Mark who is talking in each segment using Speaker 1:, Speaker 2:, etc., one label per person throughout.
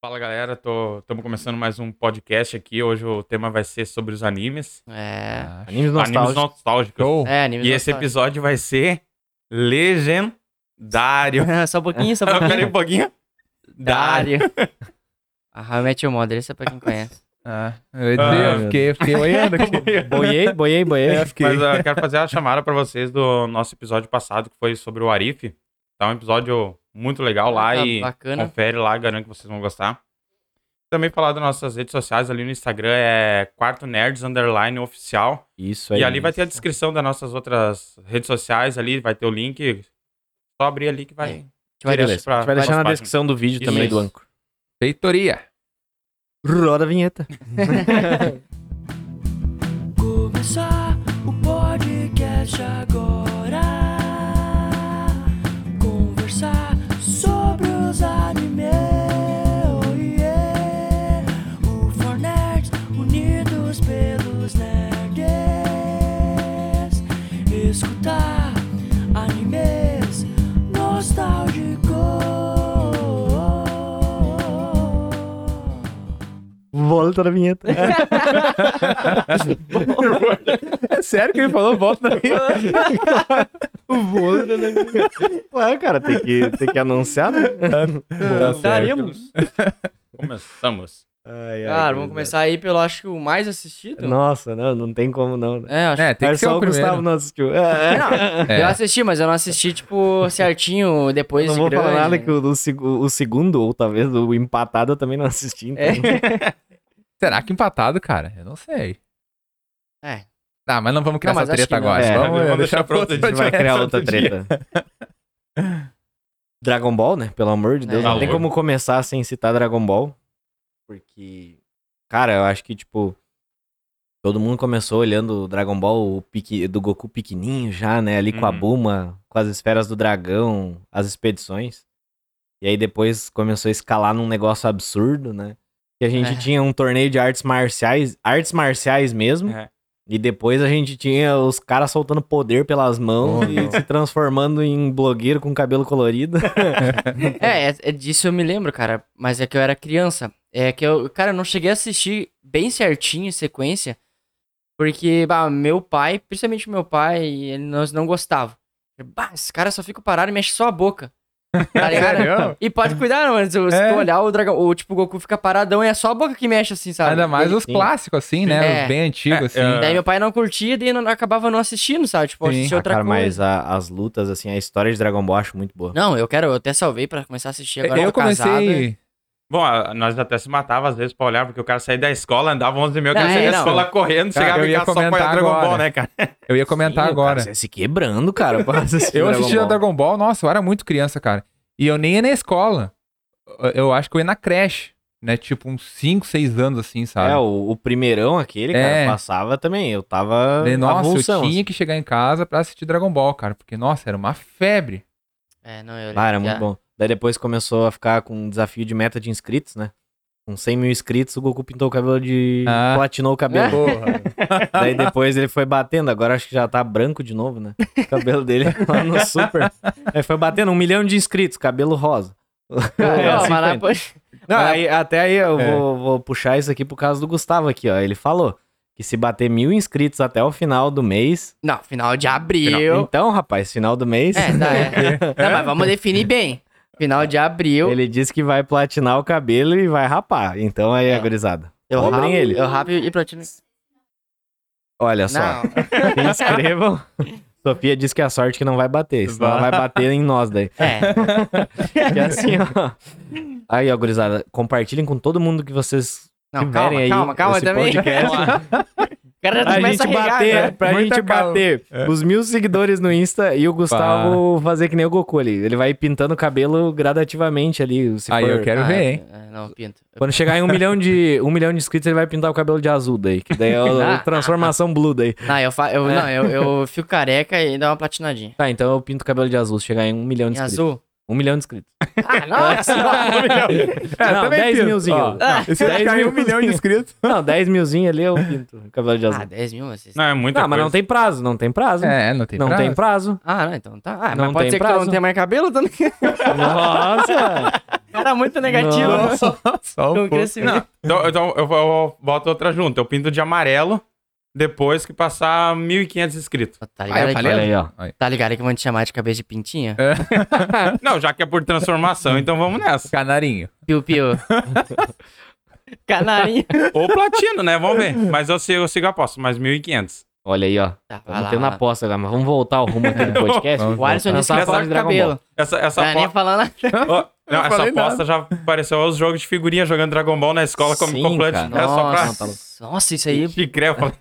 Speaker 1: Fala galera, estamos começando mais um podcast aqui. Hoje o tema vai ser sobre os animes.
Speaker 2: É.
Speaker 3: Animes
Speaker 1: Animes
Speaker 3: nostálgicos.
Speaker 1: nostálgicos.
Speaker 3: Show.
Speaker 2: É, anime
Speaker 1: E esse
Speaker 2: nostálgico.
Speaker 1: episódio vai ser legendário.
Speaker 2: só um pouquinho, só um
Speaker 1: Eu
Speaker 2: pouquinho.
Speaker 1: quero um pouquinho. Dário.
Speaker 2: Dario. Ah, I Met Your Mother, esse é pra quem conhece.
Speaker 3: Ah, eu ia dizer,
Speaker 1: Ah,
Speaker 3: eu fiquei, fiquei olhando aqui.
Speaker 2: boiei, boiei, boiei.
Speaker 3: É, fiquei.
Speaker 1: Mas eu quero fazer a chamada pra vocês do nosso episódio passado, que foi sobre o Arif. Tá um episódio muito legal lá
Speaker 2: Tá
Speaker 1: e
Speaker 2: bacana.
Speaker 1: confere lá, garanto que vocês vão gostar. Também falar das nossas redes sociais ali no Instagram é quarto nerds underline oficial.
Speaker 3: Isso aí.
Speaker 1: E ali vai ter a descrição das nossas outras redes sociais ali, vai ter o link. Só abrir ali que vai.
Speaker 2: É, gente vai
Speaker 1: direto
Speaker 2: deixar.
Speaker 1: pra-
Speaker 3: A gente vai deixar
Speaker 1: pra
Speaker 3: na
Speaker 1: nossa
Speaker 3: descrição do vídeo
Speaker 1: Isso
Speaker 3: também
Speaker 1: aí.
Speaker 3: do Anco. Feitoria.
Speaker 2: Roda a vinheta.
Speaker 4: Começar o podcast agora. Conversar sobre os anime. Oh, yeah. O For Nerds, unidos pelos nerds. Escutar animes nostálgicos.
Speaker 2: Volta da vinheta.
Speaker 3: É sério que ele falou? Volta daí.
Speaker 2: Volta da vinheta.
Speaker 3: Ué, cara, tem que, tem que anunciar, né?
Speaker 1: Tá
Speaker 5: Tá
Speaker 2: Voltaremos.
Speaker 1: Começamos.
Speaker 2: Cara, vamos começar aí pelo, acho que o mais
Speaker 1: então.
Speaker 2: assistido.
Speaker 5: Nossa, não, não tem como não. né?
Speaker 2: É, acho
Speaker 3: É, tem
Speaker 5: Aí
Speaker 3: que ser
Speaker 5: só
Speaker 3: o
Speaker 5: o Gustavo
Speaker 3: primeiro.
Speaker 5: não assistiu. É, é.
Speaker 2: que... Eu assisti, mas eu não assisti, tipo, certinho, depois
Speaker 5: não vou
Speaker 2: grande.
Speaker 5: falar
Speaker 3: né?
Speaker 5: nada que o, do seg- o segundo, ou talvez o empatado, eu também não assisti. Então.
Speaker 2: É.
Speaker 3: Será que empatado, cara? Eu não sei.
Speaker 2: É.
Speaker 3: Tá, mas não vamos criar
Speaker 2: Não, mas
Speaker 3: essa
Speaker 2: acho
Speaker 3: treta
Speaker 2: que não.
Speaker 3: agora.
Speaker 5: É,
Speaker 3: Vamos,
Speaker 1: vamos deixar pra
Speaker 3: deixar pronto.
Speaker 1: outro
Speaker 5: A gente vai criar outra treta. Dragon Ball, né? Pelo amor de Deus.
Speaker 2: É.
Speaker 5: Não tem
Speaker 1: Valor.
Speaker 5: como começar sem citar Dragon Ball. Porque, cara, eu acho que, tipo, todo mundo começou olhando o Dragon Ball o pequ- do Goku pequenininho já, né? Ali com a
Speaker 1: Uhum.
Speaker 5: Buma, com as esferas do dragão, as expedições. E aí depois começou a escalar num negócio absurdo, né? Que a gente
Speaker 2: É.
Speaker 5: tinha um torneio de artes marciais, artes marciais mesmo.
Speaker 1: É.
Speaker 5: E depois a gente tinha os caras soltando poder pelas mãos
Speaker 3: Oh,
Speaker 5: e se transformando em blogueiro com cabelo colorido.
Speaker 2: É, é, é disso eu me lembro, cara. Mas é que eu era criança. É que eu, cara, eu não cheguei a assistir bem certinho em sequência. Porque, bah, meu pai, principalmente meu pai, ele não, não gostava. Bah, esse cara só fica parado e mexe só a boca. Tá ligado?
Speaker 3: Sério?
Speaker 2: e pode cuidar, mano. Se, se
Speaker 3: É.
Speaker 2: tu olhar o dragão, o tipo, o Goku fica paradão e é só a boca que mexe assim, sabe?
Speaker 3: Ainda mais
Speaker 2: Ele-
Speaker 3: os clássicos, assim, né?
Speaker 2: É.
Speaker 3: Os bem antigos,
Speaker 1: É,
Speaker 3: assim.
Speaker 2: Daí meu pai não curtia e não, acabava não assistindo, sabe? Tipo,
Speaker 3: Sim.
Speaker 2: assistir
Speaker 5: Ah,
Speaker 2: outra
Speaker 5: cara,
Speaker 2: coisa.
Speaker 5: mas a- as lutas, assim, a história de Dragon Ball eu acho muito boa.
Speaker 2: Não, eu quero, eu até salvei pra começar a assistir agora.
Speaker 3: Eu
Speaker 2: tô casado.
Speaker 3: comecei.
Speaker 1: Bom, a- nós até se matava às vezes pra olhar, porque o cara saía da escola, andava 11 mil, que
Speaker 2: Não,
Speaker 1: ele saía
Speaker 2: é,
Speaker 1: da
Speaker 2: não.
Speaker 1: escola correndo,
Speaker 3: Cara,
Speaker 1: chegava
Speaker 3: eu
Speaker 1: em
Speaker 3: ia
Speaker 1: casa só pra olhar
Speaker 3: comentar
Speaker 1: Dragon Ball,
Speaker 3: agora.
Speaker 1: né, cara?
Speaker 3: Eu ia comentar
Speaker 5: Sim,
Speaker 3: agora.
Speaker 5: Cara, você se quebrando, cara, pra assistir
Speaker 3: Eu
Speaker 5: Dragon
Speaker 3: assistia
Speaker 5: Ball.
Speaker 3: Dragon Ball, nossa, eu era muito criança, cara. E eu nem ia na escola. Eu- Eu acho que eu ia na creche, né? Tipo, uns 5, 6 anos assim,
Speaker 5: É,
Speaker 3: sabe?
Speaker 5: o, o primeirão aquele,
Speaker 3: É.
Speaker 5: cara, passava também. Eu tava
Speaker 3: Daí, nossa,
Speaker 5: avulsão,
Speaker 3: eu
Speaker 5: assim.
Speaker 3: tinha que chegar em casa pra assistir Dragon Ball, cara. Porque, nossa, era uma febre.
Speaker 2: É, não, eu
Speaker 5: Ah,
Speaker 2: já-
Speaker 5: era muito bom. Daí depois começou a ficar com um desafio de meta de inscritos, né? Com 100 mil inscritos, o Goku pintou o cabelo de...
Speaker 3: Ah.
Speaker 5: platinou o cabelo.
Speaker 3: Porra.
Speaker 5: Daí depois ele foi batendo, agora acho que já tá branco de novo, né? O cabelo dele lá no super. Aí foi batendo um milhão de inscritos, cabelo rosa.
Speaker 2: Cara,
Speaker 5: É,
Speaker 2: não,
Speaker 5: assim
Speaker 2: mas
Speaker 5: foi.
Speaker 2: na-
Speaker 5: Não,
Speaker 2: Mas-
Speaker 5: aí- até aí eu
Speaker 3: É.
Speaker 5: vou, vou puxar isso aqui por causa do Gustavo aqui, ó. Ele falou que se bater mil inscritos até o final do mês.
Speaker 2: Não, final de abril.
Speaker 5: Então, rapaz, final do mês.
Speaker 2: É, tá, é. Não, mas vamos definir bem. Final de abril.
Speaker 5: Ele disse que vai platinar o cabelo e vai rapar. Então aí,
Speaker 2: É.
Speaker 5: agorizada.
Speaker 2: eu
Speaker 5: cobrem
Speaker 2: rapo,
Speaker 5: ele.
Speaker 2: Eu rapo e platino.
Speaker 5: Olha só,
Speaker 2: Não.
Speaker 5: se inscrevam. Sofia disse que é a sorte que não vai bater, senão ela vai bater em nós daí.
Speaker 2: É.
Speaker 5: Que é assim, ó. Aí, ó, gurizada, compartilhem com todo mundo que vocês
Speaker 2: Não,
Speaker 5: tiverem
Speaker 2: calma,
Speaker 5: aí.
Speaker 2: calma, calma
Speaker 5: esse
Speaker 2: também.
Speaker 5: podcast.
Speaker 2: Vamos lá. O cara já
Speaker 5: Pra
Speaker 2: começa
Speaker 5: gente
Speaker 2: a regar,
Speaker 5: bater,
Speaker 2: né? É.
Speaker 5: pra
Speaker 3: Muita
Speaker 5: gente
Speaker 3: calma.
Speaker 5: bater os mil seguidores no Insta e o Gustavo fazer que nem o Goku ali. Ele vai pintando o cabelo gradativamente ali. se
Speaker 3: Aí
Speaker 5: for-
Speaker 3: eu quero
Speaker 2: Ah,
Speaker 3: ver, hein?
Speaker 2: é, Não, pinto.
Speaker 5: Quando chegar em um milhão, de, um milhão de inscritos, ele vai pintar o cabelo de azul daí. Que daí é a transformação blue daí.
Speaker 2: Não, eu, fa...
Speaker 5: É.
Speaker 2: eu, não eu, eu fico careca e dá uma platinadinha.
Speaker 5: Tá, então eu pinto o cabelo de azul, se chegar em um milhão de
Speaker 2: Em
Speaker 5: inscritos.
Speaker 2: azul.
Speaker 5: Um milhão de inscritos.
Speaker 2: Ah, nossa!
Speaker 3: É,
Speaker 5: não,
Speaker 3: também
Speaker 5: 10
Speaker 3: pinto,
Speaker 5: milzinho.
Speaker 3: ó.
Speaker 5: Não,
Speaker 3: E se eu
Speaker 5: 10
Speaker 3: chegar em um
Speaker 5: milzinho.
Speaker 3: milhão de inscritos?
Speaker 5: Não, 10 milzinho ali eu pinto o cabelo de azul.
Speaker 2: ah, 10 mil, vocês.
Speaker 1: Não, é muita
Speaker 5: não, mas não
Speaker 1: coisa.
Speaker 5: tem prazo, não tem prazo.
Speaker 3: É, não tem
Speaker 5: não
Speaker 3: prazo.
Speaker 5: tem prazo.
Speaker 2: Ah, não, então tá. Ah,
Speaker 5: Não
Speaker 2: mas pode
Speaker 5: tem
Speaker 2: ser que tu
Speaker 5: prazo.
Speaker 2: não tenha mais cabelo também.
Speaker 5: Nossa!
Speaker 2: Cara, muito negativo.
Speaker 3: Só, só
Speaker 2: Com
Speaker 3: um pouco.
Speaker 2: crescimento.
Speaker 1: Então, então eu, vou- eu boto outra junto. Eu pinto de amarelo depois que passar 1.500 inscritos.
Speaker 2: Tá
Speaker 3: Aí,
Speaker 2: ligado,
Speaker 3: eu
Speaker 2: aí,
Speaker 3: falei,
Speaker 5: Olha aí, ó.
Speaker 2: tá ligado que vão te chamar de cabeça de pintinha?
Speaker 1: Não, já que é por transformação, então vamos nessa.
Speaker 3: Canarinho.
Speaker 2: Piu-piu. Canarinho.
Speaker 1: Ou platino, né? Vamos ver. Mas eu sigo, eu sigo a aposta, mais 1.500.
Speaker 5: Olha aí, ó.
Speaker 2: Tá, vai
Speaker 5: Vamos
Speaker 2: lá,
Speaker 5: ter na
Speaker 2: vai lá.
Speaker 5: aposta, mas vamos voltar ao rumo aqui do podcast.
Speaker 3: Vamos
Speaker 2: O Alisson disse que
Speaker 5: Nessa
Speaker 2: ia falar
Speaker 5: parte
Speaker 2: de
Speaker 5: de Dragon
Speaker 2: cabelo.
Speaker 1: Essa, essa
Speaker 2: Tá nem
Speaker 1: aposta.
Speaker 2: falando.
Speaker 1: Ó, não,
Speaker 3: Eu
Speaker 1: essa
Speaker 3: falei
Speaker 1: aposta já apareceu aos jogos de figurinha jogando Dragon Ball na escola como
Speaker 5: Sim,
Speaker 1: complete.
Speaker 5: cara.
Speaker 1: Era só pra.
Speaker 2: Nossa, nossa, isso aí.
Speaker 1: Chicré, eu falei,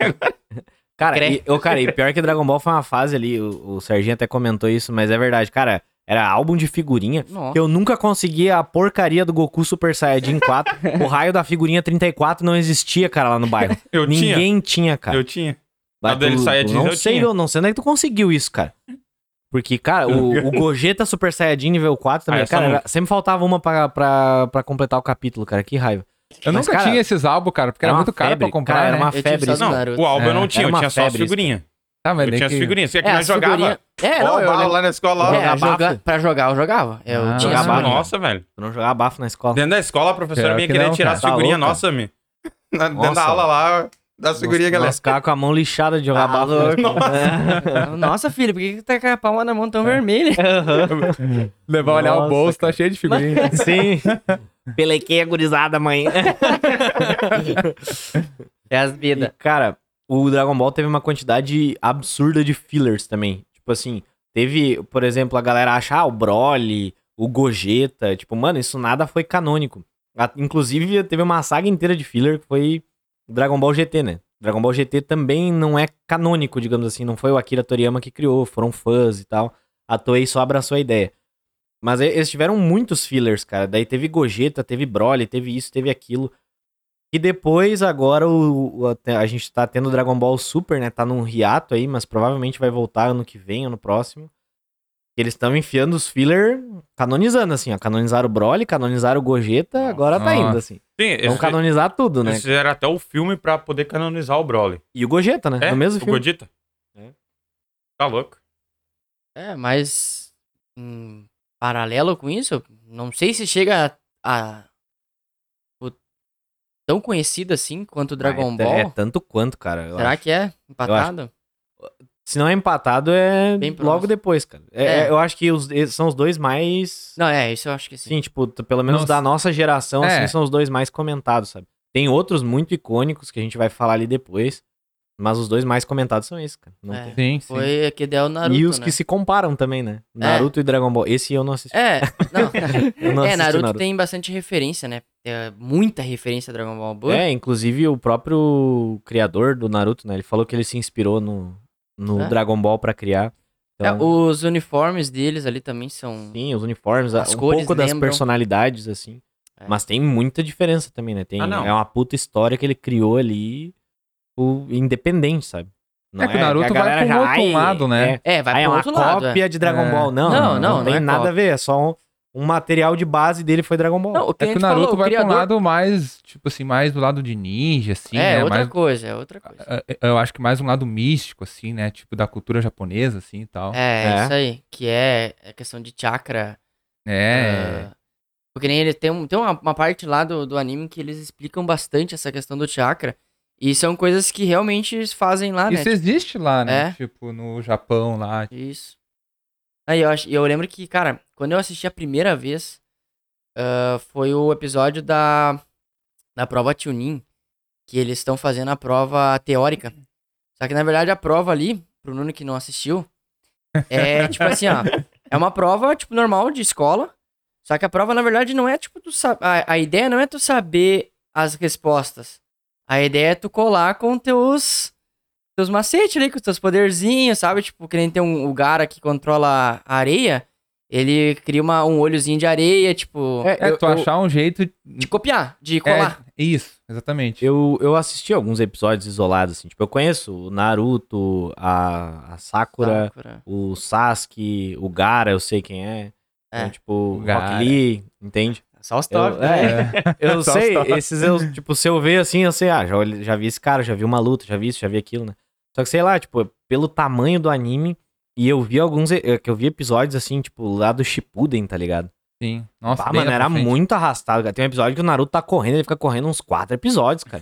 Speaker 5: Cara,
Speaker 2: Cre-
Speaker 5: e, ô, cara, e pior que Dragon Ball foi uma fase ali, o, o Serginho até comentou isso, mas é verdade, cara, era álbum de figurinha.
Speaker 2: Nossa.
Speaker 5: que Eu nunca conseguia a porcaria do Goku Super Saiyajin 4. o raio da figurinha 34 não existia, cara, lá no bairro.
Speaker 1: eu tinha.
Speaker 5: Ninguém tinha, cara.
Speaker 1: Eu tinha.
Speaker 5: Mas
Speaker 1: a dele Saiyajin
Speaker 5: não
Speaker 1: eu
Speaker 5: sei,
Speaker 1: tinha.
Speaker 5: eu não sei onde é que tu conseguiu isso, cara. Porque, cara, o, o Gogeta Super Saiyajin nível 4 também,
Speaker 1: Ah, essa
Speaker 5: cara,
Speaker 1: nunca.
Speaker 5: era- sempre faltava uma pra, pra, pra completar o capítulo, cara. Que raiva.
Speaker 3: Eu
Speaker 5: Mas,
Speaker 3: nunca
Speaker 5: cara,
Speaker 3: tinha esses álbuns, cara, porque era
Speaker 5: uma
Speaker 3: muito caro
Speaker 5: febre,
Speaker 3: pra comprar,
Speaker 5: cara,
Speaker 3: né?
Speaker 5: era uma
Speaker 2: tive só
Speaker 5: febre.
Speaker 2: do
Speaker 5: isso.
Speaker 1: Não,
Speaker 2: Naruto.
Speaker 1: o álbum
Speaker 3: É,
Speaker 1: eu não tinha,
Speaker 5: era
Speaker 1: eu
Speaker 5: uma
Speaker 1: tinha só as
Speaker 5: febre isso.
Speaker 1: figurinhas.
Speaker 3: Tá, mas
Speaker 1: Eu
Speaker 3: daí
Speaker 1: tinha as
Speaker 3: que-
Speaker 1: figurinhas. É que
Speaker 2: É,
Speaker 1: nós
Speaker 2: as
Speaker 1: jogava.
Speaker 2: figurinha- É, não, eu lembro.
Speaker 1: lá na escola.
Speaker 2: É,
Speaker 5: Jogava
Speaker 2: joga-
Speaker 5: bafo.
Speaker 2: pra jogar, eu jogava. Eu
Speaker 3: Ah,
Speaker 2: tinha
Speaker 5: jogava
Speaker 2: essa
Speaker 5: bafo.
Speaker 2: mania.
Speaker 1: Nossa, velho.
Speaker 5: Tu não jogava bafo na escola.
Speaker 1: Dentro da escola, a professora
Speaker 3: Pior
Speaker 1: vinha
Speaker 3: que
Speaker 1: querer
Speaker 3: não,
Speaker 1: tirar
Speaker 3: cara.
Speaker 1: as figurinhas,
Speaker 5: Tá louco,
Speaker 1: nossa, me. Na- Dentro
Speaker 5: Nossa.
Speaker 1: da aula lá, das figurinhas,
Speaker 5: Nós-
Speaker 1: galera.
Speaker 5: nós ficava com a mão lixada de jogar
Speaker 2: Tá
Speaker 5: bafo.
Speaker 2: louco.
Speaker 5: Nossa.
Speaker 2: Nossa, filho, por que que tá com a palma na mão
Speaker 5: É.
Speaker 2: tão vermelha?
Speaker 3: Levar olhar o
Speaker 5: Nossa,
Speaker 3: bolso, tá cheio de figurinha.
Speaker 5: Sim. Pelequei a gurizada, mãe.
Speaker 2: É as
Speaker 5: E,
Speaker 2: vidas.
Speaker 5: cara, o Dragon Ball teve uma quantidade absurda de fillers também. Tipo assim, teve, por exemplo, a galera achar ah, o Broly, o Gogeta. Tipo, mano, isso nada foi canônico. A- inclusive, teve uma saga inteira de filler que foi o Dragon Ball GT, né? Dragon Ball GT também não é canônico, digamos assim. Não foi o Akira Toriyama que criou, foram fãs e tal. A Toei só abraçou a ideia. Mas e- eles tiveram muitos fillers, cara. Daí teve Gogeta, teve Broly, teve isso, teve aquilo. E depois, agora, o, o- até- a gente tá tendo Dragon Ball Super, né? Tá num hiato aí, mas provavelmente vai voltar ano que vem, ano próximo. Eles estão enfiando os filler, canonizando, assim, ó. Canonizaram o Broly, canonizaram o Gogeta, agora tá
Speaker 3: Nossa.
Speaker 5: indo, assim.
Speaker 1: Sim,
Speaker 5: Vão
Speaker 1: eles,
Speaker 5: canonizar tudo, né?
Speaker 1: eles fizeram até o filme pra poder canonizar o Broly.
Speaker 5: E o Gogeta, né?
Speaker 1: É,
Speaker 5: no mesmo
Speaker 1: o
Speaker 5: filme.
Speaker 1: Godita.
Speaker 5: É.
Speaker 1: Tá louco.
Speaker 2: É, mas em paralelo com isso, não sei se chega a, a- o- tão conhecido assim quanto o Dragon
Speaker 5: Ah, é,
Speaker 2: Ball.
Speaker 5: É tanto quanto, cara. eu
Speaker 2: Será
Speaker 5: acho.
Speaker 2: que é empatado?
Speaker 5: Se não é empatado, é
Speaker 2: Bem próximo.
Speaker 5: logo depois, cara. É,
Speaker 2: É.
Speaker 5: é, Eu acho que os, eles são os dois mais.
Speaker 2: Não, é, isso eu acho que sim.
Speaker 5: Sim, tipo, t- pelo menos
Speaker 3: Não
Speaker 5: da
Speaker 3: s-
Speaker 5: nossa geração,
Speaker 3: É.
Speaker 5: assim, são os dois mais comentados, sabe? Tem outros muito icônicos que a gente vai falar ali depois, mas os dois mais comentados são esses, cara. Não
Speaker 2: É.
Speaker 5: tem.
Speaker 3: Sim, sim.
Speaker 2: Foi a que deu o Naruto,
Speaker 5: e os
Speaker 2: né?
Speaker 5: que se comparam também, né? Naruto e Dragon Ball. Esse eu não assisti.
Speaker 2: É, não.
Speaker 5: Eu não
Speaker 2: é,
Speaker 5: assisti
Speaker 2: Naruto, tem bastante referência, né? É, muita referência a Dragon Ball. Boa.
Speaker 5: É, inclusive o próprio criador do Naruto, né? Ele falou que ele se inspirou no, no
Speaker 2: É?
Speaker 5: Dragon Ball pra criar.
Speaker 2: É,
Speaker 5: Então,
Speaker 2: os uniformes deles ali também são.
Speaker 5: Sim, os uniformes,
Speaker 2: As
Speaker 5: um
Speaker 2: cores
Speaker 5: pouco das
Speaker 2: lembram.
Speaker 5: personalidades, assim.
Speaker 2: É.
Speaker 5: Mas tem muita diferença também, né? Tem,
Speaker 1: Ah, não.
Speaker 5: É uma puta história que ele criou ali, o independente, sabe? Não
Speaker 3: É que o Naruto
Speaker 5: a
Speaker 3: vai
Speaker 5: galera
Speaker 3: pra um outro lado, né?
Speaker 5: É,
Speaker 2: É, vai
Speaker 5: aí é
Speaker 2: pro
Speaker 5: uma
Speaker 2: outro lado. é.
Speaker 5: cópia de Dragon
Speaker 3: É.
Speaker 5: Ball. Não,
Speaker 2: Não,
Speaker 5: não,
Speaker 2: não,
Speaker 5: não,
Speaker 2: não
Speaker 5: tem
Speaker 2: é
Speaker 5: nada
Speaker 2: cópia.
Speaker 5: a ver. É só um, um material de base dele foi Dragon Ball.
Speaker 2: Não, o que, a
Speaker 3: É que
Speaker 2: gente
Speaker 3: o Naruto
Speaker 2: falou, o
Speaker 3: vai pra um
Speaker 2: criador...
Speaker 3: lado mais, tipo assim, mais do lado de ninja, assim,
Speaker 2: É,
Speaker 3: né?
Speaker 2: outra
Speaker 3: Mais-
Speaker 2: coisa, é outra coisa.
Speaker 3: eh, Eu acho que mais um lado místico, assim, né? Tipo, da cultura japonesa, assim, e tal.
Speaker 2: É,
Speaker 5: É.
Speaker 2: isso aí. Que é a questão de chakra.
Speaker 3: É.
Speaker 2: ah, porque nem ele tem, um- tem uma, uma parte lá do, do anime que eles explicam bastante essa questão do chakra. E são coisas que realmente eles fazem lá, né?
Speaker 3: Isso existe lá, né?
Speaker 2: É.
Speaker 3: Tipo, no Japão, lá.
Speaker 2: Isso. Aí eu, acho, eu lembro que, cara, quando eu assisti a primeira vez, ah, foi o episódio da, da prova Tunin, que eles estão fazendo a prova teórica. Só que, na verdade, a prova ali, pro Nuno que não assistiu, é tipo assim, ó. É uma prova, tipo, normal de escola. Só que a prova, na verdade, não é, tipo, tu sa- a, a ideia não é tu saber as respostas. A ideia é tu colar com teus teus macetes ali, com os teus poderzinhos, sabe? Tipo, que nem tem um, o Gara que controla a areia, ele cria uma, um olhozinho de areia, tipo,
Speaker 3: É, tu achar um jeito.
Speaker 2: de copiar, de colar.
Speaker 3: É, isso, exatamente.
Speaker 5: Eu, eu assisti alguns episódios isolados, assim. Tipo, eu conheço o Naruto, a, a Sakura,
Speaker 2: Sakura.
Speaker 5: o Sasuke, o Gara, eu sei quem é.
Speaker 2: É.
Speaker 5: Então, tipo, o
Speaker 3: Gaara.
Speaker 5: Rock Lee, entende?
Speaker 2: Só os
Speaker 5: Eu,
Speaker 2: top. né?
Speaker 5: é, eu
Speaker 3: Só
Speaker 5: sei,
Speaker 3: os top.
Speaker 5: esses eu, tipo, se eu ver assim, eu sei, ah, já, olhei- já vi esse cara, já vi uma luta, já vi isso, já vi aquilo, né? Só que sei lá, tipo, pelo é, tamanho do anime, e eu vi alguns, e- que eu vi episódios assim, tipo, lá do Shippuden, tá ligado?
Speaker 3: Sim. Nossa,
Speaker 5: Ah,
Speaker 3: bem
Speaker 5: mano,
Speaker 3: lá pra
Speaker 5: era
Speaker 3: frente.
Speaker 5: muito arrastado, cara. Tem um episódio que o Naruto tá correndo, ele fica correndo uns quatro episódios, cara.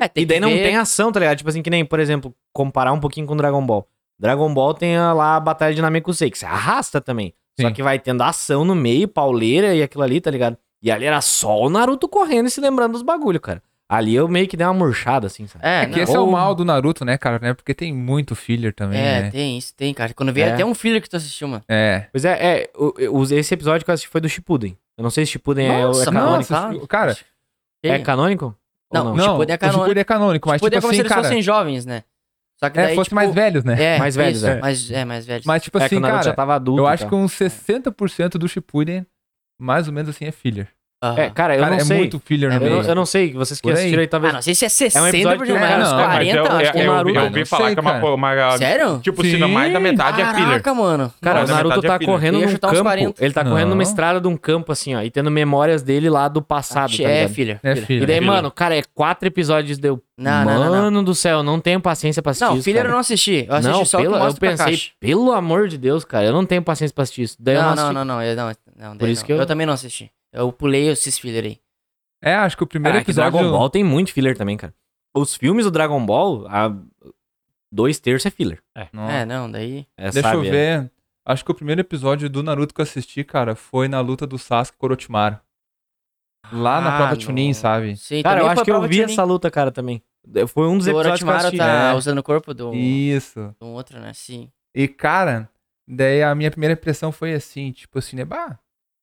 Speaker 2: É, tem
Speaker 5: e daí
Speaker 2: que
Speaker 5: não
Speaker 2: ver-
Speaker 5: tem ação, tá ligado? Tipo assim, que nem, por exemplo, comparar um pouquinho com Dragon Ball. Dragon Ball tem a- lá a Batalha de Namekusei, que se arrasta também. Só
Speaker 3: Sim.
Speaker 5: que vai tendo ação no meio, pauleira e aquilo ali, tá ligado? E ali era só o Naruto correndo e se lembrando dos bagulho, cara. Ali eu meio que dei uma murchada, assim, sabe?
Speaker 2: É,
Speaker 3: É que
Speaker 2: não,
Speaker 3: esse é
Speaker 5: ou-
Speaker 3: o mal do Naruto, né, cara? Né? Porque tem muito filler também,
Speaker 2: é,
Speaker 3: né?
Speaker 2: tem isso, tem, cara. Quando eu vi
Speaker 5: É.
Speaker 2: até um filho que tu assistiu, mano.
Speaker 3: É.
Speaker 5: Pois é, é o- eu- esse episódio que eu assisti foi do Shippuden. Eu não sei se Shippuden é, o- é
Speaker 2: Nossa,
Speaker 5: canônico.
Speaker 2: tá?
Speaker 3: tipo, cara,
Speaker 5: É canônico? Ou
Speaker 2: Não, O
Speaker 3: não,
Speaker 2: Shippuden é
Speaker 3: o Shippuden é canônico, mas
Speaker 2: Tipo,
Speaker 3: tipo
Speaker 2: é como
Speaker 3: assim,
Speaker 2: se eles
Speaker 3: cara,
Speaker 2: fossem jovens, né? Só que
Speaker 3: é,
Speaker 2: daí,
Speaker 3: fosse
Speaker 2: tipo,
Speaker 3: mais velhos, né?
Speaker 2: É,
Speaker 5: Mais velhos,
Speaker 2: isso,
Speaker 5: é.
Speaker 2: Mas, é, mais velhos.
Speaker 3: Mas tipo
Speaker 5: é, que
Speaker 3: assim,
Speaker 5: o Naruto já
Speaker 3: cara,
Speaker 5: tava adulto.
Speaker 3: eu
Speaker 5: e
Speaker 3: acho
Speaker 5: tal.
Speaker 3: que uns 60% do Shippuden, mais ou menos assim, é filler.
Speaker 2: Aham.
Speaker 5: É, cara, eu
Speaker 3: Cara,
Speaker 5: não
Speaker 3: é
Speaker 5: sei.
Speaker 3: muito filler
Speaker 2: É
Speaker 3: no
Speaker 5: Eu
Speaker 3: meio.
Speaker 5: não, eu não sei, vocês que
Speaker 3: Por aí.
Speaker 5: assistiram aí talvez.
Speaker 2: Ah, não sei se é 60,
Speaker 5: episódio de-
Speaker 2: mas
Speaker 5: é,
Speaker 2: uns
Speaker 3: não, mas
Speaker 2: 40,
Speaker 1: eu,
Speaker 2: acho que
Speaker 1: eu,
Speaker 2: é
Speaker 1: eu,
Speaker 2: Naruto.
Speaker 1: eu
Speaker 3: Não
Speaker 1: ouvi falar
Speaker 3: sei,
Speaker 1: que é uma,
Speaker 3: cara.
Speaker 1: uma-
Speaker 2: Sério?
Speaker 1: Tipo, se não
Speaker 3: Sim.
Speaker 1: mais da metade é filler.
Speaker 2: Caraca, mano.
Speaker 5: Cara,
Speaker 1: Nossa,
Speaker 5: o Naruto
Speaker 1: metade é
Speaker 5: tá
Speaker 1: filler.
Speaker 5: correndo
Speaker 2: Eu ia
Speaker 5: num
Speaker 2: chutar uns
Speaker 5: campo.
Speaker 2: 40.
Speaker 5: Ele tá correndo numa
Speaker 3: Não.
Speaker 5: estrada de um campo, assim, ó, e tendo memórias dele lá do passado, tá
Speaker 2: é,
Speaker 5: ligado?
Speaker 2: filho.
Speaker 3: É
Speaker 2: filho.
Speaker 3: filler.
Speaker 5: E daí,
Speaker 1: Filler.
Speaker 5: mano, cara, é quatro episódios deu.
Speaker 2: Não, não,
Speaker 5: mano
Speaker 2: não, não.
Speaker 5: do céu, eu não tenho paciência pra assistir
Speaker 2: Não,
Speaker 5: isso.
Speaker 2: filho eu
Speaker 5: cara.
Speaker 2: não assisti. Eu assisti
Speaker 5: não,
Speaker 2: só o que
Speaker 5: pela, eu
Speaker 2: mostra pra
Speaker 5: pensei,
Speaker 2: caixa.
Speaker 5: pelo amor de Deus, cara, eu não tenho paciência pra assistir isso. Daí eu
Speaker 2: Não,
Speaker 5: assisti.
Speaker 2: não, não, não, eu não, não,
Speaker 5: Por
Speaker 2: daí
Speaker 5: isso
Speaker 2: não.
Speaker 5: que eu-
Speaker 2: também não assisti. Eu pulei esses filler aí.
Speaker 3: É, acho que o primeiro
Speaker 5: Cara, Ah, que
Speaker 3: episódio...
Speaker 5: Dragon Ball tem muito filler também, cara. Os filmes do Dragon Ball, a... dois terços é filler.
Speaker 3: Nossa.
Speaker 2: É, não, daí.
Speaker 5: É,
Speaker 3: Deixa
Speaker 5: sabe,
Speaker 3: eu
Speaker 5: é.
Speaker 3: ver. Acho que o primeiro episódio do Naruto que eu assisti, cara, foi na luta do Sasuke e Orochimaru. Lá na
Speaker 2: Ah,
Speaker 3: prova
Speaker 2: não.
Speaker 3: Chunin, sabe?
Speaker 2: Sim,
Speaker 5: Cara,
Speaker 2: também
Speaker 5: eu
Speaker 2: foi
Speaker 5: acho que eu
Speaker 2: prova de
Speaker 5: vi
Speaker 2: Chunin.
Speaker 5: essa luta, cara, também. Foi um dos
Speaker 2: O
Speaker 5: episódios que eu
Speaker 2: Orochimaru
Speaker 5: assisti.
Speaker 2: tá
Speaker 3: É.
Speaker 2: usando o corpo do, de
Speaker 3: Isso.
Speaker 2: um outro, né? Sim.
Speaker 3: E, cara, daí a minha primeira impressão foi assim, tipo assim, né, bah,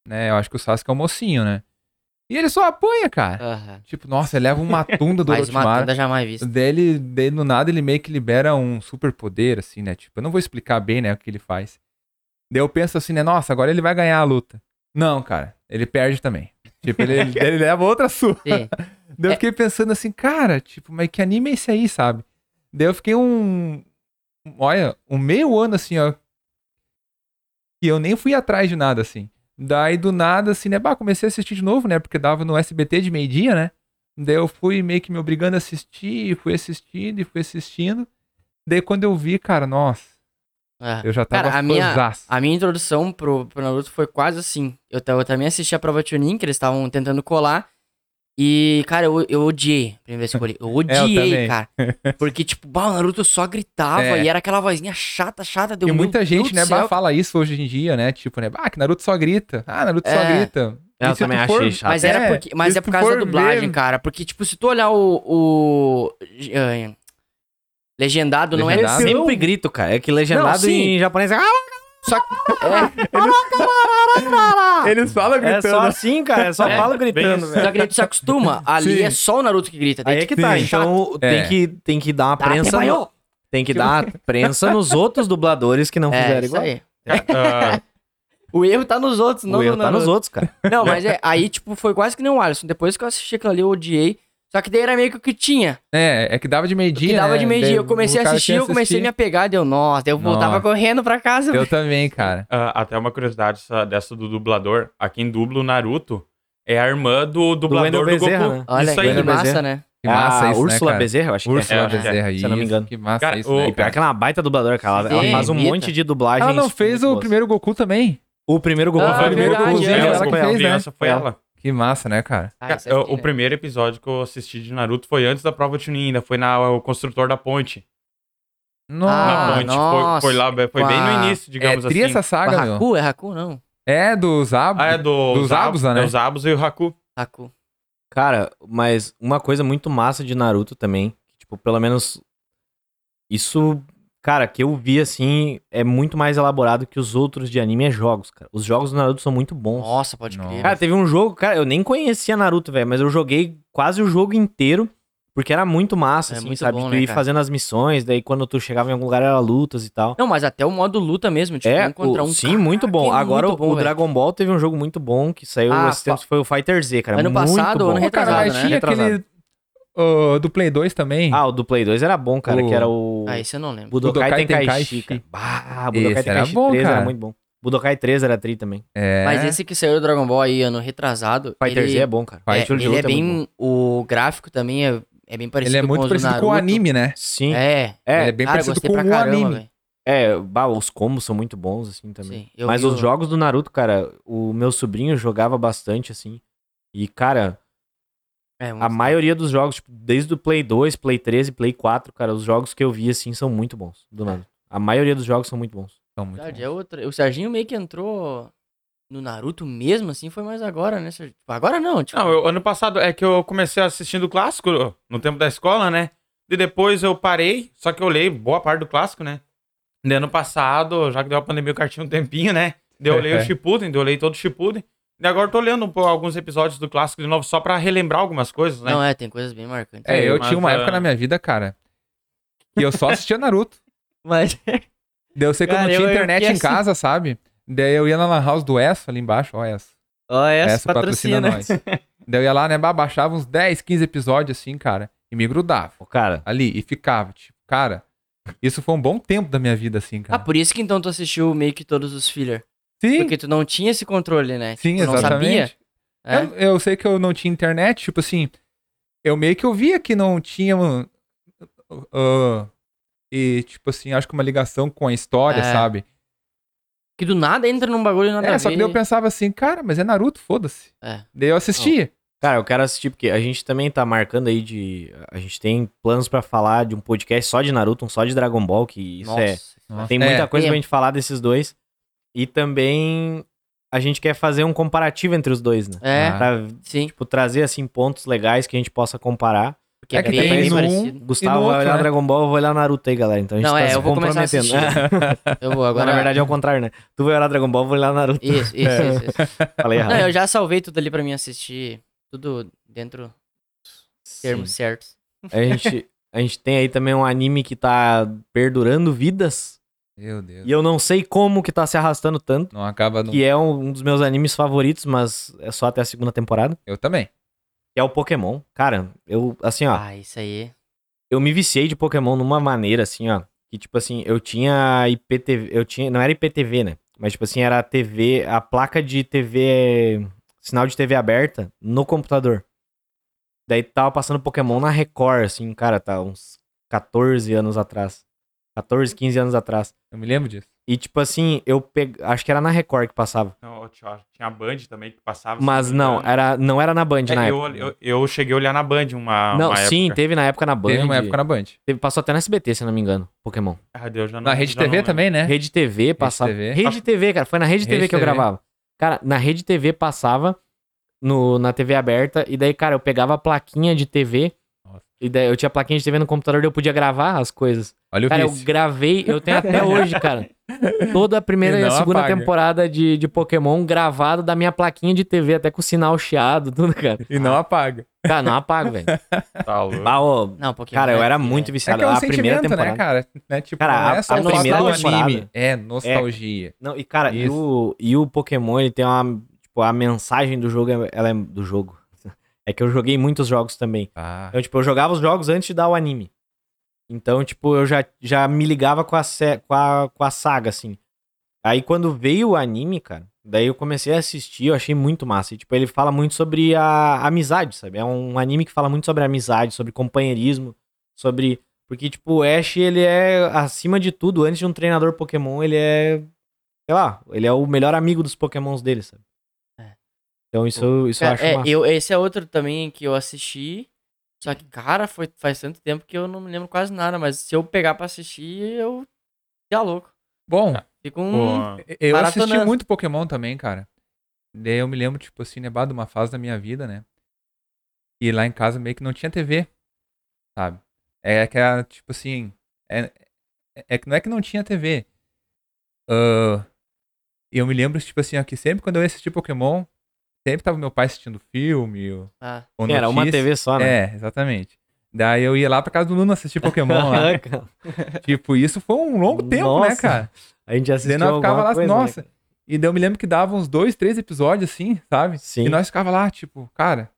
Speaker 3: né, eu acho que o Sasuke é um mocinho, né? E ele só apanha,
Speaker 5: É.
Speaker 3: cara.
Speaker 2: Aham.
Speaker 3: Tipo, nossa, ele leva uma tunda do
Speaker 2: Mas uma
Speaker 3: Orochimaru.
Speaker 2: tenda jamais vista.
Speaker 3: Daí, ele, daí do nada ele meio que libera um superpoder, assim, né? Tipo, eu não vou explicar bem, né, o que ele faz. Daí eu penso assim, né? Nossa, agora ele vai ganhar a luta. Não, cara, ele perde também. Tipo, ele, ele leva outra surra.
Speaker 2: Sim. É.
Speaker 3: Daí eu fiquei pensando assim, cara, tipo, mas que anime é esse aí, sabe? Daí eu fiquei um. um- Olha, um meio ano assim, ó. E eu nem fui atrás de nada, assim. Daí do nada, assim, né? Bah, comecei a assistir de novo, né? Porque dava no SBT de meio-dia, né? Daí eu fui meio que me obrigando a assistir, e fui assistindo e fui assistindo. Daí quando eu vi, cara, nossa,
Speaker 2: Aham.
Speaker 3: eu já tava
Speaker 2: Cara, a minha-
Speaker 3: fãzaço.
Speaker 2: A minha introdução pro, pro Naruto foi quase assim. Eu, ta- eu também assisti a prova Chunin, que eles estavam tentando colar. E, cara, eu, eu odiei a primeira vez que eu olhei. Eu odiei,
Speaker 3: também.
Speaker 2: cara. Porque, tipo, bah, o Naruto só gritava
Speaker 3: É.
Speaker 2: e era aquela vozinha chata, chata. Deu
Speaker 3: E
Speaker 2: meu
Speaker 3: muita
Speaker 2: Deus
Speaker 3: gente,
Speaker 2: do
Speaker 3: né,
Speaker 2: um céu,
Speaker 3: bah, fala isso hoje em dia, né? Tipo, né? Ah, que Naruto só grita. Ah, Naruto só
Speaker 2: É.
Speaker 3: grita.
Speaker 5: Eu
Speaker 3: E se
Speaker 5: também
Speaker 3: tu for-
Speaker 5: achei chato.
Speaker 2: Mas,
Speaker 3: É,
Speaker 2: era porque, mas
Speaker 3: se
Speaker 2: é por
Speaker 3: tu
Speaker 2: causa da
Speaker 3: for
Speaker 2: dublagem,
Speaker 3: ver-
Speaker 2: cara. Porque, tipo, se tu olhar o. o- eh, legendado, não é
Speaker 3: Legendado.
Speaker 5: Eu
Speaker 2: sempre.
Speaker 5: sempre grito, cara. É que legendado
Speaker 2: Não, sim.
Speaker 5: em japonês é.
Speaker 2: Só que, é,
Speaker 3: Eles falam
Speaker 5: É só assim, cara. É só
Speaker 2: É,
Speaker 5: falo
Speaker 1: bem
Speaker 5: gritando,
Speaker 1: assim.
Speaker 5: velho.
Speaker 2: só que daí tu se acostuma. Ali
Speaker 3: Sim.
Speaker 2: é só o Naruto que grita. daí,
Speaker 5: Aí é
Speaker 2: tipo,
Speaker 5: que tá.
Speaker 2: chato.
Speaker 5: Então tem,
Speaker 3: É.
Speaker 5: que, tem que dar uma
Speaker 2: Tá,
Speaker 5: prensa.
Speaker 2: até
Speaker 5: no-
Speaker 2: maior.
Speaker 5: tem que dar uma prensa nos outros dubladores que não
Speaker 2: É,
Speaker 5: fizeram
Speaker 2: isso
Speaker 5: igual.
Speaker 2: aí.
Speaker 1: Ah,
Speaker 2: O erro tá nos outros, não
Speaker 5: o erro
Speaker 2: no
Speaker 5: tá nos
Speaker 2: Naruto.
Speaker 5: outros, cara.
Speaker 2: Não, mas é, aí, tipo, foi quase que nem o Alisson. Depois que eu assisti aquilo ali, eu odiei. Só que daí era meio que o que tinha.
Speaker 3: É, é que dava de
Speaker 2: O que
Speaker 3: meio-dia.
Speaker 2: dava
Speaker 3: né?
Speaker 2: de meio-dia.
Speaker 3: Daí
Speaker 2: Eu comecei a
Speaker 3: o cara
Speaker 2: assistir,
Speaker 3: tinha
Speaker 2: eu comecei a me
Speaker 3: assistir.
Speaker 2: apegar. Deu, nossa, daí eu voltava
Speaker 3: Nossa.
Speaker 2: correndo pra casa.
Speaker 3: Eu também, cara.
Speaker 1: ah, até uma curiosidade essa- dessa do dublador. A quem dubla o Naruto é a irmã do
Speaker 5: Wendel
Speaker 1: dublador do,
Speaker 5: Bezerra,
Speaker 1: Goku.
Speaker 5: né?
Speaker 2: Olha,
Speaker 1: Isso
Speaker 2: que
Speaker 1: aí.
Speaker 5: Wendel
Speaker 2: massa,
Speaker 5: Bezerra.
Speaker 2: né?
Speaker 3: Que massa
Speaker 5: a
Speaker 3: isso,
Speaker 5: Ah, Úrsula
Speaker 3: né, cara?
Speaker 5: Bezerra, eu acho
Speaker 1: É,
Speaker 3: Úrsula
Speaker 5: que é.
Speaker 1: Bezerra.
Speaker 3: Bezerra,
Speaker 5: se eu
Speaker 3: isso.
Speaker 5: não me engano.
Speaker 3: Que massa
Speaker 1: Cara,
Speaker 3: isso,
Speaker 1: o-
Speaker 3: né,
Speaker 5: E pior
Speaker 3: cara?
Speaker 5: que ela é uma baita dubladora, cara. Ela-
Speaker 2: Sim,
Speaker 5: ela faz um
Speaker 2: Rita.
Speaker 5: monte de dublagem.
Speaker 3: Ela não fez o primeiro Goku também?
Speaker 5: O primeiro Goku
Speaker 2: Ah,
Speaker 5: foi o primeiro
Speaker 2: verdade,
Speaker 5: Gokuzinho,
Speaker 2: é.
Speaker 5: ela
Speaker 3: Ela
Speaker 5: foi
Speaker 3: que
Speaker 5: ela.
Speaker 3: fez, né?
Speaker 1: criança foi
Speaker 5: Ela.
Speaker 1: ela.
Speaker 3: Que massa, né, cara?
Speaker 2: Ah,
Speaker 1: Cara,
Speaker 2: isso aqui,
Speaker 1: o, o
Speaker 2: né?
Speaker 1: primeiro episódio que eu assisti de Naruto foi antes da prova de Chunin ainda. Foi na o Construtor da Ponte.
Speaker 2: Ah,
Speaker 1: na
Speaker 3: Nossa.
Speaker 1: ponte. Foi, foi lá, foi bem
Speaker 2: Com a-
Speaker 1: no início,
Speaker 3: é,
Speaker 1: digamos
Speaker 3: tria
Speaker 1: assim.
Speaker 3: essa saga,
Speaker 2: Ah,
Speaker 3: meu.
Speaker 2: Haku? É Haku, não.
Speaker 3: É do Zabo.
Speaker 1: Ah, é do
Speaker 3: Dos Abusa,
Speaker 1: Abusa,
Speaker 3: né?
Speaker 1: Os Abusa e o Haku.
Speaker 2: Haku.
Speaker 5: Cara, mas uma coisa muito massa de Naruto também, que, tipo, pelo menos isso, cara, que eu vi assim, é muito mais elaborado que os outros de anime é jogos, cara. Os jogos do Naruto são muito bons.
Speaker 2: Nossa, pode crer.
Speaker 3: Nossa.
Speaker 5: Cara, teve um jogo, cara, eu nem conhecia Naruto, velho, mas eu joguei quase o jogo inteiro, porque era muito massa,
Speaker 2: É
Speaker 5: assim,
Speaker 2: muito
Speaker 5: sabe?
Speaker 2: bom,
Speaker 5: tu
Speaker 2: né,
Speaker 5: ir
Speaker 2: cara?
Speaker 5: fazendo as missões, daí quando tu chegava em algum lugar era lutas e tal.
Speaker 2: Não, mas até o modo luta mesmo, tipo,
Speaker 5: é,
Speaker 2: um contra
Speaker 5: o-
Speaker 2: um.
Speaker 5: sim,
Speaker 2: Caraca,
Speaker 5: muito bom.
Speaker 2: que
Speaker 5: Agora
Speaker 2: muito
Speaker 5: o-
Speaker 2: bom,
Speaker 5: o
Speaker 2: velho.
Speaker 5: Dragon Ball teve um jogo muito bom que saiu
Speaker 2: Ah,
Speaker 5: esses tempos, foi o Fighter Z, cara.
Speaker 2: Ano
Speaker 5: muito
Speaker 2: passado ou
Speaker 5: bom.
Speaker 2: ano
Speaker 3: Pô, cara,
Speaker 2: retrasado,
Speaker 3: mas
Speaker 2: né?
Speaker 3: tinha
Speaker 5: Retrasado.
Speaker 3: aquele ô, do Play 2 também.
Speaker 5: Ah, o do Play 2 era bom, cara,
Speaker 3: O-
Speaker 5: que era o
Speaker 2: Ah, isso eu não lembro.
Speaker 5: Budokai,
Speaker 3: Budokai
Speaker 5: Tenkaichi,
Speaker 3: Tenkaichi.
Speaker 5: cara. Bah, Budokai
Speaker 3: Esse era
Speaker 5: Tenkaichi
Speaker 3: bom,
Speaker 5: 3 era
Speaker 3: cara.
Speaker 5: muito bom. Budokai 3 era tri também.
Speaker 3: é.
Speaker 2: Mas esse que saiu do Dragon Ball aí, ano retrasado.
Speaker 5: Fighter Z
Speaker 2: ele-
Speaker 5: é bom, cara.
Speaker 3: Vai,
Speaker 2: É,
Speaker 5: Estilo de
Speaker 2: ele é
Speaker 5: luta muito bom.
Speaker 2: bem. O gráfico também é, é bem parecido
Speaker 3: Ele é muito
Speaker 2: os do
Speaker 3: parecido com o
Speaker 2: Naruto.
Speaker 3: anime, né?
Speaker 5: Sim.
Speaker 2: É.
Speaker 5: É,
Speaker 3: ele é bem
Speaker 2: Cara, eu
Speaker 3: parecido
Speaker 2: gostei
Speaker 3: com
Speaker 2: pra
Speaker 3: o
Speaker 2: caramba,
Speaker 3: anime.
Speaker 2: velho.
Speaker 5: É, bah, os combos são muito bons, assim, também.
Speaker 2: Sim, eu
Speaker 5: Mas
Speaker 2: vi
Speaker 5: os
Speaker 2: o-
Speaker 5: jogos do Naruto, cara, o meu sobrinho jogava bastante, assim. E, cara,
Speaker 2: É,
Speaker 5: a maioria dos jogos, tipo, desde o Play 2, Play 13, Play 4, cara, os jogos que eu vi, assim, são muito bons do Naruto. A maioria dos jogos são muito bons.
Speaker 3: São muito
Speaker 2: Verdade,
Speaker 3: bons.
Speaker 2: é outra. O Serginho meio que entrou no Naruto mesmo, assim, foi mais agora, né, Serginho? Tipo, agora não, tipo.
Speaker 1: Não, eu- ano passado é que eu comecei assistindo o clássico no tempo da escola, né? E depois eu parei, só que eu olhei boa parte do clássico, né? De ano passado, já que deu a pandemia, eu cartinho um tempinho, né? Daí eu olhei o Shippuden, daí eu olhei todo o Shippuden. E agora eu tô olhando um pouco alguns episódios do clássico de novo, só pra relembrar algumas coisas, né?
Speaker 2: Não, é, tem coisas bem marcantes.
Speaker 3: É, eu
Speaker 1: Mas,
Speaker 3: tinha uma
Speaker 1: ah,
Speaker 3: época na
Speaker 2: um-
Speaker 3: minha vida, cara, que eu só assistia Naruto.
Speaker 2: Mas
Speaker 3: Daí eu sei que eu não
Speaker 2: Cara, eu-
Speaker 3: tinha
Speaker 2: eu
Speaker 3: internet
Speaker 2: fiquei assim.
Speaker 3: em casa, sabe? Daí eu ia na lan house do ESSO ali embaixo, ó ESSO.
Speaker 2: Ó, é essa,
Speaker 3: ESSO patrocina, nós. Daí eu ia lá, né, bah, baixava uns 10, 15 episódios assim, cara, e me grudava
Speaker 5: Ô, cara,
Speaker 3: ali e ficava, tipo, cara, isso foi um bom tempo da minha vida assim,
Speaker 2: Ah,
Speaker 3: cara.
Speaker 2: por isso que então tu assistiu meio que todos os filler.
Speaker 3: sim,
Speaker 2: Porque tu não tinha esse controle, né?
Speaker 3: sim,
Speaker 2: tu não sabia.
Speaker 3: exatamente.
Speaker 2: É.
Speaker 3: Eu, eu sei que eu não tinha internet, tipo assim, eu meio que eu via que não tinha uh, uh, e tipo assim, acho que uma ligação com a história,
Speaker 2: É.
Speaker 3: sabe?
Speaker 2: Que do nada entra num bagulho e nada a
Speaker 3: É, só
Speaker 2: ver.
Speaker 3: que daí eu pensava assim, cara, mas é Naruto, foda-se.
Speaker 2: É.
Speaker 3: Daí eu assistia.
Speaker 5: cara, eu quero assistir, porque a gente também tá marcando aí de. A gente tem planos pra falar de um podcast só de Naruto, um só de Dragon Ball, que isso é.
Speaker 3: Nossa.
Speaker 5: Tem muita
Speaker 3: É,
Speaker 5: coisa pra
Speaker 2: tem.
Speaker 5: gente falar desses dois. E também a gente quer fazer um comparativo entre os dois, né?
Speaker 2: É,
Speaker 3: Ah.
Speaker 5: Pra,
Speaker 2: sim.
Speaker 5: tipo, trazer, assim, pontos legais que a gente possa comparar.
Speaker 2: Porque
Speaker 3: É
Speaker 2: é,
Speaker 3: que
Speaker 2: bem,
Speaker 5: tem
Speaker 2: bem
Speaker 5: no
Speaker 2: parecido.
Speaker 5: Gustavo
Speaker 3: outro,
Speaker 5: vai olhar
Speaker 3: né?
Speaker 5: Dragon Ball, eu vou olhar Naruto aí, galera. Então a gente
Speaker 2: Não,
Speaker 5: tá
Speaker 2: é,
Speaker 5: se
Speaker 2: eu vou começar a
Speaker 5: comprometendo.
Speaker 2: Eu vou
Speaker 5: Agora,
Speaker 2: agora.
Speaker 5: na verdade, é o contrário, né? Tu vai olhar Dragon Ball, eu vou olhar Naruto.
Speaker 2: Isso, isso, isso. isso.
Speaker 5: Falei errado.
Speaker 2: Não, eu já salvei tudo ali pra mim assistir. Tudo dentro dos
Speaker 5: Sim.
Speaker 2: termos certos.
Speaker 5: A gente, a gente tem aí também um anime que tá perdurando vidas.
Speaker 3: Meu Deus.
Speaker 5: E eu não sei como que tá se arrastando tanto.
Speaker 3: Não acaba não.
Speaker 5: Que é um, um dos meus animes favoritos, mas é só até a segunda temporada.
Speaker 3: Eu também.
Speaker 5: Que é o Pokémon. Cara, eu, assim, ó.
Speaker 2: Ah, isso aí.
Speaker 5: eu me viciei de Pokémon numa maneira assim, ó. Que, tipo assim, eu tinha IPTV. Eu tinha. Não era IPTV, né? Mas, tipo assim, era a TV. A placa de TV. Sinal de TV aberta no computador. Daí tava passando Pokémon na Record, assim, cara, tá uns 14 anos atrás. 14, 15 anos atrás.
Speaker 3: Eu me lembro disso.
Speaker 5: E, tipo assim, eu pe... acho que era na Record que passava.
Speaker 1: Não, Então, tinha tinha a Band também que passava. se
Speaker 5: Mas
Speaker 3: É.
Speaker 5: não,
Speaker 1: me engano.
Speaker 5: era... não era na Band, na
Speaker 1: É,
Speaker 5: época.
Speaker 1: eu, eu, eu cheguei a olhar na Band uma.
Speaker 5: Não,
Speaker 1: uma
Speaker 5: sim,
Speaker 1: época.
Speaker 5: teve na época na Band.
Speaker 3: Teve uma época na Band.
Speaker 5: Teve- Passou até na SBT, se eu não me engano, Pokémon.
Speaker 1: Ah, Deus, já não-
Speaker 3: Na Rede
Speaker 1: já não
Speaker 3: TV
Speaker 1: lembro.
Speaker 3: também, né?
Speaker 5: Rede TV passava.
Speaker 3: TV.
Speaker 5: Rede TV, cara. Foi na Rede, TV que eu
Speaker 3: Rede TV.
Speaker 5: gravava. Cara, na Rede TV passava no, na TV aberta. E daí, cara, eu pegava a plaquinha de TV.
Speaker 3: Nossa.
Speaker 5: E daí eu tinha a plaquinha de TV no computador e eu podia gravar as coisas.
Speaker 3: Olha o
Speaker 5: cara, eu
Speaker 3: vício.
Speaker 5: gravei, eu tenho até hoje, cara. Toda a primeira
Speaker 3: E
Speaker 5: e a
Speaker 3: não
Speaker 5: segunda
Speaker 3: apaga.
Speaker 5: temporada de, de Pokémon gravado da minha plaquinha de TV, até com sinal chiado, tudo, cara.
Speaker 3: E não apaga. É
Speaker 5: Cara, não apago, velho.
Speaker 1: Tá louco.
Speaker 5: Ah, ô,
Speaker 2: Não, Pokémon.
Speaker 5: Cara, eu
Speaker 2: é
Speaker 5: era
Speaker 2: que-
Speaker 5: muito
Speaker 2: é.
Speaker 3: É
Speaker 5: viciado.
Speaker 3: que é um
Speaker 5: a primeira
Speaker 3: sentimento,
Speaker 5: temporada.
Speaker 3: né, cara? Né, Tipo,
Speaker 5: Cara,
Speaker 3: não
Speaker 5: a-
Speaker 3: é só
Speaker 5: a
Speaker 3: o fato
Speaker 5: primeira
Speaker 3: do
Speaker 5: temporada.
Speaker 3: anime. É nostalgia.
Speaker 5: Não, e cara, e
Speaker 3: Isso.
Speaker 5: o, e o Pokémon, ele tem uma. Tipo, a mensagem do jogo, é- ela é. Do jogo. É que eu joguei muitos jogos também.
Speaker 3: Ah,
Speaker 5: Então, tipo, eu jogava os jogos antes de dar o anime. Então, tipo, eu já, já me ligava com a, sé- com, a, com a saga, assim. Aí, quando veio o anime, cara, daí eu comecei a assistir, eu achei muito massa. E, tipo, ele fala muito sobre a amizade, sabe? É um anime que fala muito sobre amizade, sobre companheirismo, sobre. Porque, tipo, o Ash, ele é, acima de tudo, antes de um treinador Pokémon, ele é. Sei lá, ele é o melhor amigo dos Pokémons dele, sabe?
Speaker 2: É.
Speaker 5: Então, isso, isso eu
Speaker 2: Cara,
Speaker 5: acho
Speaker 2: é,
Speaker 5: massa.
Speaker 2: eu, esse é outro também que eu assisti. Só que, cara, foi, faz tanto tempo que eu não me lembro quase nada. Mas se eu pegar pra assistir, eu. Já louco.
Speaker 3: Bom,
Speaker 2: Fico um.
Speaker 1: Pô,
Speaker 3: eu assisti
Speaker 2: Maratonando.
Speaker 3: muito Pokémon também, cara. Daí eu me lembro, tipo assim, nebado uma fase da minha vida, né? E lá em casa meio que não tinha TV, sabe? É que era, tipo assim, é, é que não é que não tinha TV. Ah, E eu me lembro, tipo assim, ó, que sempre quando eu ia assistir Pokémon, sempre tava meu pai assistindo filme ou,
Speaker 2: Ah,
Speaker 3: ou
Speaker 5: Era uma
Speaker 3: notícia.
Speaker 5: TV só, né?
Speaker 3: É, exatamente. Daí eu ia lá pra casa do Nuno assistir Pokémon lá. tipo, isso foi um longo tempo, né,
Speaker 5: Nossa.
Speaker 3: cara?
Speaker 5: A gente
Speaker 3: Daí
Speaker 5: assistiu
Speaker 3: nós ficava
Speaker 5: alguma
Speaker 3: lá, assim,
Speaker 5: coisa, né?
Speaker 3: nossa. E daí eu me lembro que dava uns dois, três episódios, assim, sabe?
Speaker 5: Sim.
Speaker 3: E nós ficava lá, tipo, cara,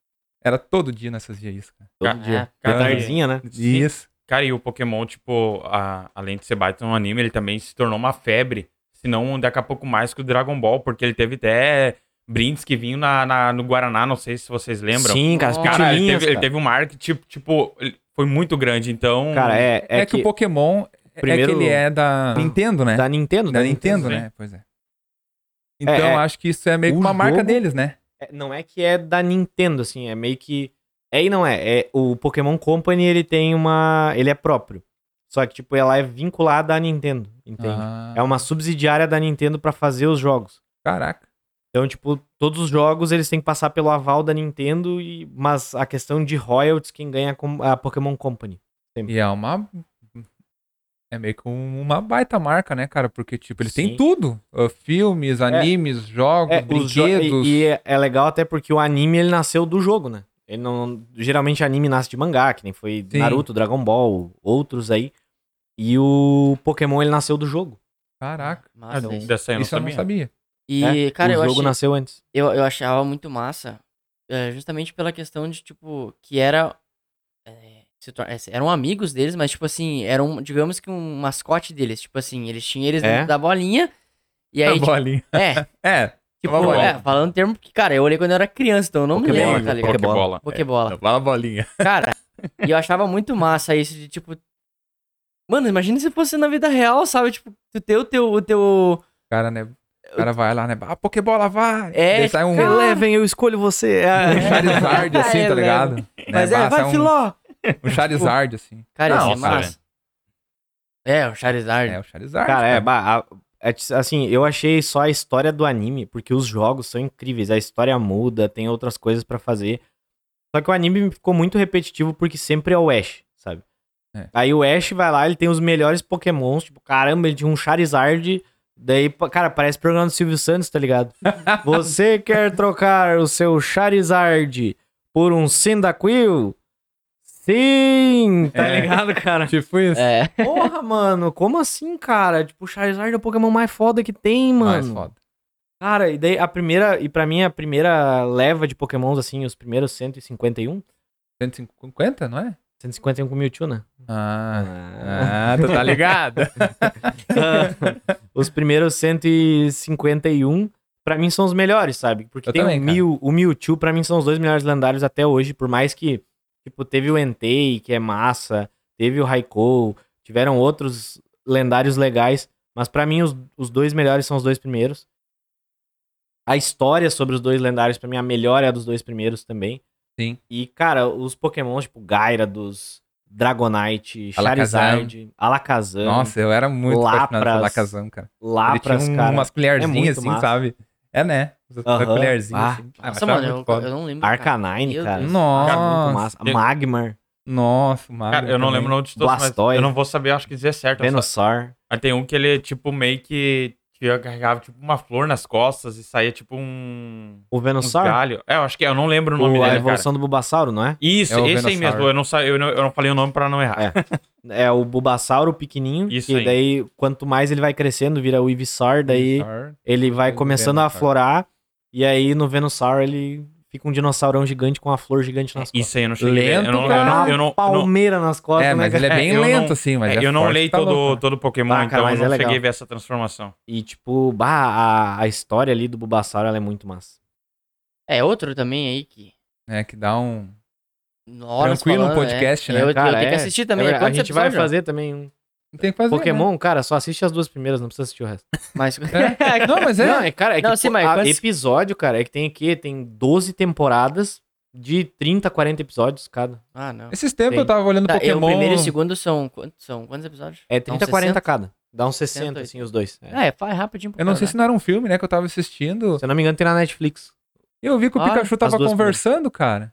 Speaker 3: era todo dia nós fazia isso, cara.
Speaker 5: Todo dia.
Speaker 2: É,
Speaker 5: De
Speaker 1: cara,
Speaker 5: tardezinha, né?
Speaker 1: Sim.
Speaker 3: Isso.
Speaker 1: Cara, e o Pokémon, tipo, a- além de ser baita um anime, ele também se tornou uma febre. Se não, daqui a pouco mais que o Dragon Ball, porque ele teve até brindes que vinham na, na- no Guaraná, não sei se vocês lembram.
Speaker 5: Sim, cara, as
Speaker 2: Nossa.
Speaker 1: Cara, ele
Speaker 5: pitilinhas,
Speaker 1: teve, ele
Speaker 5: cara.
Speaker 1: teve um marketing, tipo, tipo, ele foi muito grande, então...
Speaker 5: Cara, é,
Speaker 3: É, que, o Pokémon
Speaker 5: Primeiro-
Speaker 3: é que ele é da Nintendo, né?
Speaker 5: Da Nintendo,
Speaker 3: Da Nintendo,
Speaker 1: sim.
Speaker 3: né? Pois é. Então,
Speaker 5: é.
Speaker 3: acho que isso é meio que
Speaker 5: O
Speaker 3: uma marca
Speaker 5: jogo-
Speaker 3: deles, né?
Speaker 5: É, não é que é da Nintendo, assim, é meio que. É e não é. é o Pokémon Company, ele tem uma. Ele é próprio. Só que, tipo, ela é vinculada à Nintendo, entende?
Speaker 3: Ah,
Speaker 5: É uma subsidiária da Nintendo pra fazer os jogos.
Speaker 3: Caraca.
Speaker 5: Então, tipo, todos os jogos eles têm que passar pelo aval da Nintendo, e... mas a questão de royalties, quem ganha é a com- a Pokémon Company.
Speaker 3: E é uma. É meio que um- uma baita marca, né, cara? Porque, tipo, eles têm
Speaker 5: Sim.
Speaker 3: tudo: Uh, filmes, animes, jogos,
Speaker 5: É, os jo- e-
Speaker 3: brinquedos.
Speaker 5: e é, é legal até porque o anime ele nasceu do jogo, né? Ele não, geralmente anime nasce de mangá, que nem foi
Speaker 3: Sim.
Speaker 5: Naruto, Dragon Ball, outros aí. E o Pokémon ele nasceu do jogo.
Speaker 3: Caraca.
Speaker 1: Ah,
Speaker 2: Massa, isso.
Speaker 1: Dessa aí eu não
Speaker 3: Isso eu não
Speaker 1: sabia.
Speaker 3: sabia.
Speaker 2: E,
Speaker 5: né?
Speaker 2: cara,
Speaker 5: o
Speaker 2: eu
Speaker 5: jogo
Speaker 2: achei,
Speaker 5: nasceu antes.
Speaker 2: eu, eu achava muito massa, é, justamente pela questão de, tipo, que era. é, se tor- é, eram amigos deles, mas, tipo assim, eram, digamos que um mascote deles. Tipo assim, eles tinham eles
Speaker 5: É?
Speaker 2: dentro da bolinha. E aí,
Speaker 3: A
Speaker 2: tipo,
Speaker 3: Tá bolinha.
Speaker 2: é,
Speaker 3: É.
Speaker 2: tipo,
Speaker 3: Uma bola.
Speaker 2: é, falando termo que, cara, eu olhei quando eu era criança, então eu não me
Speaker 5: Pokébola,
Speaker 2: lembro, tá ligado?
Speaker 1: Pokébola.
Speaker 2: Pokébola.
Speaker 3: Fala então, bolinha.
Speaker 2: Cara, e eu achava muito massa isso de tipo. Mano, imagina se fosse na vida real, sabe? Tipo, tu ter o teu. O teu...
Speaker 3: Cara, né? O cara vai lá, né? Ah, Pokébola, vai!
Speaker 2: É,
Speaker 3: Daí sai um,
Speaker 2: cara.
Speaker 3: um
Speaker 5: Eleven, eu escolho você. É.
Speaker 3: Charizard, assim,
Speaker 2: É,
Speaker 3: tá ligado? Né?
Speaker 2: Mas é, vai,
Speaker 3: sai um,
Speaker 2: Filó!
Speaker 3: um Charizard, assim.
Speaker 2: Cara, isso é
Speaker 1: Nossa,
Speaker 2: massa. É, o Charizard.
Speaker 3: É, o Charizard.
Speaker 5: Cara, é, bah, a- é t- assim, eu achei só a história do anime, porque os jogos são incríveis, a história muda, tem outras coisas pra fazer. Só que o anime ficou muito repetitivo porque sempre é o Ash, sabe?
Speaker 3: É.
Speaker 5: Aí o Ash vai lá, ele tem os melhores pokémons, tipo, caramba, ele tinha um Charizard, daí, pa- cara, parece programa do Silvio Santos, tá ligado? Você quer trocar o seu Charizard por um Cyndaquil? Sim, tá
Speaker 3: É.
Speaker 5: ligado, cara?
Speaker 3: Tipo isso.
Speaker 2: É.
Speaker 5: Porra, mano, como assim, cara? Tipo, o Charizard é o Pokémon mais foda que tem, mano.
Speaker 3: Mais foda.
Speaker 5: Cara, e daí a primeira, e pra mim a primeira leva de Pokémons, assim, os primeiros 151.
Speaker 3: 150, não é?
Speaker 5: 151 com Mewtwo, né?
Speaker 3: Ah, ah tu tá ligado?
Speaker 5: os primeiros 151, pra mim são os melhores, sabe? Porque
Speaker 3: Eu
Speaker 5: tem
Speaker 3: também,
Speaker 5: o
Speaker 3: cara.
Speaker 5: Mew, o Mewtwo, pra mim são os dois melhores lendários até hoje, por mais que, tipo, teve o Entei, que é massa, teve o Raikou, tiveram outros lendários legais, mas pra mim os, os dois melhores são os dois primeiros. A história sobre os dois lendários, pra mim, a melhor é a dos dois primeiros também.
Speaker 3: Sim.
Speaker 5: E, cara, os Pokémons, tipo, Gyarados, Dragonite,
Speaker 3: Alakazam.
Speaker 5: Charizard, Alakazam,
Speaker 3: Nossa, eu era muito apaixonado pelo
Speaker 5: Lapras.
Speaker 3: Lacazão, cara.
Speaker 5: Lapras,
Speaker 3: Ele tinha um-
Speaker 5: cara.
Speaker 3: umas colherzinhas,
Speaker 5: é muito
Speaker 3: assim,
Speaker 5: massa.
Speaker 3: sabe? É, né? Uma
Speaker 5: Aham.
Speaker 3: colherzinha,
Speaker 5: Ah,
Speaker 3: assim. Ah, eu
Speaker 2: Nossa,
Speaker 3: achava
Speaker 2: mano, eu,
Speaker 3: muito foda.
Speaker 2: eu não lembro. cara.
Speaker 5: Arcanine,
Speaker 2: Meu
Speaker 5: cara.
Speaker 2: Deus.
Speaker 5: Cara, muito
Speaker 3: Nossa,
Speaker 5: massa. Magmar,
Speaker 3: nossa, Mario
Speaker 1: Cara, eu não
Speaker 3: também.
Speaker 1: lembro o nome de todos, mas
Speaker 5: Blastoise.
Speaker 1: eu não vou saber, eu acho que dizer certo. eu só-
Speaker 5: Venusaur.
Speaker 1: Mas tem um que ele, tipo, meio que tinha- carregava, tipo, uma flor nas costas e saía, tipo, um...
Speaker 5: O
Speaker 1: uns
Speaker 5: Venusaur?
Speaker 1: galho. É, eu acho que é, eu não lembro o nome
Speaker 5: O, a
Speaker 1: dele, cara.
Speaker 5: evolução do Bulbasauro, não é?
Speaker 1: Isso,
Speaker 3: É o
Speaker 1: esse aí
Speaker 3: Venusaur.
Speaker 1: mesmo. Eu não, sa- eu, não, eu não falei o nome pra não errar.
Speaker 5: É. É o Bulbasauro pequenininho.
Speaker 1: Isso
Speaker 5: que
Speaker 1: aí.
Speaker 5: daí, quanto mais ele vai crescendo, vira o Ivysaur, daí
Speaker 3: Venusaur.
Speaker 5: ele vai
Speaker 3: O
Speaker 5: começando a
Speaker 3: Venusaur.
Speaker 5: florar. E aí no Venusaur ele fica um dinossaurão gigante com uma flor gigante nas costas.
Speaker 1: Isso aí eu não cheguei.
Speaker 3: Lento
Speaker 1: eu não,
Speaker 3: pra
Speaker 1: eu não, eu não, eu não-
Speaker 5: palmeira nas costas,
Speaker 3: É, mas
Speaker 5: né,
Speaker 3: ele é
Speaker 5: cara?
Speaker 1: É,
Speaker 3: bem
Speaker 1: eu
Speaker 3: lento,
Speaker 1: não-
Speaker 3: assim, mas
Speaker 1: é,
Speaker 3: é
Speaker 1: eu não
Speaker 3: forte,
Speaker 1: olhei
Speaker 3: tá
Speaker 1: todo,
Speaker 3: louco.
Speaker 1: todo o Pokémon,
Speaker 5: Ah, cara,
Speaker 1: então eu
Speaker 5: mas
Speaker 1: não
Speaker 5: é legal.
Speaker 1: cheguei a ver essa transformação.
Speaker 5: E tipo, bah, a, a história ali do Bulbasaur ela é muito massa.
Speaker 2: É outro também aí que.
Speaker 3: É, que dá um...
Speaker 2: Nossa,
Speaker 3: Tranquilo um
Speaker 2: falando, é.
Speaker 3: podcast, né,
Speaker 2: Eu, eu
Speaker 5: cara,
Speaker 2: tenho que
Speaker 5: é.
Speaker 2: assistir também.
Speaker 5: É
Speaker 2: é
Speaker 5: verdade, a
Speaker 2: quantos
Speaker 5: gente vai
Speaker 2: episódios?
Speaker 5: fazer também um
Speaker 3: Não tem o que fazer,
Speaker 5: Pokémon,
Speaker 2: né?
Speaker 5: cara, só assiste as duas primeiras, não precisa assistir o resto.
Speaker 2: Mas...
Speaker 3: né? Não, mas é...
Speaker 5: Não, é, cara, é que
Speaker 2: Não, sim,
Speaker 5: pô,
Speaker 2: mas
Speaker 5: a-
Speaker 2: quantos-
Speaker 5: episódio, cara, é que tem aqui, tem 12 temporadas de 30, 40 episódios cada.
Speaker 2: ah, não.
Speaker 3: Esses tempos
Speaker 5: Sim.
Speaker 3: eu tava olhando
Speaker 2: Tá, é,
Speaker 3: Pokémon...
Speaker 2: o primeiro e o segundo são quantos, são quantos episódios?
Speaker 5: É
Speaker 2: Dá uns
Speaker 5: 30, 40
Speaker 2: 60?
Speaker 5: cada. Dá uns 60,
Speaker 2: 60,
Speaker 5: assim, os dois. É.
Speaker 2: Ah, é, faz rapidinho. pra
Speaker 3: Eu não sei
Speaker 2: caralho.
Speaker 3: se não era um filme, né, que eu tava assistindo.
Speaker 5: Se eu não me engano, tem na Netflix.
Speaker 3: Eu vi que o
Speaker 2: Olha,
Speaker 3: Pikachu
Speaker 5: as
Speaker 3: tava
Speaker 5: duas
Speaker 3: conversando, cara.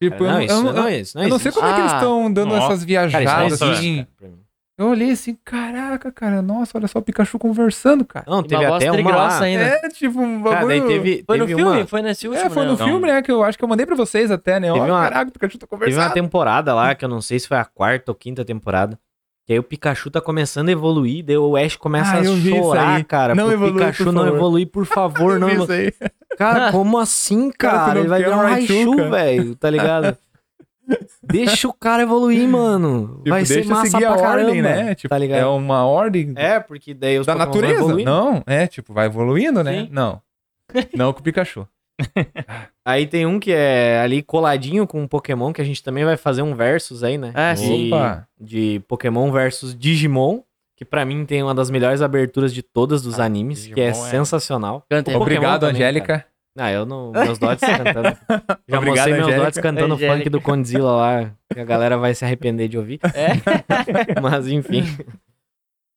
Speaker 3: Tipo, eu
Speaker 5: Cara,
Speaker 3: não-
Speaker 5: não, isso
Speaker 3: eu
Speaker 5: não,
Speaker 3: não- eu-
Speaker 5: isso, não
Speaker 3: eu não sei
Speaker 5: existe.
Speaker 3: como é que eles
Speaker 2: Ah,
Speaker 3: estão dando
Speaker 1: nossa.
Speaker 3: essas
Speaker 5: Cara, isso é não
Speaker 3: viajadas,
Speaker 1: existe,
Speaker 3: assim.
Speaker 5: cara, pra mim.
Speaker 3: Eu olhei assim, caraca, cara, nossa, olha só o Pikachu conversando, cara.
Speaker 5: Não,
Speaker 2: E
Speaker 5: teve
Speaker 2: Barbosa
Speaker 5: até uma
Speaker 2: Trigrossa
Speaker 5: lá.
Speaker 2: ainda.
Speaker 3: É, tipo, um bagulho...
Speaker 5: Cara, daí teve,
Speaker 2: Foi no
Speaker 5: teve
Speaker 2: filme?
Speaker 5: uma,
Speaker 2: Foi nesse último,
Speaker 3: É, foi
Speaker 2: né?
Speaker 3: no
Speaker 2: Não.
Speaker 3: filme, né, que eu acho que eu mandei pra vocês até, né?
Speaker 5: Teve
Speaker 3: Olha,
Speaker 5: uma-
Speaker 3: caraca, o Pikachu tá
Speaker 5: teve uma
Speaker 3: conversando.
Speaker 5: temporada lá, que eu não sei se foi a quarta ou quinta temporada, que aí o Pikachu tá começando a evoluir, daí o Ash começa
Speaker 3: Ah,
Speaker 5: a
Speaker 3: eu vi isso
Speaker 5: chorar,
Speaker 3: aí.
Speaker 5: cara.
Speaker 3: Não
Speaker 5: pro
Speaker 3: evolui, por
Speaker 5: Pikachu não
Speaker 3: favor.
Speaker 5: evolui, por favor, não
Speaker 3: Eu vi
Speaker 5: evolu-
Speaker 3: isso aí.
Speaker 5: Cara, como
Speaker 3: Cara,
Speaker 5: assim,
Speaker 3: tu
Speaker 5: cara?
Speaker 3: não
Speaker 5: Ele vai
Speaker 3: quer
Speaker 5: virar um
Speaker 3: um
Speaker 5: Raichu,
Speaker 3: Raichu, cara.
Speaker 5: velho, tá ligado? Deixa o cara evoluir, mano.
Speaker 3: Tipo,
Speaker 5: vai ser
Speaker 3: deixa
Speaker 5: massa
Speaker 3: seguir a
Speaker 5: pra caramba,
Speaker 3: ordem, né? Tipo,
Speaker 5: tá ligado?
Speaker 3: É uma ordem
Speaker 5: É, porque daí os
Speaker 3: da
Speaker 5: Pokémon vão
Speaker 3: natureza.
Speaker 5: evoluindo.
Speaker 3: Não, é, tipo, vai evoluindo, né?
Speaker 5: Sim.
Speaker 3: Não. Não com o Pikachu.
Speaker 5: aí tem um que é ali coladinho com um Pokémon, que a gente também vai fazer um versus aí, né?
Speaker 3: É,
Speaker 2: Ah,
Speaker 5: de,
Speaker 2: sim.
Speaker 3: Opa.
Speaker 5: De Pokémon versus Digimon, que pra mim tem uma das melhores aberturas de todas dos
Speaker 1: Ah,
Speaker 5: animes, que é,
Speaker 1: Digimon é-
Speaker 5: sensacional.
Speaker 2: Canta aí.
Speaker 5: Pokémon
Speaker 3: Obrigado,
Speaker 5: também,
Speaker 3: Angélica.
Speaker 5: Ah, eu não. Meus dotes cantando. Já
Speaker 3: Obrigado,
Speaker 5: mostrei meus
Speaker 3: Angélica.
Speaker 5: dotes cantando o funk
Speaker 2: Angélica.
Speaker 5: do Condzilla lá, que a galera vai se arrepender de ouvir.
Speaker 3: É.
Speaker 5: Mas, enfim.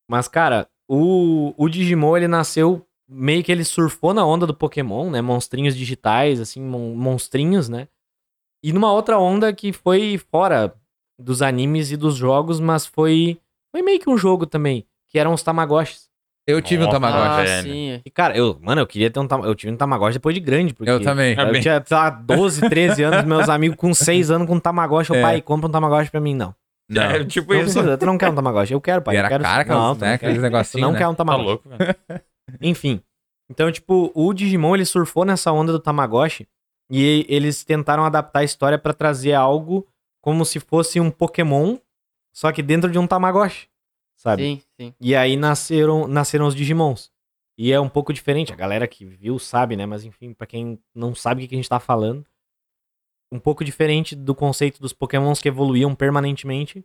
Speaker 5: Mas, cara, o, o Digimon, ele nasceu meio que ele surfou na onda do Pokémon, né? Monstrinhos digitais, assim, mon- monstrinhos, né? E numa outra onda que foi fora dos animes e dos jogos, mas foi, foi meio que um jogo também, que eram os Tamagotchis.
Speaker 3: Eu tive um
Speaker 1: Nossa.
Speaker 3: Tamagotchi.
Speaker 2: Ah,
Speaker 1: velho.
Speaker 2: sim.
Speaker 5: E, cara, eu, mano, eu queria ter um Tamagotchi. Eu tive um Tamagotchi depois de grande, porque.
Speaker 3: eu também.
Speaker 1: É
Speaker 5: Eu
Speaker 1: bem-
Speaker 5: tinha, sei lá, 12, 13 anos, meus amigos com 6 anos com um Tamagotchi.
Speaker 3: É.
Speaker 5: O pai, compra um Tamagotchi pra mim. Não.
Speaker 1: Não,
Speaker 3: Não.
Speaker 1: tipo
Speaker 5: Não
Speaker 1: isso.
Speaker 5: precisa, tu não quer um Tamagotchi. Eu quero, pai.
Speaker 3: E
Speaker 5: eu
Speaker 3: era
Speaker 5: quero...
Speaker 3: cara,
Speaker 5: não,
Speaker 3: aquelas,
Speaker 5: tu
Speaker 3: né,
Speaker 5: não
Speaker 3: aqueles
Speaker 5: quer. Tu
Speaker 3: negocinhos,
Speaker 5: não
Speaker 3: né?
Speaker 5: quer um
Speaker 1: Tá
Speaker 5: Tamagotchi.
Speaker 1: louco, velho.
Speaker 5: Enfim. Então, tipo, o Digimon, ele surfou nessa onda do Tamagotchi e eles tentaram adaptar a história pra trazer algo como se fosse um Pokémon, só que dentro de um Tamagotchi, sabe?
Speaker 2: Sim, sim.
Speaker 5: E aí nasceram, nasceram os Digimons. E é um pouco diferente, a galera que viu sabe, né? Mas enfim, pra quem não sabe o que que a gente tá falando, um pouco diferente do conceito dos Pokémons que evoluíam permanentemente.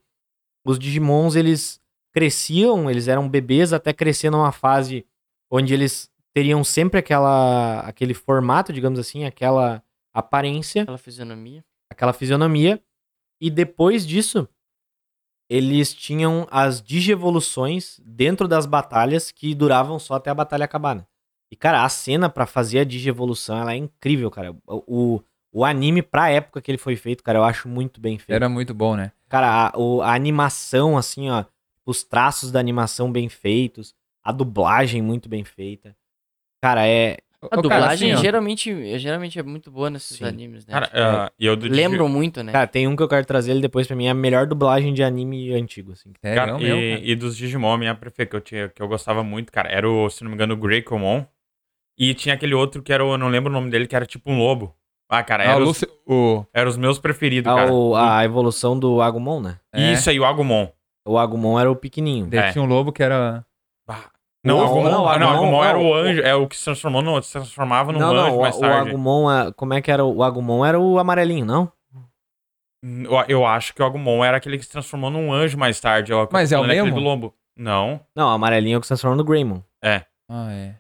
Speaker 5: Os Digimons, eles cresciam, eles eram bebês até crescer numa fase onde eles teriam sempre aquela aquele formato, digamos assim, aquela aparência
Speaker 2: Aquela fisionomia.
Speaker 5: aquela fisionomia. E depois disso, eles tinham as digievoluções dentro das batalhas que duravam só até a batalha acabar, né? E, cara, a cena pra fazer a digievolução, ela é incrível, cara. O, o, o anime, pra época que ele foi feito, cara, eu acho muito bem feito.
Speaker 3: Era muito bom, né?
Speaker 5: Cara, a, o- a animação, assim, ó, os traços da animação bem feitos, a dublagem muito bem feita. Cara, é...
Speaker 2: A
Speaker 3: Ô, cara,
Speaker 2: dublagem
Speaker 3: assim, ó,
Speaker 2: geralmente, geralmente é muito boa nesses
Speaker 5: Sim.
Speaker 2: animes, né?
Speaker 1: Cara,
Speaker 2: Tipo,
Speaker 1: ah, e eu do Digi-
Speaker 2: lembram muito, né?
Speaker 5: Cara, tem um que eu quero trazer ele depois pra mim, é a melhor dublagem de anime antigo, assim.
Speaker 3: sério,
Speaker 1: Cara,
Speaker 3: não,
Speaker 1: e,
Speaker 3: meu, cara.
Speaker 1: e dos Digimon, a minha preferida que eu tinha, que eu gostava muito, cara, era o, se não me engano, o Greymon. E tinha aquele outro que era, o- eu não lembro o nome dele, que era tipo um lobo. Ah, cara,
Speaker 3: Ah,
Speaker 1: era, os,
Speaker 3: o Lúcio- o-
Speaker 1: era os meus preferidos,
Speaker 5: Ah,
Speaker 1: cara.
Speaker 5: o- a evolução do Agumon, né?
Speaker 3: é,
Speaker 1: Isso aí, o Agumon.
Speaker 5: O Agumon era o pequenininho.
Speaker 3: daí
Speaker 1: é.
Speaker 3: tinha um lobo que era...
Speaker 1: Bah. Não, o
Speaker 5: Não,
Speaker 1: Agumon,
Speaker 5: não,
Speaker 1: ah, não, o
Speaker 5: Agumon-
Speaker 1: Agumon era
Speaker 5: não,
Speaker 1: o anjo, é o que se transformou no, se transformava num
Speaker 5: não,
Speaker 1: anjo
Speaker 5: não, o,
Speaker 1: mais
Speaker 5: o
Speaker 1: tarde.
Speaker 5: Agumon, a- como é que era? O Agumon era o amarelinho, não?
Speaker 1: Eu- Eu acho que o Agumon era aquele que se transformou num anjo mais tarde. ó,
Speaker 3: Mas é o
Speaker 1: falando aquele
Speaker 3: mesmo?
Speaker 1: do lobo. Não,
Speaker 5: Não, o amarelinho é o que se transforma no Greymon.
Speaker 3: Ah, é.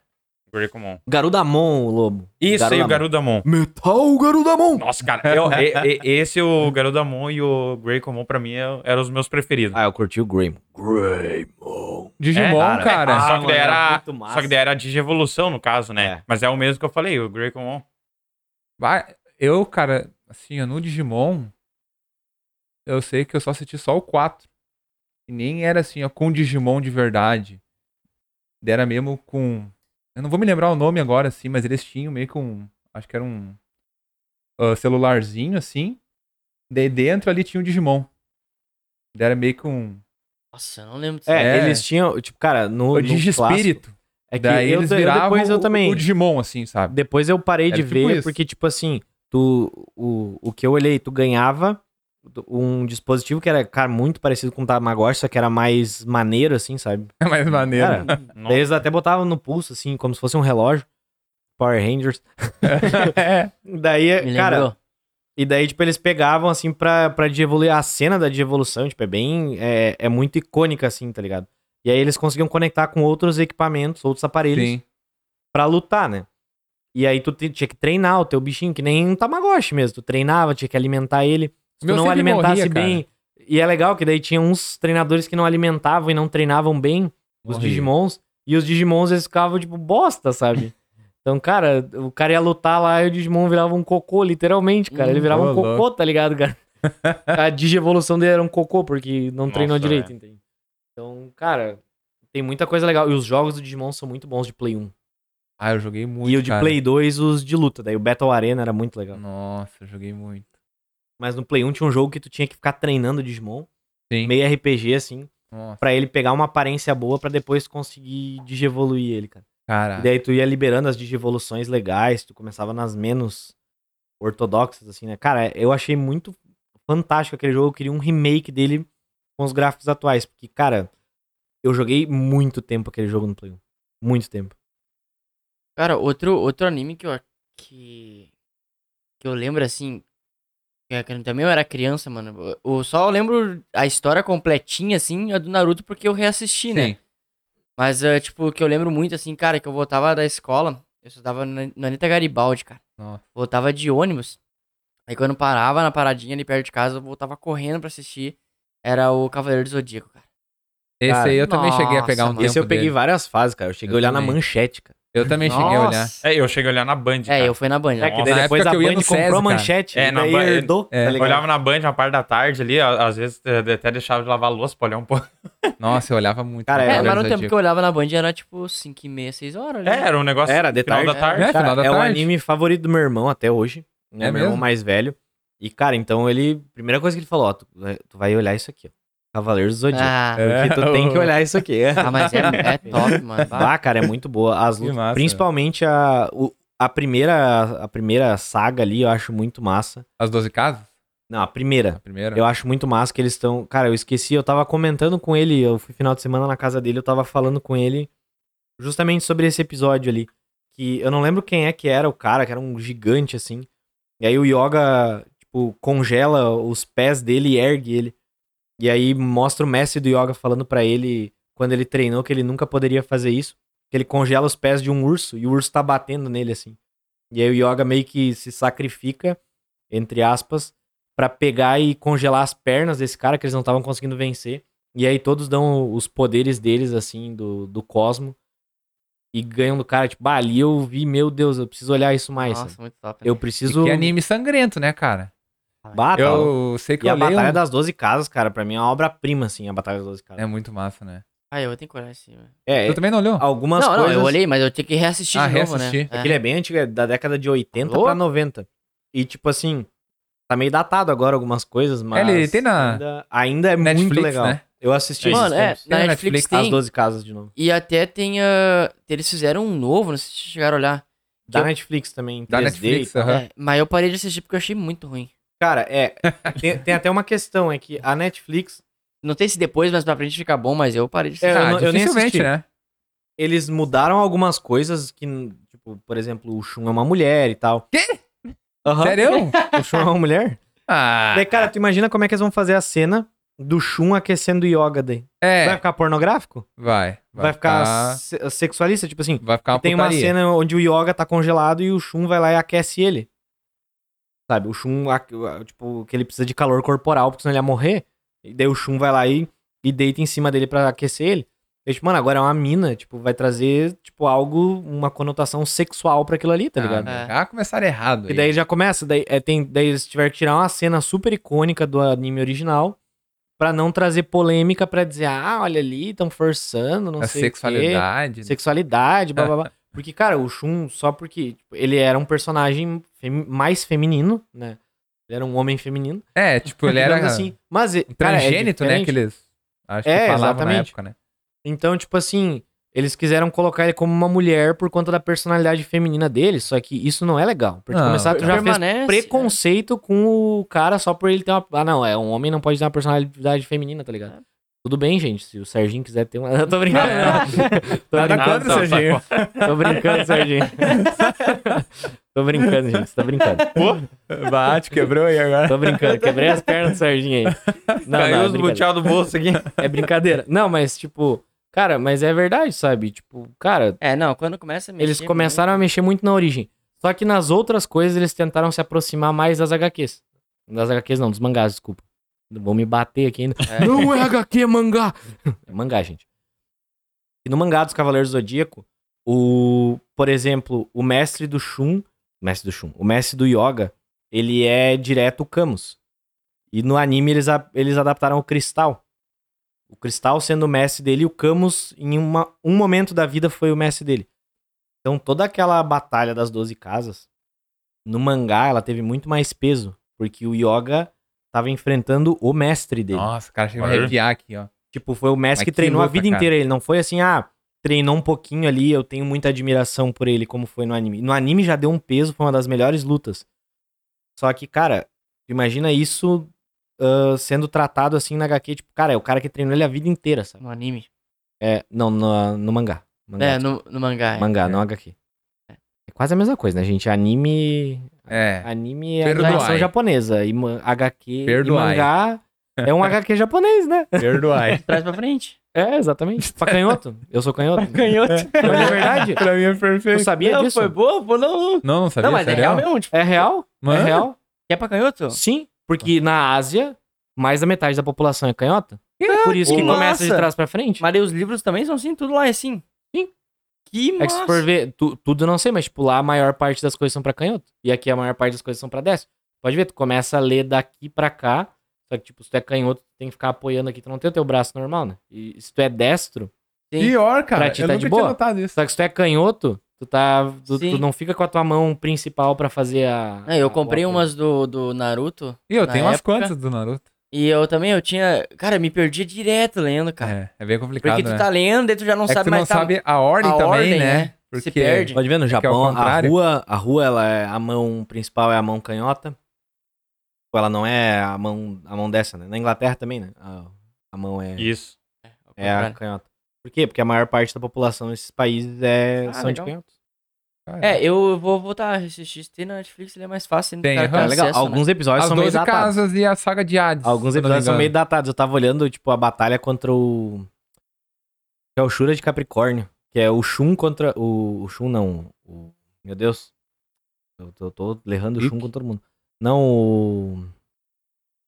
Speaker 1: o Greymon.
Speaker 5: Garudamon, o lobo.
Speaker 1: Isso aí, o Garudamon.
Speaker 5: Metal Garudamon!
Speaker 1: Nossa, cara, eu- e- e- esse, o Garudamon e o Grey Comum, pra mim, é- eram os meus preferidos.
Speaker 5: Ah, eu curti o Greymon. Greymon.
Speaker 3: Digimon,
Speaker 1: cara,
Speaker 3: cara.
Speaker 1: é- só, que
Speaker 5: mano,
Speaker 1: daí
Speaker 5: era
Speaker 1: era,
Speaker 5: muito massa.
Speaker 1: só que daí era de evolução, no caso, né?
Speaker 5: Ah, É.
Speaker 1: Mas é o mesmo que eu falei, o Grey Comum.
Speaker 3: Vai- Eu, cara, assim, ó, no Digimon, eu sei que eu só assisti só o 4. E nem era assim, ó, com Digimon de verdade. Era mesmo com. Eu não vou me lembrar o nome agora, assim, mas eles tinham meio que um. Acho que era um. ah, celularzinho, assim. Daí dentro ali tinha o Digimon. Daí Era meio que um.
Speaker 2: Nossa, eu não lembro disso.
Speaker 5: É,
Speaker 3: É.
Speaker 5: eles tinham, tipo, cara, no,
Speaker 3: O
Speaker 5: no clássico-
Speaker 3: Digispírito.
Speaker 5: É que
Speaker 3: Daí
Speaker 5: eu,
Speaker 3: eles
Speaker 5: eu
Speaker 3: viravam
Speaker 5: depois eu
Speaker 3: o-
Speaker 5: também...
Speaker 3: o Digimon, assim, sabe?
Speaker 5: Depois eu parei
Speaker 3: Era
Speaker 5: de
Speaker 3: tipo
Speaker 5: ver,
Speaker 3: isso.
Speaker 5: porque, tipo assim, tu, o, o que eu olhei, tu ganhava um dispositivo que era, cara, muito parecido com o Tamagotchi, só que era mais maneiro, assim, sabe?
Speaker 3: É mais maneiro.
Speaker 5: Cara, Daí Eles até botavam no pulso, assim, como se fosse um relógio. Power Rangers.
Speaker 3: É.
Speaker 5: Daí,
Speaker 2: Me
Speaker 5: cara,
Speaker 2: lembrou.
Speaker 5: e daí, tipo, eles pegavam, assim, pra, pra evoluir A cena da evolução tipo, é bem... É, é muito icônica, assim, tá ligado? E aí eles conseguiam conectar com outros equipamentos, outros aparelhos.
Speaker 3: Sim.
Speaker 5: pra lutar, né? E aí tu te- tinha que treinar o teu bichinho, que nem um Tamagotchi mesmo. Tu treinava, tinha que alimentar ele. Se
Speaker 3: Meu
Speaker 5: tu não
Speaker 3: sempre
Speaker 5: alimentasse
Speaker 3: morria, cara.
Speaker 5: bem. E é legal que daí tinha uns treinadores que não alimentavam e não treinavam bem os
Speaker 3: Morria.
Speaker 5: Digimons. E os Digimons eles ficavam tipo bosta, sabe? Então, cara, o cara ia lutar lá e o Digimon virava um cocô, literalmente, cara. Ele
Speaker 2: Hum,
Speaker 5: virava
Speaker 3: ô, é
Speaker 5: um cocô,
Speaker 3: louco.
Speaker 5: tá ligado, cara? A digievolução dele era um cocô, porque não
Speaker 1: Nossa,
Speaker 5: treinou direito,
Speaker 1: velho.
Speaker 5: entende? Então, cara, tem muita coisa legal. E os jogos do Digimon são muito bons de Play 1
Speaker 3: Ah, eu joguei muito.
Speaker 5: e o de
Speaker 3: cara.
Speaker 5: Play 2, os de luta. Daí o Battle Arena era muito legal.
Speaker 3: Nossa, eu joguei muito.
Speaker 5: Mas no Play 1 tinha um jogo que tu tinha que ficar treinando o Digimon.
Speaker 3: Sim.
Speaker 5: Meio RPG, assim.
Speaker 3: Nossa,
Speaker 5: Pra ele pegar uma aparência boa pra depois conseguir digievoluir ele, cara.
Speaker 3: cara.
Speaker 5: E daí tu ia liberando as digievoluções legais. Tu começava nas menos ortodoxas, assim, né? Cara, eu achei muito fantástico aquele jogo. Eu queria um remake dele com os gráficos atuais. Porque, cara, eu joguei muito um. tempo aquele jogo no Play 1. Muito tempo.
Speaker 2: Cara, outro, outro anime que eu que. que eu lembro assim. que eu- que eu também eu era criança, mano. Eu eu só lembro a história completinha, assim, a do Naruto, porque eu reassisti, né?
Speaker 3: Sim.
Speaker 2: Mas, eh, tipo, que eu lembro muito, assim, cara, que eu voltava da escola, eu estudava na na Anitta Garibaldi, cara.
Speaker 3: Nossa.
Speaker 2: Voltava de ônibus. Aí quando parava na paradinha ali perto de casa, eu voltava correndo pra assistir. Era o Cavaleiro do Zodíaco, cara.
Speaker 3: Esse
Speaker 5: Cara,
Speaker 3: aí eu também cheguei a pegar um
Speaker 2: nossa,
Speaker 3: tempo
Speaker 5: Esse eu peguei
Speaker 3: dele.
Speaker 5: várias fases, cara. Eu cheguei
Speaker 3: Eu
Speaker 5: a olhar na
Speaker 3: também.
Speaker 5: manchete, cara.
Speaker 3: Eu também cheguei a olhar.
Speaker 1: É, eu cheguei a olhar na Band.
Speaker 2: É, eu fui na Band.
Speaker 5: É que
Speaker 1: Nossa,
Speaker 5: daí
Speaker 1: na
Speaker 5: depois
Speaker 3: época
Speaker 5: a
Speaker 3: que eu ia
Speaker 5: Band
Speaker 3: no SESI,
Speaker 5: comprou a
Speaker 3: cara.
Speaker 5: manchete,
Speaker 1: É,
Speaker 5: e
Speaker 1: na
Speaker 5: daí
Speaker 1: Band-
Speaker 5: herdou,
Speaker 3: é,
Speaker 5: tá ligado?
Speaker 1: Olhava na Band uma parte da tarde ali, a- às vezes eh, até deixava de lavar a louça pra olhar um pouco.
Speaker 3: Nossa, eu olhava muito.
Speaker 5: Cara,
Speaker 2: É,
Speaker 5: Cavaleiro
Speaker 2: mas no tempo que eu olhava na Band era tipo 5 e meia, 6 horas.
Speaker 1: É,
Speaker 2: né?
Speaker 1: era um negócio
Speaker 5: Era, de
Speaker 1: final
Speaker 5: tarde.
Speaker 1: da tarde.
Speaker 3: É,
Speaker 5: Cara,
Speaker 3: final da
Speaker 5: é o
Speaker 3: tarde.
Speaker 5: anime favorito do meu irmão até hoje.
Speaker 3: É
Speaker 5: né? meu
Speaker 3: mesmo?
Speaker 5: irmão mais velho. E, cara, então ele. Primeira coisa que ele falou, ó, tu, vai- tu vai olhar isso aqui, ó. Cavaleiros do Zodíaco.
Speaker 2: Ah,
Speaker 5: Porque tu tem que olhar isso aqui.
Speaker 2: ah, mas é, é top, mano. Bah.
Speaker 5: Ah, cara, é muito boa. As
Speaker 3: Que
Speaker 5: lutas,
Speaker 3: massa.
Speaker 5: principalmente a, o- a, primeira, a primeira saga ali, eu acho muito massa.
Speaker 3: As 12 casas?
Speaker 5: Não, a primeira.
Speaker 3: A primeira?
Speaker 5: Eu acho muito massa que eles estão. Cara, eu esqueci, eu tava comentando com ele, eu fui final de semana na casa dele, eu tava falando com ele justamente sobre esse episódio ali. Que eu não lembro quem é que era o cara, que era um gigante assim. E aí o Yoga, tipo, congela os pés dele e ergue ele. E aí mostra o mestre do Yoga falando pra ele, quando ele treinou, que ele nunca poderia fazer isso. Que ele congela os pés de um urso e o urso tá batendo nele assim. E aí o Yoga meio que se sacrifica, entre aspas, Pra pegar e congelar as pernas desse cara que eles não estavam conseguindo vencer. E aí todos dão os poderes deles, assim, do, do cosmo. E ganham do cara, tipo, bah, ali eu vi, meu Deus, eu preciso olhar isso mais.
Speaker 2: Nossa,
Speaker 5: sabe?
Speaker 2: muito top. né?
Speaker 5: Eu
Speaker 3: E
Speaker 5: preciso.
Speaker 3: Que é anime sangrento, né, cara?
Speaker 5: Bah, tá louco.
Speaker 3: eu sei que
Speaker 5: E
Speaker 3: eu
Speaker 5: a
Speaker 3: leio...
Speaker 5: Batalha das 12 Casas, cara, pra mim é uma obra-prima, assim, a Batalha das 12
Speaker 3: É
Speaker 5: Casas.
Speaker 3: muito massa, né?
Speaker 2: Ah, eu tenho que olhar esse. velho.
Speaker 5: É,
Speaker 3: Tu também não olhou?
Speaker 2: Não,
Speaker 5: algumas coisas.
Speaker 2: não, eu olhei, mas eu tinha que reassistir
Speaker 3: Ah,
Speaker 2: de novo,
Speaker 3: reassistir.
Speaker 2: né? É.
Speaker 5: Aquele é bem antigo, é da década de 80
Speaker 2: Alô?
Speaker 5: pra 90. E, tipo assim, tá meio datado agora algumas coisas, mas.
Speaker 3: É, ele tem na-
Speaker 5: Ainda, ainda é muito
Speaker 3: Netflix,
Speaker 5: legal.
Speaker 3: né?
Speaker 5: Eu assisti esses
Speaker 2: Mano, é,
Speaker 5: tempos.
Speaker 2: na
Speaker 3: Tem na
Speaker 2: Netflix
Speaker 3: Netflix,
Speaker 2: tem.
Speaker 5: As 12 Casas de novo.
Speaker 2: E até tem. ah, eles fizeram um novo, não sei se vocês chegaram a olhar.
Speaker 5: Da
Speaker 2: Eu-
Speaker 5: Netflix também, em
Speaker 3: Da
Speaker 5: 3D.
Speaker 3: Netflix, aham.
Speaker 2: É, mas eu parei de assistir porque eu achei muito ruim.
Speaker 5: Cara, é. tem, tem até uma questão, é que a Netflix,
Speaker 2: Não sei se depois, mas pra frente fica bom, mas eu parei de
Speaker 5: É,
Speaker 2: assistir.
Speaker 5: eu não- eu nem
Speaker 3: Ah, dificilmente,
Speaker 5: assisti.
Speaker 3: né?
Speaker 5: eles mudaram algumas coisas que, tipo, por exemplo, o Shun é uma mulher e tal.
Speaker 3: Quê?
Speaker 5: Aham.
Speaker 3: Sério?
Speaker 5: O Shun é uma mulher?
Speaker 3: ah,
Speaker 5: Daí, cara, tu imagina como é que eles vão fazer a cena do Shun aquecendo o yoga daí. Vai
Speaker 3: é.
Speaker 5: ficar pornográfico?
Speaker 3: Vai.
Speaker 5: Vai, ficar, se- sexualista? Tipo assim,
Speaker 3: Vai ficar uma
Speaker 5: tem uma
Speaker 3: putaria.
Speaker 5: cena onde o yoga tá congelado e o Shun vai lá e aquece ele. Sabe? O Shun, a- a- tipo, que ele precisa de calor corporal, porque senão ele ia morrer. E daí o Shun vai lá e, e deita em cima dele pra aquecer ele. Eu, tipo, mano, agora é uma mina, tipo, vai trazer, tipo, algo, uma conotação sexual pra aquilo ali, tá
Speaker 3: Ah,
Speaker 5: ligado?
Speaker 2: É.
Speaker 3: Já começaram errado.
Speaker 5: E
Speaker 3: aí.
Speaker 5: daí já começa, daí, é, tem, daí eles tiveram que tirar uma cena super icônica do anime original pra não trazer polêmica pra dizer, ah, olha ali, tão forçando, não
Speaker 3: a
Speaker 5: sei o quê
Speaker 3: É sexualidade.
Speaker 5: sexualidade, blá blá blá. Porque, cara, o Shun, só porque tipo, ele era um personagem femi- mais feminino, né? Ele era um homem feminino.
Speaker 3: É, tipo, ele era
Speaker 5: digamos assim. Mas,
Speaker 3: um
Speaker 5: cara, é
Speaker 3: transgênito, né?
Speaker 5: diferente.
Speaker 3: Que eles acho
Speaker 5: É,
Speaker 3: que falavam na
Speaker 5: exatamente.
Speaker 3: época, né?
Speaker 5: Então, tipo assim, eles quiseram colocar ele como uma mulher por conta da personalidade feminina dele, só que isso não é legal. Porque
Speaker 3: Não,
Speaker 5: começar,
Speaker 3: cara.
Speaker 5: já fez
Speaker 2: Permanece,
Speaker 5: preconceito com o cara só por ele ter uma... Ah, não, é um homem não pode ter uma personalidade feminina, tá
Speaker 3: É.
Speaker 5: ligado? Tudo bem, gente, se o Serginho quiser ter uma... Tô brincando, né? Tô
Speaker 3: Nada
Speaker 5: brincando.
Speaker 3: contra, Serginho.
Speaker 5: Tô brincando, Serginho. Tô brincando, gente. Você tá brincando.
Speaker 3: Bate, quebrou aí agora.
Speaker 5: Tô brincando. Quebrei as pernas do Serginho aí. Não,
Speaker 1: Caiu
Speaker 5: não, é
Speaker 1: os
Speaker 5: brincadeira.
Speaker 1: buteados do bolso aqui.
Speaker 5: é brincadeira. Não, mas tipo, cara, mas é verdade, sabe? Tipo, cara,
Speaker 2: É, não, quando começa a mexer né?
Speaker 5: eles
Speaker 2: com-
Speaker 5: começaram a mexer muito na origem. Só que nas outras coisas eles tentaram se aproximar mais das HQs. Das HQs não, dos mangás, desculpa. Vou me bater aqui ainda.
Speaker 2: É.
Speaker 5: Não é HQ, é mangá. É mangá, gente. E no mangá dos Cavaleiros do Zodíaco, o, por exemplo, o mestre do Shun, mestre do Shun, o mestre do Yoga, ele é direto o Camus. E no anime eles, a- eles adaptaram o Cristal. O Cristal sendo o mestre dele e o Camus em uma- um momento da vida foi o mestre dele. Então toda aquela batalha das 12 casas, no mangá ela teve muito mais peso, porque o Yoga tava enfrentando o mestre dele.
Speaker 3: Nossa, cara, chega a
Speaker 1: Olha.
Speaker 3: arrepiar aqui, ó.
Speaker 5: Tipo, foi o Messi
Speaker 3: Mas
Speaker 5: que
Speaker 3: que
Speaker 5: treinou a
Speaker 3: luta,
Speaker 5: vida
Speaker 3: cara.
Speaker 5: inteira. Ele não foi assim, ah, treinou um pouquinho ali, eu tenho muita admiração por ele, como foi no anime. No anime já deu um peso, foi uma das melhores lutas. Só que, cara, imagina isso ah, sendo tratado assim na HQ, tipo, cara, é o cara que treinou ele a vida inteira, sabe?
Speaker 2: No anime.
Speaker 5: É, não, no, no mangá. mangá
Speaker 2: é, no, no mangá. é.
Speaker 5: Mangá, não HQ. É quase a mesma coisa, né, gente? Anime.
Speaker 3: É.
Speaker 5: Anime é
Speaker 3: Perdoai.
Speaker 5: animação japonesa. E man- HQ
Speaker 3: Perdoai.
Speaker 5: e mangá é um HQ japonês, né?
Speaker 3: Perdoai.
Speaker 2: Traz pra frente.
Speaker 5: É, exatamente. Pra canhoto. Eu sou canhoto.
Speaker 2: Ganhoto.
Speaker 5: Não, é verdade.
Speaker 3: pra mim é
Speaker 5: Eu
Speaker 3: perfeito.
Speaker 5: sabia disso.
Speaker 2: foi boa, pô, não.
Speaker 3: Não, não sabia.
Speaker 2: não, mas é
Speaker 3: sério?
Speaker 2: real mesmo. Tipo,
Speaker 5: É real?
Speaker 3: Mano.
Speaker 5: É real?
Speaker 2: quer pra canhoto?
Speaker 5: Sim. Porque na Ásia, mais da metade da população é canhota. Por isso que
Speaker 2: que
Speaker 5: começa de
Speaker 2: massa.
Speaker 5: trás pra frente.
Speaker 2: Mas daí os livros também são assim, tudo lá é assim.
Speaker 5: Sim.
Speaker 2: Que
Speaker 5: É que se
Speaker 2: massa.
Speaker 5: for ver, tu- tudo eu não sei, mas tipo, lá a maior parte das coisas são pra canhoto. E aqui a maior parte das coisas são pra destro. Pode ver, tu começa a ler daqui pra cá. Só que, tipo, se tu é canhoto, tu tem que ficar apoiando aqui. Tu não tem o teu braço normal, né? E se tu é destro,
Speaker 3: Pior, cara.
Speaker 5: Pra ti
Speaker 3: eu
Speaker 5: tá
Speaker 3: nunca
Speaker 5: de
Speaker 3: tinha
Speaker 5: boa?
Speaker 3: notado isso.
Speaker 5: só que se tu é canhoto, tu tá. Tu,
Speaker 2: Sim.
Speaker 5: tu não fica com a tua mão principal pra fazer a.
Speaker 2: É, eu
Speaker 5: a-
Speaker 2: comprei
Speaker 5: o-
Speaker 2: umas do, do Naruto
Speaker 3: E eu
Speaker 2: Na
Speaker 3: tenho umas
Speaker 2: época-
Speaker 3: quantas do Naruto.
Speaker 2: e eu também, eu tinha... Cara, eu me perdia direto lendo, cara.
Speaker 3: É, é bem complicado,
Speaker 2: porque tu
Speaker 3: né?
Speaker 2: tá lendo, daí tu já não
Speaker 3: é que
Speaker 2: sabe
Speaker 3: tu
Speaker 2: mais
Speaker 3: não
Speaker 2: tá-
Speaker 3: sabe a ordem
Speaker 2: a
Speaker 3: também,
Speaker 2: ordem,
Speaker 3: né?
Speaker 2: né? Se perde.
Speaker 5: Pode ver, no
Speaker 3: que é o
Speaker 5: Japão, a
Speaker 3: contrário.
Speaker 5: rua, a rua, ela é a mão principal é a mão canhota. Tipo, Ela não é a mão, a mão dessa, né? Na Inglaterra também, né? A, a mão é,
Speaker 1: Isso.
Speaker 5: é a
Speaker 2: contrário.
Speaker 5: canhota. Por quê? Porque a maior parte da população desses países é,
Speaker 2: Ah,
Speaker 5: são de
Speaker 2: legal.
Speaker 5: canhotos.
Speaker 3: Cara,
Speaker 2: É, eu vou voltar a assistir. Se tem na Netflix, ele é mais fácil.
Speaker 3: Tem,
Speaker 2: cara,
Speaker 3: aham.
Speaker 2: tem
Speaker 5: É legal.
Speaker 2: acesso, né?
Speaker 5: Alguns
Speaker 3: Tá,
Speaker 5: episódios
Speaker 3: As
Speaker 5: são meio
Speaker 3: 12
Speaker 5: datados.
Speaker 3: casas e a saga de Hades.
Speaker 5: Alguns
Speaker 3: se eu não me
Speaker 5: episódios são
Speaker 3: engano.
Speaker 5: meio datados. Eu tava olhando, tipo, a batalha contra o. Que é o Shura de Capricórnio. Que é o Shun contra. O, o Shun não. o- Meu Deus. Eu tô, tô errando o Shun com todo mundo. Não, o. Meu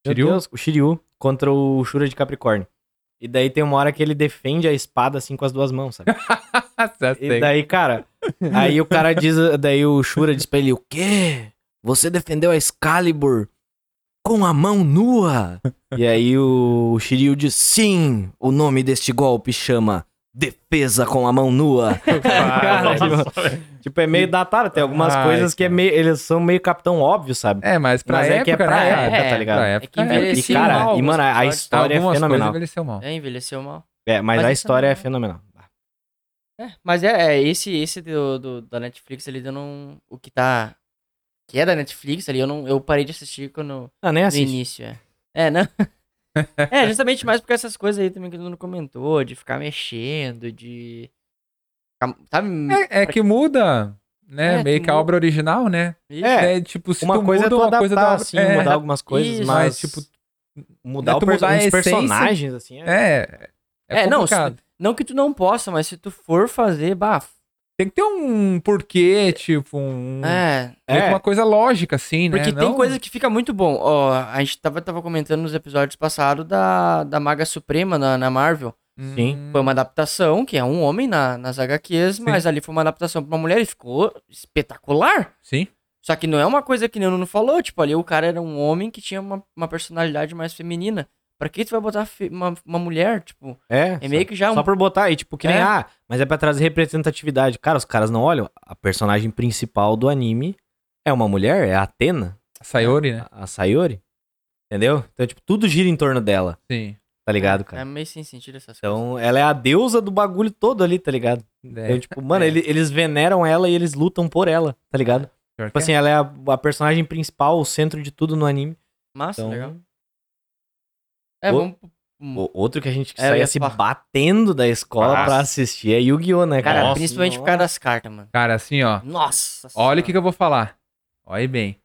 Speaker 3: Shiryu?
Speaker 5: Deus, o Shiryu contra o Shura de Capricórnio. E daí tem uma hora que ele defende a espada assim com as duas mãos, sabe?
Speaker 3: Já
Speaker 5: E
Speaker 3: sei.
Speaker 5: daí, cara, aí o cara diz, daí o Shura diz pra ele, o quê? Você defendeu a Excalibur com a mão nua? E aí o Shiryu diz, sim, o nome deste golpe chama defesa com a mão nua. Cara, tipo, é meio datado, tem algumas
Speaker 3: Ai,
Speaker 5: coisas que é meio, eles são meio capitão óbvio, sabe?
Speaker 3: É, mas pra
Speaker 5: Mas é que
Speaker 3: época,
Speaker 5: é pra
Speaker 3: né, cara?
Speaker 5: época,
Speaker 2: É,
Speaker 5: tá ligado?
Speaker 3: Pra
Speaker 2: É
Speaker 3: época,
Speaker 2: que envelheceu
Speaker 5: E, cara,
Speaker 2: mal.
Speaker 5: e,
Speaker 2: alguns
Speaker 5: mano, a
Speaker 2: episódios.
Speaker 5: história- é
Speaker 3: Algumas coisas
Speaker 5: fenomenal.
Speaker 3: envelheceu mal.
Speaker 2: É, envelheceu mal.
Speaker 5: É, mas,
Speaker 2: Mas
Speaker 5: a
Speaker 2: isso
Speaker 5: história
Speaker 2: não-
Speaker 5: é fenomenal.
Speaker 2: É, mas é, é, esse, esse do, do- da Netflix ali, eu não. O que tá. Que é da Netflix ali, eu não. Eu parei de assistir quando,
Speaker 5: Ah, nem
Speaker 2: no
Speaker 5: assiste.
Speaker 2: início, é. É, não. é, justamente mais porque essas coisas aí também que todo mundo comentou, de ficar mexendo, de. ficar- Sabe?
Speaker 3: É, é que muda, né?
Speaker 2: É,
Speaker 3: meio
Speaker 2: tu
Speaker 3: que a
Speaker 2: muda.
Speaker 3: obra original, né?
Speaker 5: É,
Speaker 3: É, tipo, se
Speaker 5: uma
Speaker 3: tu
Speaker 5: coisa é
Speaker 3: muda
Speaker 5: tu
Speaker 3: uma
Speaker 5: adaptar,
Speaker 3: coisa da obra-
Speaker 5: assim,
Speaker 3: é,
Speaker 5: mudar algumas coisas,
Speaker 2: Isso.
Speaker 5: mas,
Speaker 3: Mas, tipo,
Speaker 5: tipo, mudar,
Speaker 3: né,
Speaker 5: o
Speaker 3: tu
Speaker 5: perso-
Speaker 3: mudar a
Speaker 5: os
Speaker 3: essência-
Speaker 5: personagens, assim, é-
Speaker 3: É, é,
Speaker 2: É, não,
Speaker 3: complicado.
Speaker 2: Não que tu não possa, mas se tu for fazer, bah.
Speaker 3: Tem que ter um porquê, tipo, um...
Speaker 2: É.
Speaker 3: meio que
Speaker 5: é.
Speaker 3: uma coisa lógica, assim, né?
Speaker 2: Porque tem
Speaker 3: Não-
Speaker 2: coisa que fica muito bom. Ó, a gente tava, tava comentando nos episódios passados da, da Maga Suprema na, na Marvel.
Speaker 3: Hum,
Speaker 5: Sim.
Speaker 2: Foi uma adaptação, que é um homem na, nas HQs, mas ali foi uma adaptação pra uma mulher e ficou espetacular.
Speaker 3: Sim.
Speaker 2: Só que não é uma coisa que nem o Nuno falou, tipo, ali o cara era um homem que tinha uma, uma personalidade mais feminina. Pra que tu vai botar fe- uma, uma mulher, tipo,
Speaker 5: É,
Speaker 2: é meio que já um...
Speaker 5: Só por botar aí, tipo, que nem,
Speaker 2: É.
Speaker 5: ah, mas é pra trazer representatividade. Cara, os caras não olham. A personagem principal do anime é uma mulher, é a Atena,
Speaker 3: Sayori, né?
Speaker 5: a a Sayori. Entendeu? Então, tipo, tudo gira em torno dela,
Speaker 3: Sim.
Speaker 5: tá ligado,
Speaker 2: É
Speaker 5: cara?
Speaker 2: meio sem sentido essas coisas.
Speaker 5: Então, ela é a deusa do bagulho todo ali, tá ligado? Então,
Speaker 3: É.
Speaker 5: tipo, mano, ele- eles veneram ela e eles lutam por ela, tá ligado?
Speaker 3: Pior
Speaker 5: Tipo
Speaker 3: que
Speaker 5: assim, ela é a, a personagem principal, o centro de tudo no anime.
Speaker 2: Massa,
Speaker 5: Então,
Speaker 2: legal. É,
Speaker 5: o-
Speaker 2: vamos... pro-
Speaker 5: o- outro que a gente
Speaker 2: É, eu
Speaker 5: saía
Speaker 2: ia
Speaker 5: se
Speaker 2: falar.
Speaker 5: batendo da escola pra
Speaker 1: Nossa.
Speaker 5: assistir é Yu-Gi-Oh, né, cara?
Speaker 2: Cara,
Speaker 1: Nossa,
Speaker 2: principalmente por causa das cartas, mano.
Speaker 3: Cara, assim, ó.
Speaker 2: Nossa
Speaker 3: Olha
Speaker 2: senhora.
Speaker 3: o que, que eu vou falar. Olha bem.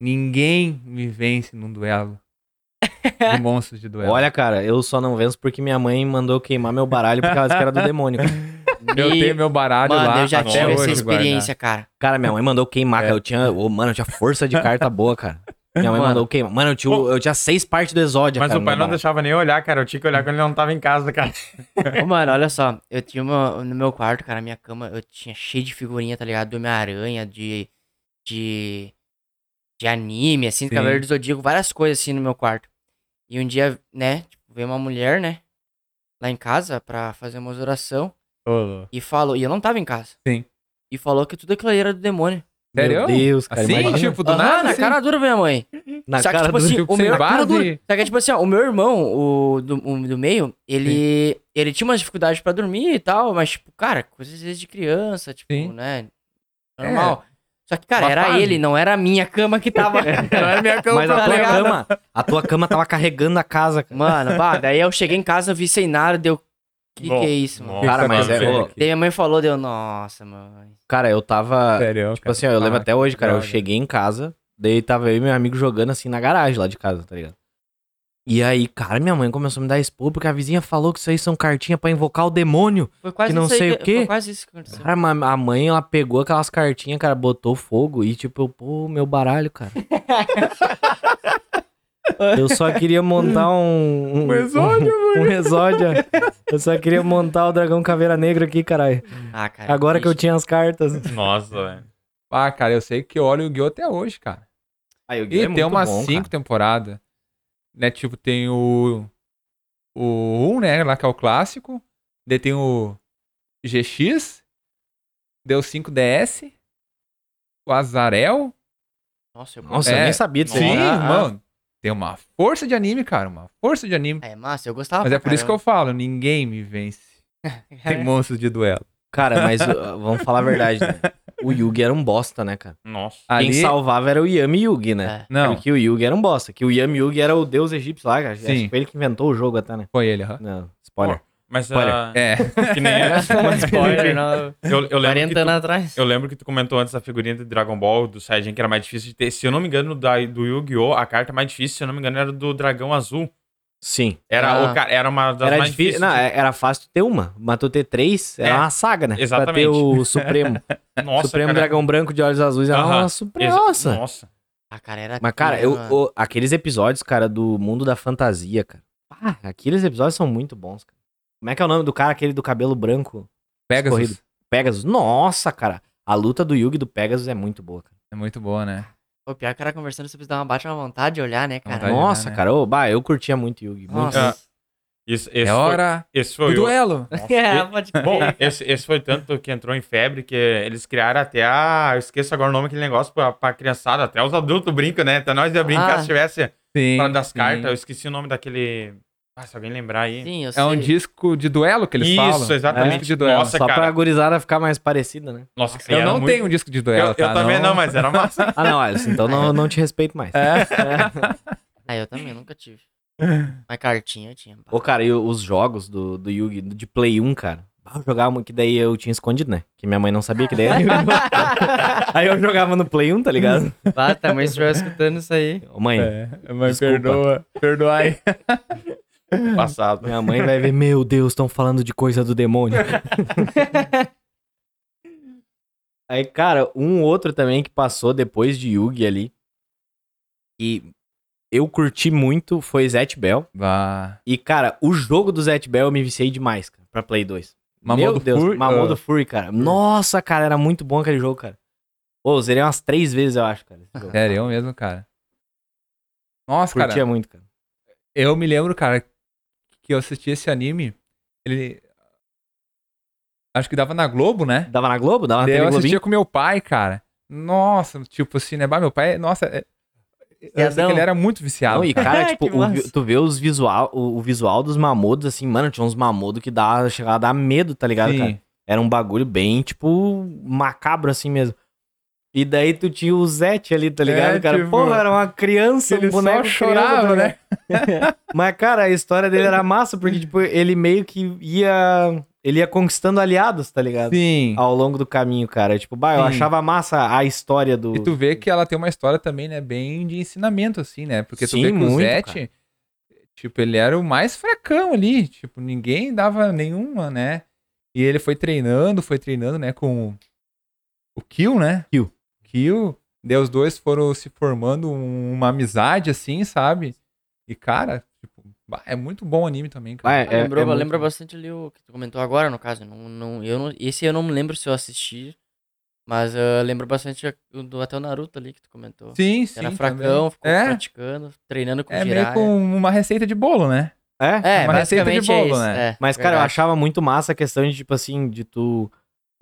Speaker 3: Ninguém me vence num duelo. de monstros de duelo.
Speaker 5: Olha, cara, eu só não venço porque minha mãe mandou queimar meu baralho porque ela disse que era do demônio.
Speaker 3: eu
Speaker 2: Me-
Speaker 3: tenho meu baralho
Speaker 2: Mano,
Speaker 3: lá. tá
Speaker 2: eu já
Speaker 3: até
Speaker 2: tive essa
Speaker 3: hoje né?
Speaker 2: experiência, cara.
Speaker 5: Cara, minha mãe mandou queimar, cara. Eu tinha. Ô, mano, eu tinha força de carta boa, cara. Minha mãe
Speaker 2: Mano.
Speaker 5: mandou queimar. Mano, eu tinha, eu tinha seis partes do exódio,
Speaker 1: Mas
Speaker 5: cara.
Speaker 1: o pai
Speaker 5: no
Speaker 1: não
Speaker 5: baralho.
Speaker 1: deixava nem olhar, cara. Eu tinha que olhar quando ele não tava em casa, cara.
Speaker 2: Ô, mano, olha só. Eu tinha uma. No meu quarto, cara, minha cama, eu tinha cheio de figurinha, tá ligado? Do Homem-Aranha, de. De. De anime, assim, do
Speaker 3: Sim.
Speaker 2: Cavaleiro do Zodíaco, várias coisas assim no meu quarto. E um dia, né, tipo, veio uma mulher, né? Lá em casa pra fazer uma oração.
Speaker 3: guardada.
Speaker 2: E falou. E eu não tava em casa.
Speaker 3: Sim.
Speaker 2: E falou que tudo aquilo ali era do demônio.
Speaker 3: Sério?
Speaker 5: Meu Deus, cara.
Speaker 3: Assim,
Speaker 5: imagina.
Speaker 3: tipo, do
Speaker 2: Aham,
Speaker 3: nada?
Speaker 2: na
Speaker 3: assim?
Speaker 2: cara dura, minha mãe.
Speaker 5: na
Speaker 2: Só que,
Speaker 5: cara
Speaker 2: tipo
Speaker 5: do-
Speaker 2: assim,
Speaker 3: tipo,
Speaker 2: o
Speaker 3: sem
Speaker 2: meu
Speaker 3: base.
Speaker 2: Só que, tipo assim, ó, o meu irmão, o do, o do meio, ele, ele tinha umas dificuldades pra dormir e tal, mas, tipo, cara, coisas vezes de criança, tipo,
Speaker 3: Sim.
Speaker 2: né? Normal. Só que, cara,
Speaker 3: Uma
Speaker 2: era
Speaker 3: fase.
Speaker 2: ele, não era a minha cama que tava. não era a minha cama
Speaker 5: Mas
Speaker 2: que
Speaker 5: a
Speaker 2: tava
Speaker 5: tua
Speaker 2: ligada.
Speaker 5: cama, a tua cama tava carregando a casa, cara.
Speaker 2: Mano, pá, daí eu cheguei em casa, vi sem nada, deu. Que
Speaker 1: Bom,
Speaker 2: que é isso, mano?
Speaker 1: nossa,
Speaker 5: Cara, mas é-
Speaker 1: velho.
Speaker 5: ô,
Speaker 2: Daí minha mãe falou, deu, nossa, mãe.
Speaker 5: Cara, eu tava.
Speaker 3: Sério,
Speaker 5: Tipo assim, ó, eu lembro até hoje, cara. Eu
Speaker 3: droga.
Speaker 5: cheguei em casa, daí tava eu e meu amigo jogando assim na garagem lá de casa, tá ligado? E aí, cara, minha mãe começou a me dar expor porque a vizinha falou que isso aí são cartinhas pra invocar o demônio.
Speaker 2: Foi quase
Speaker 5: Que não
Speaker 2: isso aí
Speaker 5: sei o
Speaker 2: que-
Speaker 5: quê.
Speaker 2: Foi quase isso que aconteceu.
Speaker 5: Cara, ma- a mãe, ela pegou aquelas cartinhas, cara, botou fogo e tipo, eu, pô, meu baralho, cara. Eu só queria montar um. Um,
Speaker 3: exódio,
Speaker 5: um, um exódio. Eu só queria montar o dragão caveira negra aqui, caralho.
Speaker 2: Ah, cara.
Speaker 5: Agora que eu
Speaker 2: triste.
Speaker 5: tinha as cartas.
Speaker 1: Nossa, velho.
Speaker 3: Ah, cara, eu sei que eu olho o Guiô até hoje, cara.
Speaker 5: é
Speaker 3: E tem umas cinco temporadas. Né, tipo, tem o. O 1, né? Lá que é o clássico. Daí tem o GX. Deu 5DS. O Azarel.
Speaker 2: Nossa, eu
Speaker 5: Nossa, eu
Speaker 3: É.
Speaker 5: nem sabia disso. aí.
Speaker 3: Sim,
Speaker 5: Ah,
Speaker 3: mano. Tem uma força de anime, cara. Uma força de anime.
Speaker 2: É massa, eu
Speaker 5: Ah,
Speaker 2: gostava.
Speaker 3: Mas é por isso que eu falo, ninguém me vence.
Speaker 5: É.
Speaker 3: Tem monstros de duelo.
Speaker 5: Cara, mas uh, vamos falar a verdade, né? O Yugi era um bosta, né, cara?
Speaker 1: Nossa.
Speaker 3: Ali,
Speaker 5: Quem salvava era o Yami Yugi, né?
Speaker 2: É.
Speaker 3: Não,
Speaker 5: Porque o Yugi era um bosta. Que o Yami Yugi era o deus egípcio lá, cara. Acho
Speaker 3: Sim.
Speaker 5: que foi ele que inventou o jogo até, né?
Speaker 3: foi ele, aham.
Speaker 5: Não, spoiler.
Speaker 1: Mas
Speaker 5: Olha,
Speaker 1: ah,
Speaker 3: É.
Speaker 1: que nem
Speaker 2: Spoiler, é, não.
Speaker 1: eu, eu lembro que
Speaker 2: 40
Speaker 1: tu,
Speaker 2: anos atrás.
Speaker 1: eu lembro que tu comentou antes a figurinha do Dragon Ball, do Saiyajin, que era mais difícil de ter. Se eu não me engano, da, do Yu-Gi-Oh! a carta mais difícil, se eu não me engano, era do Dragão Azul.
Speaker 5: Sim.
Speaker 1: Era,
Speaker 2: Ah.
Speaker 1: o ca- era uma das
Speaker 5: Era
Speaker 1: mais
Speaker 5: difícil.
Speaker 1: difíceis.
Speaker 5: Não, é- era fácil tu ter uma. Mas tu ter três, era
Speaker 1: É.
Speaker 5: uma saga, né? Pra ter
Speaker 1: Exatamente.
Speaker 5: o Supremo.
Speaker 1: Nossa,
Speaker 5: Supremo
Speaker 1: cara.
Speaker 5: Dragão Branco de Olhos Azuis era
Speaker 1: Aham.
Speaker 5: uma
Speaker 1: Exa-
Speaker 5: Suprema. Nossa.
Speaker 1: é Nossa.
Speaker 2: Ah, cara, era.
Speaker 5: Mas, cara, eu,
Speaker 2: tudo,
Speaker 5: o- aqueles episódios, cara, do mundo da fantasia, cara. Ah, aqueles episódios são muito bons, cara. Como é que é o nome do cara, aquele do cabelo branco?
Speaker 3: Pegasus.
Speaker 5: Corrido. Pegasus. Nossa, cara. A luta do Yugi e do Pegasus é muito boa, cara.
Speaker 3: É muito boa, né?
Speaker 2: O pior que era conversando sobre isso, dá uma bate uma vontade de olhar, né, cara?
Speaker 3: Vontade. Vai
Speaker 5: Nossa,
Speaker 3: olhar, né?
Speaker 5: cara. ô, bah, eu curtia muito Yugi. Muito.
Speaker 2: Nossa.
Speaker 1: Isso, esse,
Speaker 3: é hora
Speaker 1: foi, esse
Speaker 3: do
Speaker 1: foi o.
Speaker 3: duelo.
Speaker 2: É, pode crer.
Speaker 1: Bom, esse, esse foi tanto que entrou em febre que eles criaram até a. Eu esqueço agora o nome daquele negócio pra, pra criançada. Até os adultos brincam, né? Até nós ia brincar
Speaker 2: Ah.
Speaker 1: se tivesse
Speaker 3: Sim.
Speaker 1: fora das
Speaker 3: sim.
Speaker 1: cartas. Eu esqueci o nome daquele. Ah, se alguém lembrar aí.
Speaker 2: Sim, eu sei.
Speaker 3: É um disco de duelo que eles
Speaker 1: Isso,
Speaker 3: falam.
Speaker 1: exatamente.
Speaker 3: Um disco de duelo.
Speaker 1: Nossa,
Speaker 5: Só pra
Speaker 1: cara.
Speaker 5: gurizada ficar mais parecida, né?
Speaker 1: Nossa, que
Speaker 3: eu não
Speaker 1: muito...
Speaker 3: tenho um disco de duelo,
Speaker 1: eu,
Speaker 3: tá?
Speaker 1: eu também não, mas era massa.
Speaker 5: Ah, não, Alisson, então não, não te respeito mais.
Speaker 3: É.
Speaker 2: Ah, eu também, nunca tive. Mas cartinha eu tinha. pá.
Speaker 5: Ô, cara, e os jogos do, do Yugi, do- de Play 1, cara. Ah, Eu jogava muito, que daí eu tinha escondido, né? Que minha mãe não sabia que daí era Yugi. Aí eu jogava no Play 1, tá ligado?
Speaker 2: Pá, tá, mas se eu estiver escutando isso aí.
Speaker 5: Ô, mãe,
Speaker 3: Hum. É, mas
Speaker 5: Desculpa.
Speaker 3: perdoa, perdoa aí.
Speaker 1: Passado.
Speaker 5: minha mãe vai ver, meu Deus, estão falando de coisa do demônio. Aí, cara, um outro também que passou depois de Yugi ali. E eu curti muito foi Zet Bell.
Speaker 3: Bah.
Speaker 5: E, cara, o jogo do Zet Bell eu me viciei demais, cara, pra Play 2.
Speaker 3: Mamou
Speaker 5: Meu
Speaker 3: do
Speaker 5: Deus,
Speaker 3: Fur-
Speaker 5: Mamou
Speaker 3: ah.
Speaker 5: do Fury, cara. Nossa, cara, era muito bom aquele jogo, cara. Pô, eu zerei umas três vezes, eu acho, cara. esse jogo.
Speaker 3: Sério, eu mesmo, cara. Nossa,
Speaker 5: Curtia
Speaker 3: cara,
Speaker 5: muito, cara.
Speaker 3: eu me lembro, cara, que eu assisti esse anime. Ele. Acho que dava na Globo, né?
Speaker 5: Dava na Globo? Dava na
Speaker 3: Daí eu
Speaker 5: TV
Speaker 3: assistia
Speaker 5: Globinho?
Speaker 3: com meu pai, cara. Nossa, tipo assim, né? Bah, meu pai, nossa. é- Eu sei
Speaker 2: Viadão.
Speaker 3: que ele era muito viciado.
Speaker 5: Não, e cara,
Speaker 2: Que
Speaker 5: tipo, o vi-
Speaker 2: massa.
Speaker 5: tu vê os visual, o, o visual dos mamodos, assim, mano, tinha uns mamodos que dá, chegava a dar medo, tá ligado,
Speaker 3: Sim.
Speaker 5: cara? Era um bagulho bem, tipo, macabro assim mesmo. E daí tu tinha o Zete ali, tá ligado,
Speaker 3: É,
Speaker 5: cara?
Speaker 3: tipo,
Speaker 5: Porra, era uma criança,
Speaker 3: ele
Speaker 5: um
Speaker 3: só
Speaker 5: boneco
Speaker 3: chorava, né?
Speaker 5: criança, tá ligado? Mas, cara, a história dele era massa, porque, tipo, ele meio que ia... Ele ia conquistando aliados, tá ligado?
Speaker 3: Sim.
Speaker 5: Ao longo do caminho, cara. Tipo, bah, eu
Speaker 3: Sim.
Speaker 5: achava massa a história do...
Speaker 3: E tu vê que ela tem uma história também, né, bem de ensinamento, assim, né? Porque tu
Speaker 5: Sim,
Speaker 3: vê que o
Speaker 5: muito,
Speaker 3: Zete, tipo, ele era o mais fracão ali, tipo, ninguém dava nenhuma, né? E ele foi treinando, foi treinando, né, com o- o Kill, né?
Speaker 5: Kill.
Speaker 3: Kill. Daí os dois foram se formando um- uma amizade, assim, sabe? E, cara, tipo, bah, é muito bom o anime também,
Speaker 5: Bah,
Speaker 3: cara.
Speaker 5: é-
Speaker 2: lembrou,
Speaker 5: é muito
Speaker 2: lembra
Speaker 5: bom.
Speaker 2: bastante ali o que tu comentou agora, no caso. Não, não, eu não, esse eu não me lembro se eu assisti. Mas eu lembro bastante a- o do até o Naruto ali que tu comentou.
Speaker 3: Sim, sim.
Speaker 2: era
Speaker 3: também.
Speaker 2: fracão, ficou
Speaker 3: É,
Speaker 2: praticando, treinando com
Speaker 3: é meio
Speaker 2: Jiraiya.
Speaker 3: com uma receita de bolo, né?
Speaker 5: É?
Speaker 2: É,
Speaker 3: uma receita de
Speaker 2: basicamente é
Speaker 3: bolo,
Speaker 2: isso.
Speaker 3: né?
Speaker 2: é,
Speaker 5: Mas, cara, eu
Speaker 2: verdade.
Speaker 5: achava muito massa a questão de, tipo assim, de tu,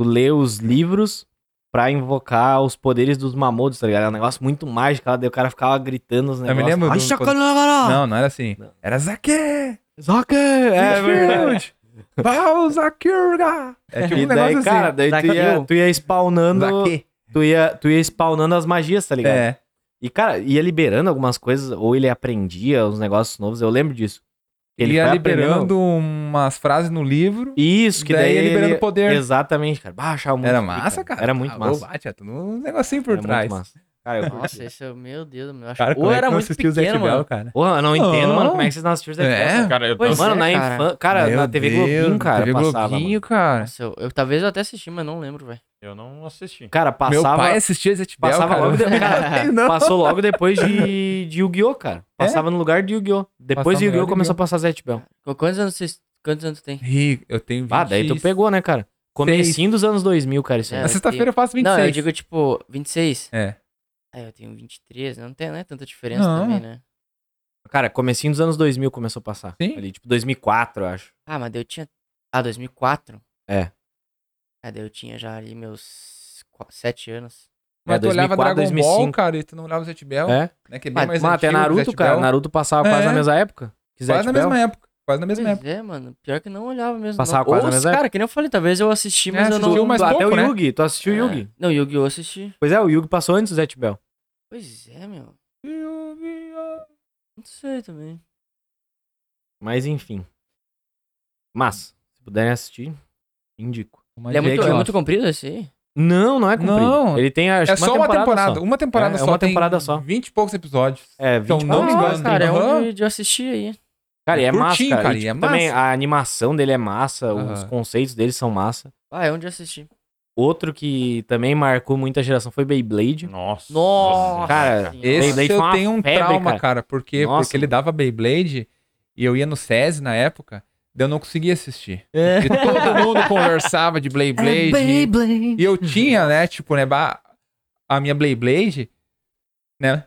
Speaker 5: tu ler os livros pra invocar os poderes dos mamodos, tá ligado? Era um negócio muito mágico, lá, daí o cara ficava gritando os
Speaker 3: me
Speaker 5: negócios.
Speaker 3: lembro
Speaker 5: Ai,
Speaker 3: do-
Speaker 5: chacanagara!
Speaker 3: Não, não era assim.
Speaker 5: Não.
Speaker 3: Era Zaque!
Speaker 5: Zoca! É, verdade.
Speaker 3: Bausa Kyurga! É tipo
Speaker 5: E
Speaker 3: um
Speaker 5: daí,
Speaker 3: negócio
Speaker 5: cara,
Speaker 3: assim.
Speaker 5: daí tu ia,
Speaker 2: Zaqueu.
Speaker 5: tu ia spawnando... Tu ia, tu ia spawnando as magias, tá ligado?
Speaker 3: É.
Speaker 5: E, cara, ia liberando algumas coisas, ou ele aprendia uns negócios novos, eu lembro disso. Ele
Speaker 3: Ele ia
Speaker 5: foi a
Speaker 3: liberando umas frases no livro.
Speaker 5: Isso, que
Speaker 3: Daí
Speaker 5: daí.
Speaker 3: ia liberando
Speaker 5: ele-
Speaker 3: poder.
Speaker 5: Exatamente, cara. Baixa muito.
Speaker 3: Era
Speaker 5: pica.
Speaker 3: massa, cara.
Speaker 5: Era muito
Speaker 3: Ah,
Speaker 5: massa.
Speaker 3: ô, Bate, é tudo um negocinho por
Speaker 5: era
Speaker 3: trás.
Speaker 5: É Muito massa. Cara, eu curti.
Speaker 2: Nossa, isso, meu Deus, do meu, eu acho
Speaker 3: Cara,
Speaker 2: ou
Speaker 3: como é que
Speaker 2: era
Speaker 3: eu
Speaker 2: muito
Speaker 3: assisti os
Speaker 2: pequeno,
Speaker 3: Zetbel,
Speaker 2: mano.
Speaker 3: cara?
Speaker 5: Porra, eu não entendo,
Speaker 3: Não.
Speaker 5: mano, como é que vocês não assistiram essa
Speaker 3: É?
Speaker 1: Cara, eu
Speaker 2: Pois
Speaker 1: tava-
Speaker 5: Mano,
Speaker 2: é,
Speaker 5: na
Speaker 2: cara.
Speaker 5: infância. Cara,
Speaker 3: Meu
Speaker 5: na TV
Speaker 3: Deus,
Speaker 5: Globinho, cara,
Speaker 3: TV
Speaker 5: passava. mano.
Speaker 3: Globinho, cara.
Speaker 2: Nossa, eu, eu talvez eu até assisti, mas não lembro, velho.
Speaker 1: Eu não assisti.
Speaker 5: Cara,
Speaker 3: Meu
Speaker 5: passava.
Speaker 3: pai assistia Zet Bell,
Speaker 5: Passava
Speaker 3: cara.
Speaker 5: logo depois.
Speaker 3: Não, não. É?
Speaker 5: Passou logo depois de, de Yu-Gi-Oh, cara. Passava no lugar de Yu-Gi-Oh! Depois
Speaker 3: Passava
Speaker 5: de
Speaker 3: no
Speaker 5: Yu-Gi-Oh!
Speaker 3: lugar de
Speaker 5: começou a passar Zet Bell.
Speaker 2: Qu- Quantos anos vocês. Quantos anos tu tem?
Speaker 3: Ih, eu tenho 20.
Speaker 5: Ah, daí tu pegou, né, cara? Comecinho dos anos 2000, cara, isso aí.
Speaker 2: É.
Speaker 3: Na sexta-feira eu faço 26.
Speaker 2: Não, eu
Speaker 5: é
Speaker 2: digo tipo 26.
Speaker 3: É.
Speaker 2: Ah, eu tenho 23, não tem, não é tanta diferença
Speaker 3: Não.
Speaker 2: também, né?
Speaker 5: Cara, comecinho dos anos 2000 começou a passar.
Speaker 3: Sim.
Speaker 5: Ali, tipo 2004, eu acho.
Speaker 2: Ah, mas daí eu tinha. Ah, 2004?
Speaker 5: É.
Speaker 2: Ah, daí eu tinha já ali meus 7 anos.
Speaker 3: Mas
Speaker 5: É,
Speaker 3: tu olhava
Speaker 5: 2004,
Speaker 3: Dragon
Speaker 5: 2005.
Speaker 3: Ball, cara, e tu não olhava Zet Bell,
Speaker 5: É?
Speaker 3: né? Que é bem
Speaker 5: Mas,
Speaker 3: mais
Speaker 5: mas até
Speaker 3: antigo,
Speaker 5: Naruto,
Speaker 3: Zet
Speaker 5: cara.
Speaker 3: Bell.
Speaker 5: Naruto passava quase
Speaker 3: É.
Speaker 5: na mesma época. que
Speaker 3: Quase na
Speaker 5: Zet Bell.
Speaker 3: mesma época. Quase na mesma
Speaker 2: Pois
Speaker 3: época.
Speaker 2: é, mano. Pior que não olhava mesmo.
Speaker 5: Passava
Speaker 2: não.
Speaker 5: quase
Speaker 2: Ou
Speaker 5: na
Speaker 2: os-
Speaker 5: mesma
Speaker 2: Cara, que nem eu falei, talvez eu assisti, mas
Speaker 3: né? É,
Speaker 2: eu
Speaker 3: assistiu,
Speaker 2: não.
Speaker 3: mas
Speaker 5: até
Speaker 3: pouco,
Speaker 5: o
Speaker 3: né?
Speaker 5: Yugi. Tu assistiu o
Speaker 2: É.
Speaker 5: Yugi.
Speaker 2: Não, Yu-Gi-Oh! eu assisti.
Speaker 5: Pois é, o Yugi passou antes do Zet Bell.
Speaker 2: Pois é, meu. Não sei também.
Speaker 5: Mas enfim. Mas, se puderem assistir, indico.
Speaker 2: Ele é muito, é muito comprido esse aí?
Speaker 5: Não, não é comprido.
Speaker 3: Não.
Speaker 5: Ele tem acho,
Speaker 3: É só uma temporada.
Speaker 5: só.
Speaker 3: Uma temporada
Speaker 5: É, é
Speaker 3: só.
Speaker 5: uma
Speaker 3: tem
Speaker 5: temporada só.
Speaker 3: 20 e poucos episódios.
Speaker 5: É, 20
Speaker 3: Então, não me
Speaker 5: minutos.
Speaker 3: engano,
Speaker 2: Ah, cara, é
Speaker 3: aham.
Speaker 2: onde eu assisti aí.
Speaker 5: né? Cara, e é massa,
Speaker 3: Curtinho,
Speaker 5: cara.
Speaker 3: cara,
Speaker 5: E,
Speaker 3: e é
Speaker 5: tipo, Também
Speaker 3: massa.
Speaker 5: a animação dele é massa, os
Speaker 3: Aham.
Speaker 5: conceitos dele são massa.
Speaker 2: Ah, é onde eu assisti.
Speaker 5: Outro que também marcou muita geração foi Beyblade.
Speaker 1: Nossa.
Speaker 2: Nossa!
Speaker 5: Cara,
Speaker 2: Senhora.
Speaker 3: Esse
Speaker 5: Beyblade foi
Speaker 3: eu
Speaker 5: uma
Speaker 3: tenho um
Speaker 5: febre,
Speaker 3: trauma,
Speaker 5: cara.
Speaker 3: cara. porque,
Speaker 5: Nossa,
Speaker 3: porque ele dava Beyblade e eu ia no SESI na época, daí eu não conseguia assistir. E todo mundo conversava de
Speaker 4: É,
Speaker 3: Beyblade. E eu tinha, né, tipo, né, ba- a minha Beyblade, né?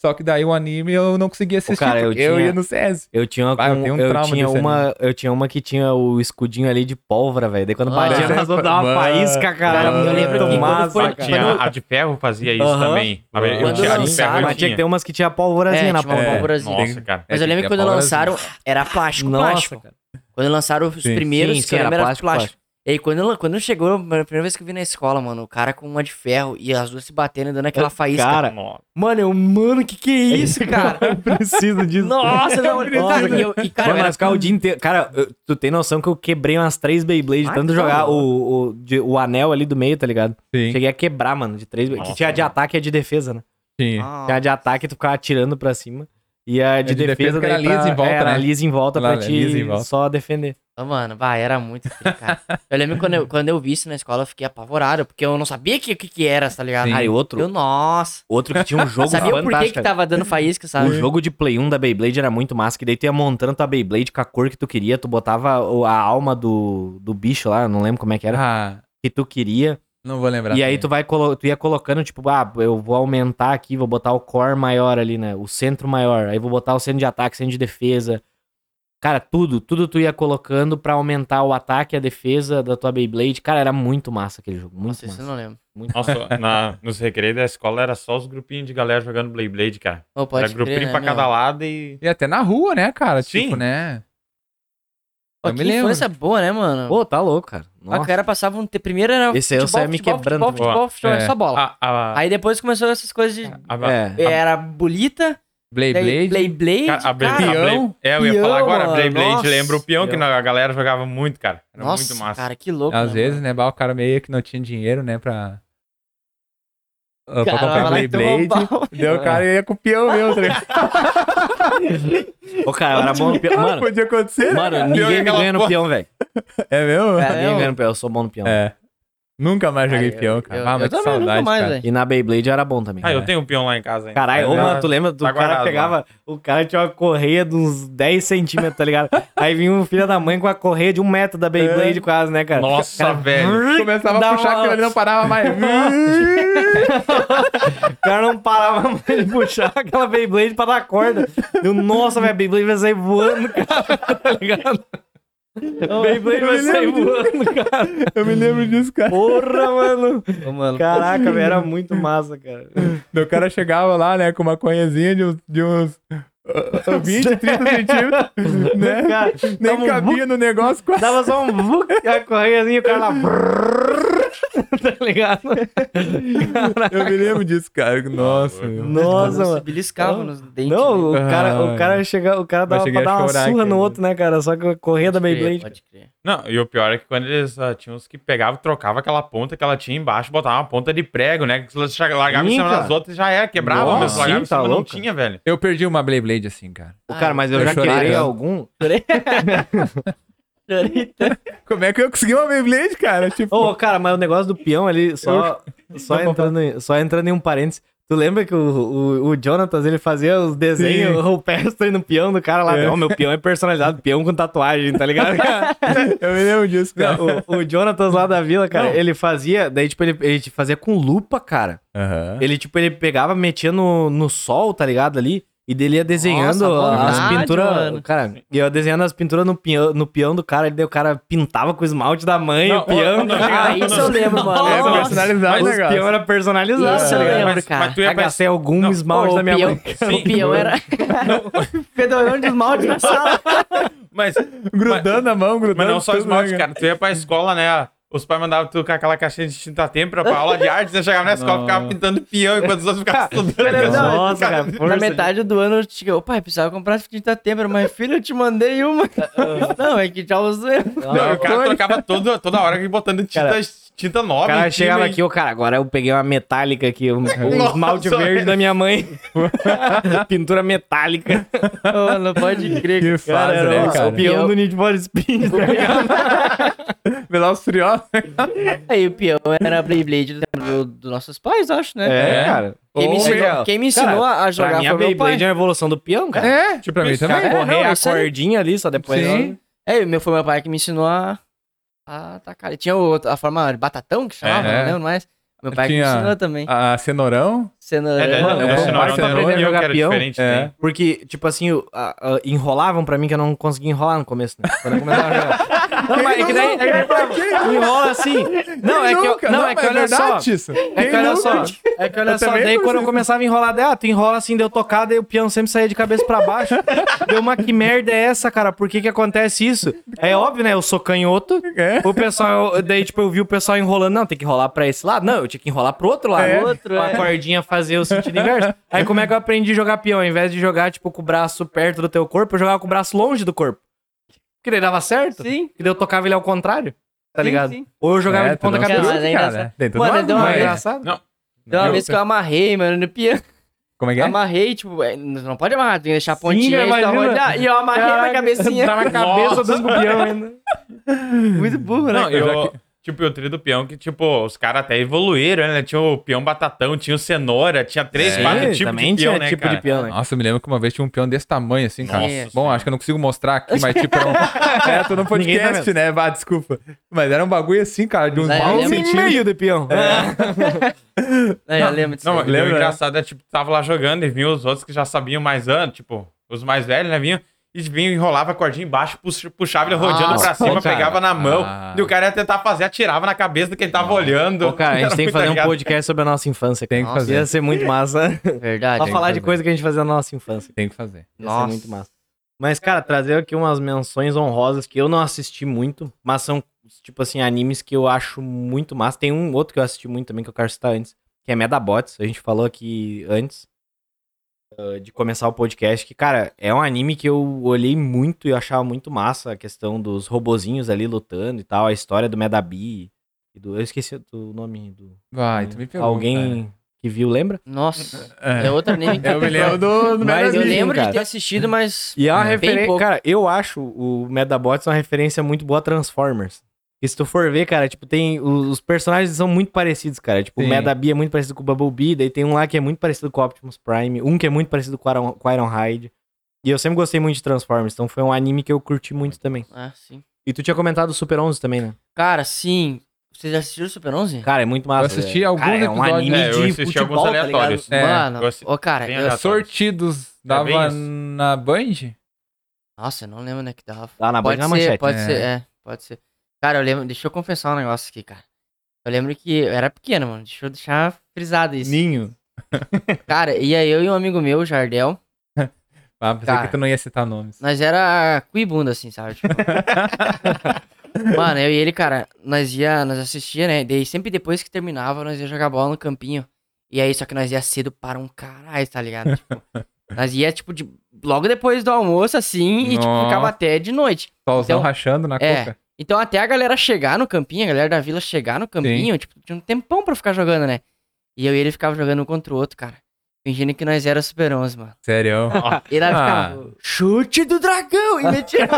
Speaker 3: Só que daí o anime eu não conseguia assistir.
Speaker 5: cara, eu
Speaker 3: porque eu,
Speaker 5: tinha-
Speaker 3: ia no SESI.
Speaker 5: Eu tinha, uma
Speaker 3: Ah, eu
Speaker 5: com-
Speaker 3: tenho um
Speaker 5: eu
Speaker 3: trauma
Speaker 5: tinha
Speaker 3: desse
Speaker 5: uma, eu tinha uma que tinha o escudinho ali de pólvora, velho. Daí quando
Speaker 2: Ah.
Speaker 5: batia nas outras dava uma
Speaker 3: Mano.
Speaker 5: faísca, cara.
Speaker 2: Cara, eu lembro que
Speaker 5: Muito
Speaker 2: quando
Speaker 5: massa,
Speaker 2: foi-
Speaker 5: cara.
Speaker 1: Tinha,
Speaker 2: Quando-
Speaker 1: a de ferro fazia isso
Speaker 5: Aham.
Speaker 1: também. Eu
Speaker 5: Quando
Speaker 1: tinha a de
Speaker 5: lançaram,
Speaker 1: ferro eu
Speaker 5: mas tinha que
Speaker 1: tinha.
Speaker 5: ter umas que tinha pólvorazinha
Speaker 2: É,
Speaker 5: na
Speaker 2: tinha uma
Speaker 5: ponta.
Speaker 2: pólvorazinha.
Speaker 1: Nossa, cara.
Speaker 3: É,
Speaker 2: Mas eu lembro que quando lançaram, era plástico,
Speaker 5: Nossa,
Speaker 2: plástico.
Speaker 5: cara.
Speaker 2: Quando lançaram os
Speaker 3: Sim.
Speaker 2: primeiros,
Speaker 5: Sim,
Speaker 2: que
Speaker 5: sim,
Speaker 2: eu
Speaker 5: era
Speaker 2: lembro, era
Speaker 5: plástico,
Speaker 2: plástico. E aí, quando, ela- quando chegou, mano, a primeira vez que eu vi na escola, mano, o cara com uma de ferro e as duas se batendo e dando aquela faísca.
Speaker 5: Cara,
Speaker 1: Nossa.
Speaker 2: Mano, eu, mano, que que é isso, cara?
Speaker 5: eu preciso disso.
Speaker 2: Nossa, não, nossa, e, eu, e cara, eu
Speaker 5: Mano, mas
Speaker 2: era- assim?
Speaker 5: ficar o dia inteiro. Cara, eu- tu tem noção que eu quebrei umas três Beyblade de
Speaker 2: Ah,
Speaker 5: tanto
Speaker 2: que da
Speaker 5: jogar
Speaker 2: hora.
Speaker 5: o, o, de- o anel ali do meio, tá ligado?
Speaker 3: Sim,
Speaker 5: Cheguei a quebrar, mano, de três.
Speaker 1: Nossa,
Speaker 5: que tinha a de
Speaker 1: mano.
Speaker 5: ataque e a de defesa, né?
Speaker 3: sim.
Speaker 5: Tinha a
Speaker 2: Ah,
Speaker 5: de ataque, tu ficava atirando pra cima. E a de,
Speaker 3: É de defesa
Speaker 5: defesa,
Speaker 3: que era
Speaker 5: daí pra-
Speaker 3: lisa em volta,
Speaker 5: é, era
Speaker 3: né?
Speaker 5: lisa em volta
Speaker 3: Lá,
Speaker 5: pra
Speaker 3: né,
Speaker 5: ti
Speaker 3: lisa em volta.
Speaker 5: só defender.
Speaker 2: ah, mano, vai, era muito tri, cara. Eu lembro quando eu, quando eu vi isso na escola, eu fiquei apavorado, porque eu não sabia o que, que que era, tá ligado?
Speaker 3: Sim.
Speaker 5: Ah, e outro,
Speaker 2: Eu, nossa.
Speaker 5: outro que tinha um jogo
Speaker 2: Sabia por que
Speaker 5: fantástico.
Speaker 2: que tava dando faísca,
Speaker 5: O
Speaker 2: sabe?
Speaker 5: jogo de Play 1 da Beyblade era muito massa, que daí tu ia montando tua Beyblade com a cor que tu queria, tu botava o- a alma do, do bicho lá, não lembro como é que era,
Speaker 3: Ah,
Speaker 5: que tu queria.
Speaker 3: não vou lembrar.
Speaker 5: E aí
Speaker 3: também.
Speaker 5: tu vai colo- tu ia colocando, tipo, ah, eu vou aumentar aqui, vou botar o core maior ali, né? O centro maior. Aí vou botar o centro de ataque, centro de defesa. Cara, tudo, tudo tu ia colocando pra aumentar o ataque e a defesa da tua Beyblade. Cara, era muito massa aquele jogo. Muito
Speaker 2: Nossa, isso
Speaker 5: massa.
Speaker 2: eu não lembro.
Speaker 5: Muito massa.
Speaker 1: Nossa, na, nos recreios da escola era só os grupinhos de galera jogando Beyblade, cara.
Speaker 2: Ô, pode
Speaker 1: era grupinho
Speaker 2: crer, né,
Speaker 1: pra
Speaker 2: meu?
Speaker 1: cada lado e.
Speaker 3: E até na rua, né, cara?
Speaker 1: Sim.
Speaker 3: Tipo, né?
Speaker 2: Pô,
Speaker 3: Eu
Speaker 2: que
Speaker 3: me lembro.
Speaker 2: infância boa, né, mano?
Speaker 5: Pô, tá louco, cara.
Speaker 2: Ah,
Speaker 5: Nossa.
Speaker 2: o cara passava um... te- Primeiro era
Speaker 5: Esse aí eu saía me quebrando
Speaker 2: futebol,
Speaker 5: também.
Speaker 2: futebol, futebol,
Speaker 3: É.
Speaker 2: só bola.
Speaker 1: A- a-
Speaker 2: Aí depois começou essas coisas de...
Speaker 1: a-
Speaker 5: É.
Speaker 2: Era bolita, daí
Speaker 3: Beyblade.
Speaker 2: Playblade,
Speaker 1: Cara, a Blade,
Speaker 2: cara.
Speaker 1: a Blade- é, eu ia
Speaker 2: Peão,
Speaker 1: falar agora, a Blade
Speaker 2: mano,
Speaker 1: Blade
Speaker 2: nossa.
Speaker 1: lembra o peão que
Speaker 5: Peão.
Speaker 1: a galera jogava muito, cara. Era
Speaker 2: Nossa,
Speaker 1: muito massa.
Speaker 2: cara, que louco.
Speaker 3: Às
Speaker 2: né,
Speaker 3: vezes,
Speaker 2: mano?
Speaker 3: né, bah, o cara meio que não tinha dinheiro, né, pra... Ah, pra
Speaker 2: Cara,
Speaker 3: comprar
Speaker 2: vai lá e toma um
Speaker 3: Beyblade.
Speaker 2: pau.
Speaker 3: Deu o cara ia com o peão meu, tá ligado?
Speaker 5: Ô, cara, eu era bom no peão. Mano,
Speaker 3: Podia acontecer. né?
Speaker 1: Pior que
Speaker 5: mano ninguém me
Speaker 1: aquela
Speaker 5: ganha no
Speaker 1: porra.
Speaker 5: peão, velho.
Speaker 3: É mesmo?
Speaker 2: Cara,
Speaker 5: Ninguém
Speaker 2: eu-
Speaker 5: me ganha no peão. Eu sou bom no peão.
Speaker 3: É. Nunca mais joguei
Speaker 2: Cara, eu-
Speaker 3: peão, cara.
Speaker 2: eu-
Speaker 3: ah, mas
Speaker 2: eu
Speaker 3: que
Speaker 2: também
Speaker 3: saudade,
Speaker 2: nunca mais,
Speaker 3: cara.
Speaker 2: velho.
Speaker 5: E na Beyblade eu era bom também.
Speaker 1: Ah, eu tenho um peão lá em casa ainda.
Speaker 5: Caralho, ô,
Speaker 1: Era-
Speaker 5: mano, tu lembra? do
Speaker 1: Tá
Speaker 5: cara
Speaker 1: guardado,
Speaker 5: pegava. O cara tinha uma correia de uns 10 centímetros, tá ligado? Aí vinha um filho da mãe com a correia de um metro da Beyblade, quase, né, cara?
Speaker 1: Nossa,
Speaker 5: cara, hum?
Speaker 1: velho.
Speaker 3: É, Começava
Speaker 5: Dá
Speaker 3: a puxar
Speaker 5: uma-
Speaker 3: aquilo ali, não parava mais.
Speaker 5: O cara não parava mais de puxar aquela Beyblade pra dar corda. Eu, nossa, velho, a Beyblade vai sair voando, cara, tá ligado? A Beyblade vai sair voando, cara.
Speaker 3: eu me lembro disso, cara.
Speaker 5: Porra, mano.
Speaker 2: Ô, mano,
Speaker 5: Caraca, velho, era muito massa, cara.
Speaker 3: Daí O cara chegava lá, né, com uma conhezinha de uns, de uns ah, ah, 20, 30 centímetros, né?
Speaker 5: Cara,
Speaker 3: Nem
Speaker 5: tava um
Speaker 3: cabia no negócio, quase.
Speaker 5: Dava só um vuc, a correiazinha, o cara lá. brrr. tá ligado?
Speaker 3: Eu me lembro disso, cara. Nossa, meu.
Speaker 5: Nossa,
Speaker 2: Se
Speaker 5: mano.
Speaker 2: beliscava nos dentes. né?
Speaker 5: Não, o cara,
Speaker 3: Ah,
Speaker 5: o cara chega, o cara
Speaker 3: Mas
Speaker 5: dava
Speaker 3: cheguei
Speaker 5: pra
Speaker 3: a
Speaker 5: dar uma
Speaker 3: chorar
Speaker 5: surra
Speaker 3: aqui,
Speaker 5: no
Speaker 3: né?
Speaker 5: outro, né, cara? Só que a correia da
Speaker 2: Pode crer,
Speaker 5: Beyblade.
Speaker 2: Pode crer.
Speaker 1: Não, e o pior é que quando eles ah, tinham os que pegavam, trocavam aquela ponta que ela tinha embaixo, botava uma ponta de prego, né? Que eles chega- largavam em
Speaker 5: Ih,
Speaker 1: cima
Speaker 5: cara.
Speaker 1: das outras e já era, quebrava,
Speaker 5: Nossa,
Speaker 1: mas largava
Speaker 5: sim,
Speaker 1: em cima
Speaker 5: tá
Speaker 1: não
Speaker 5: louco.
Speaker 1: tinha, velho.
Speaker 3: Eu perdi uma Beyblade assim, cara.
Speaker 5: O cara, mas eu
Speaker 3: eu
Speaker 5: já
Speaker 3: chorei,
Speaker 5: quebrei
Speaker 3: cara.
Speaker 5: algum.
Speaker 2: Chorei tanto.
Speaker 3: Como é que eu consegui uma Beyblade, cara? Tipo,
Speaker 5: Ô, cara, mas o negócio do peão ali, só,
Speaker 3: Tá
Speaker 5: só, entrando, em- só entrando em um parênteses. Tu lembra que o, o, o Jonatas, ele fazia os desenhos
Speaker 3: Sim.
Speaker 5: rupestres no peão do cara lá?
Speaker 3: É.
Speaker 5: Não, meu peão é personalizado, peão com tatuagem, tá ligado, cara?
Speaker 3: eu me lembro disso, cara.
Speaker 5: Não, o, o Jonatas lá da vila, cara, ele fazia, daí, tipo, ele, ele fazia com lupa, cara.
Speaker 3: Aham.
Speaker 5: Ele, tipo, ele pegava, metia no, no sol, tá ligado? Ali. E dele ia desenhando
Speaker 2: Nossa,
Speaker 5: as
Speaker 2: verdade,
Speaker 5: pinturas.
Speaker 2: mano.
Speaker 5: Cara, ia desenhando as pinturas no peão, no peão do cara. E daí o cara pintava com o esmalte da mãe,
Speaker 1: Não,
Speaker 5: o peão.
Speaker 1: ô, não,
Speaker 5: do cara.
Speaker 1: Ah,
Speaker 2: Ah, isso eu lembro, mano.
Speaker 3: É
Speaker 5: Nossa,
Speaker 3: personalizado o
Speaker 5: Mas o
Speaker 3: negócio.
Speaker 5: peão era personalizado,
Speaker 2: Isso né?
Speaker 5: tá
Speaker 2: eu
Speaker 5: ligado?
Speaker 2: lembro, cara.
Speaker 1: Mas tu ia pra
Speaker 5: Agacei algum
Speaker 1: Não,
Speaker 5: esmalte
Speaker 2: Ô,
Speaker 5: é da minha
Speaker 2: peão-
Speaker 5: mãe.
Speaker 1: Sim.
Speaker 2: O peão era. é um Fedorão de esmalte na sala.
Speaker 1: Mas,
Speaker 3: Grudando a mão, grudando.
Speaker 1: mas não só
Speaker 3: tudo,
Speaker 1: esmalte,
Speaker 3: né,
Speaker 1: cara. Tu ia pra escola, né? Os pais mandavam tu com aquela caixinha de tinta têmpera pra aula de arte, você chegava na escola e ficava pintando peão enquanto os outros ficavam estudando.
Speaker 2: Não,
Speaker 1: cara.
Speaker 5: Nossa, cara.
Speaker 2: Na
Speaker 5: força,
Speaker 2: metade do ano eu cheguei, ô pai, precisava comprar essa tinta têmpera, mas filho, eu te mandei uma. Não, é que já usei.
Speaker 1: Não, o cara trocava todo, toda hora botando tinta,
Speaker 5: Cara,
Speaker 1: tinta nova.
Speaker 5: O
Speaker 1: em
Speaker 5: cara
Speaker 1: cima,
Speaker 5: chegava
Speaker 1: hein?
Speaker 5: aqui, ô, cara, agora eu peguei uma metálica aqui, um, um
Speaker 1: Nossa,
Speaker 5: esmalte verde
Speaker 1: velho.
Speaker 5: da minha mãe. Pintura metálica.
Speaker 2: Ô, não pode crer.
Speaker 3: Que fase,
Speaker 5: era
Speaker 3: né,
Speaker 5: o
Speaker 3: cara?
Speaker 5: peão do Need for Speed, tá ligado?
Speaker 3: Velociriosa.
Speaker 2: Aí o peão era a Beyblade do- do- dos nossos pais, acho, né?
Speaker 5: É,
Speaker 3: É.
Speaker 5: cara.
Speaker 2: Quem me
Speaker 5: Ou
Speaker 2: ensinou,
Speaker 5: melhor,
Speaker 2: quem me ensinou
Speaker 5: cara,
Speaker 2: a jogar
Speaker 5: pra mim, a
Speaker 2: foi meu pai.
Speaker 5: Beyblade é uma evolução do peão, cara.
Speaker 3: É, tipo, pra mim
Speaker 1: isso,
Speaker 3: também.
Speaker 5: Cara,
Speaker 2: É,
Speaker 5: correr
Speaker 2: não,
Speaker 5: a
Speaker 2: eu sei.
Speaker 5: cordinha ali, só depois... né?
Speaker 3: Sim.
Speaker 2: É, o meu foi meu pai que me ensinou a, a atacar. E Tinha o- a forma de batatão que chamava,
Speaker 3: É.
Speaker 2: não lembro mais. Meu pai que me
Speaker 3: Tinha- Ah,
Speaker 2: ensinou também.
Speaker 3: A cenourão.
Speaker 2: Cenoura.
Speaker 1: É, é,
Speaker 5: Mano,
Speaker 1: é,
Speaker 5: eu
Speaker 1: é,
Speaker 5: vou
Speaker 1: senão era
Speaker 3: passar
Speaker 1: um
Speaker 3: pra
Speaker 1: peão
Speaker 5: jogar
Speaker 1: que era
Speaker 5: peão.
Speaker 1: diferente,
Speaker 3: É.
Speaker 1: né?
Speaker 5: Porque, tipo assim, eu- a- a- enrolavam pra mim que eu não conseguia enrolar no começo, né? Quando eu começava a jogar. Não, mas é que daí... é que- Enrola assim. Não, é que, eu, não, é que olha só.
Speaker 3: verdade isso.
Speaker 5: É que olha só, é que olha
Speaker 3: Eu
Speaker 5: só,
Speaker 3: também
Speaker 5: daí
Speaker 3: não
Speaker 5: quando eu
Speaker 3: sei.
Speaker 5: começava a enrolar, daí, ah, tu enrola assim, deu tocada, e o peão sempre saía de cabeça pra baixo. deu uma que merda é essa, cara? Por que que acontece isso? É óbvio, né? Eu sou canhoto,
Speaker 3: É.
Speaker 5: o pessoal, eu- daí tipo, eu vi o pessoal enrolando, não, tem que enrolar pra esse lado, não, eu tinha que enrolar pro outro lado,
Speaker 2: É.
Speaker 5: outro, pra
Speaker 2: é.
Speaker 5: cordinha fazer o sentido inverso. Aí como é que eu aprendi a jogar peão? Ao invés de jogar, tipo, com o braço perto do teu corpo, eu jogava com o braço longe do corpo. Que daí dava certo,
Speaker 2: Sim.
Speaker 5: que daí eu tocava ele ao contrário, tá
Speaker 2: Sim,
Speaker 5: ligado?
Speaker 2: sim. é
Speaker 5: Ou eu jogava
Speaker 3: É,
Speaker 5: de ponta
Speaker 3: tu não
Speaker 5: cabeça. é
Speaker 2: sabe.
Speaker 3: sabe,
Speaker 2: ainda
Speaker 3: cara,
Speaker 2: sabe.
Speaker 3: Tem tudo
Speaker 2: Mano,
Speaker 3: mais,
Speaker 2: deu uma
Speaker 3: mas-
Speaker 2: vez-
Speaker 5: engraçado.
Speaker 1: Não.
Speaker 2: Tem uma
Speaker 3: Eu-
Speaker 2: vez que eu amarrei, mano, no piano.
Speaker 3: Como é que é?
Speaker 2: Amarrei, tipo, é, não pode amarrar, tem que deixar a
Speaker 5: Sim,
Speaker 2: pontinha antes da
Speaker 5: imagina.
Speaker 2: rodar. E eu amarrei na cabecinha.
Speaker 5: Tá na cabeça do peão ainda.
Speaker 2: Muito burro, né?
Speaker 1: Não, eu, tipo, eu trilho do peão que, tipo, os caras até evoluíram, né? Tinha o peão batatão, tinha o cenoura, tinha três,
Speaker 5: É,
Speaker 3: Sim,
Speaker 1: quatro tipos de peão, né, cara?
Speaker 5: tipo peão,
Speaker 3: Nossa, eu me lembro que uma vez tinha um peão desse tamanho, assim, cara.
Speaker 2: Nossa
Speaker 3: Bom, acho que eu não consigo mostrar aqui, mas tipo, era um... é, tô no
Speaker 5: Ninguém tá
Speaker 3: podcast,
Speaker 5: vendo.
Speaker 3: né? Bah, desculpa. Mas era um bagulho assim, cara, de uns
Speaker 2: Mas eu
Speaker 3: pau
Speaker 2: lembro-
Speaker 5: e meio de peão.
Speaker 2: É, eu lembro disso.
Speaker 1: Não,
Speaker 2: aí.
Speaker 1: mas o
Speaker 3: Lembra, né?
Speaker 1: engraçado é, tipo, tava lá jogando e vinham os outros que já sabiam mais antes, tipo, os mais velhos, né? Vinham e vinham, enrolava a cordinha embaixo, pux- puxava ele rodeando
Speaker 5: Ah,
Speaker 2: Nossa,
Speaker 1: pra cima,
Speaker 3: cara.
Speaker 1: pegava na mão.
Speaker 3: Ah.
Speaker 1: E o cara ia tentar fazer, atirava na cabeça do que ele tava olhando.
Speaker 5: Ah. Ô, cara, a gente
Speaker 1: Era
Speaker 5: tem
Speaker 1: muito
Speaker 5: que fazer um
Speaker 1: engraçado.
Speaker 5: podcast sobre a nossa infância.
Speaker 3: Tem que
Speaker 5: Nossa,
Speaker 3: fazer.
Speaker 5: Ia ser muito massa.
Speaker 2: é Verdade.
Speaker 5: Só
Speaker 3: que
Speaker 5: falar de
Speaker 3: fazer.
Speaker 5: coisa que a gente fazia na nossa infância.
Speaker 3: Tem que fazer.
Speaker 5: Ia
Speaker 2: Nossa.
Speaker 5: ser muito massa. Mas, cara, trazer aqui umas menções honrosas que eu não assisti muito, mas são, tipo assim, animes que eu acho muito massa. Tem um outro que eu assisti muito também que eu quero citar antes, que é Medabots. A gente falou aqui antes uh, de começar o podcast, que, cara, é um anime que eu olhei muito e eu achava muito massa a questão dos robozinhos ali lutando e tal, a história do Medabi e do... Eu esqueci do nome do...
Speaker 3: Vai, Ah, tu me pegou.
Speaker 5: Alguém que viu, lembra?
Speaker 2: Nossa,
Speaker 3: cara.
Speaker 2: é
Speaker 3: É.
Speaker 2: outro anime que
Speaker 3: Eu me lembro do, do
Speaker 5: Mas
Speaker 2: Eu
Speaker 5: Sim,
Speaker 2: lembro
Speaker 5: cara.
Speaker 2: de ter assistido, mas.
Speaker 5: E é uma
Speaker 2: Bem
Speaker 5: referência.
Speaker 2: pouco.
Speaker 5: Cara, eu acho o Medabots uma referência muito boa a Transformers. E se tu for ver, cara, tipo, tem. Os, os personagens são muito parecidos, cara. Tipo,
Speaker 3: Sim.
Speaker 5: o Medabi é muito parecido com o Bumblebee, daí tem um lá que é muito parecido com o Optimus Prime, um que é muito parecido com o Iron- com o Ironhide. E eu sempre gostei muito de Transformers, então foi um anime que eu curti muito também.
Speaker 2: Ah, sim.
Speaker 5: E tu tinha comentado o Super 11 também, né?
Speaker 2: Cara, sim. Vocês já assistiram o Super 11?
Speaker 5: Cara, é muito massa.
Speaker 3: Eu assisti
Speaker 5: velho.
Speaker 3: alguns
Speaker 5: cara, é um
Speaker 3: episódios.
Speaker 5: anime
Speaker 1: É, eu
Speaker 5: de
Speaker 1: assisti
Speaker 5: futebol,
Speaker 1: alguns
Speaker 5: tá ligado?
Speaker 1: aleatórios.
Speaker 3: É.
Speaker 2: Mano,
Speaker 1: eu
Speaker 2: ô,
Speaker 1: assi-
Speaker 2: cara,
Speaker 1: bem
Speaker 2: eu-
Speaker 1: aleatório.
Speaker 3: Sortidos
Speaker 1: bem
Speaker 3: dava
Speaker 1: isso.
Speaker 3: na Band?
Speaker 2: Nossa, eu não lembro onde é que dava.
Speaker 5: Lá na
Speaker 2: pode
Speaker 5: Band, Ah, na
Speaker 2: ser,
Speaker 5: manchete.
Speaker 2: Pode
Speaker 3: É.
Speaker 2: ser, é, pode ser. Cara, eu lembro. Deixa eu confessar um negócio aqui, cara. Eu lembro que eu era pequeno, mano. Deixa eu deixar frisado isso.
Speaker 3: Ninho.
Speaker 2: Cara, e aí eu e um amigo meu, o Jardel,
Speaker 3: Ah, pensei
Speaker 2: Cara.
Speaker 5: Tá.
Speaker 3: que tu não ia citar nomes.
Speaker 2: nós era cuibunda, assim, sabe? Tipo, Mano, eu e ele, cara, nós ia, nós assistia, né? Daí sempre depois que terminava, nós ia jogar bola no campinho. E aí, só que nós ia cedo para um caralho, tá ligado? Tipo, nós ia, tipo, de, logo depois do almoço, assim, e tipo, ficava
Speaker 3: Nossa.
Speaker 2: até de noite.
Speaker 3: Solzão
Speaker 2: Então,
Speaker 3: rachando na
Speaker 2: é.
Speaker 3: coca.
Speaker 2: Então, até a galera chegar no campinho, a galera da vila chegar no campinho, tipo, tinha um tempão pra ficar jogando, né? E eu e ele ficava jogando um contra o outro, cara. Fingindo que nós era Super 11, mano.
Speaker 3: Sério.
Speaker 2: E lá
Speaker 3: Ah.
Speaker 2: ficava, chute do dragão! E metia...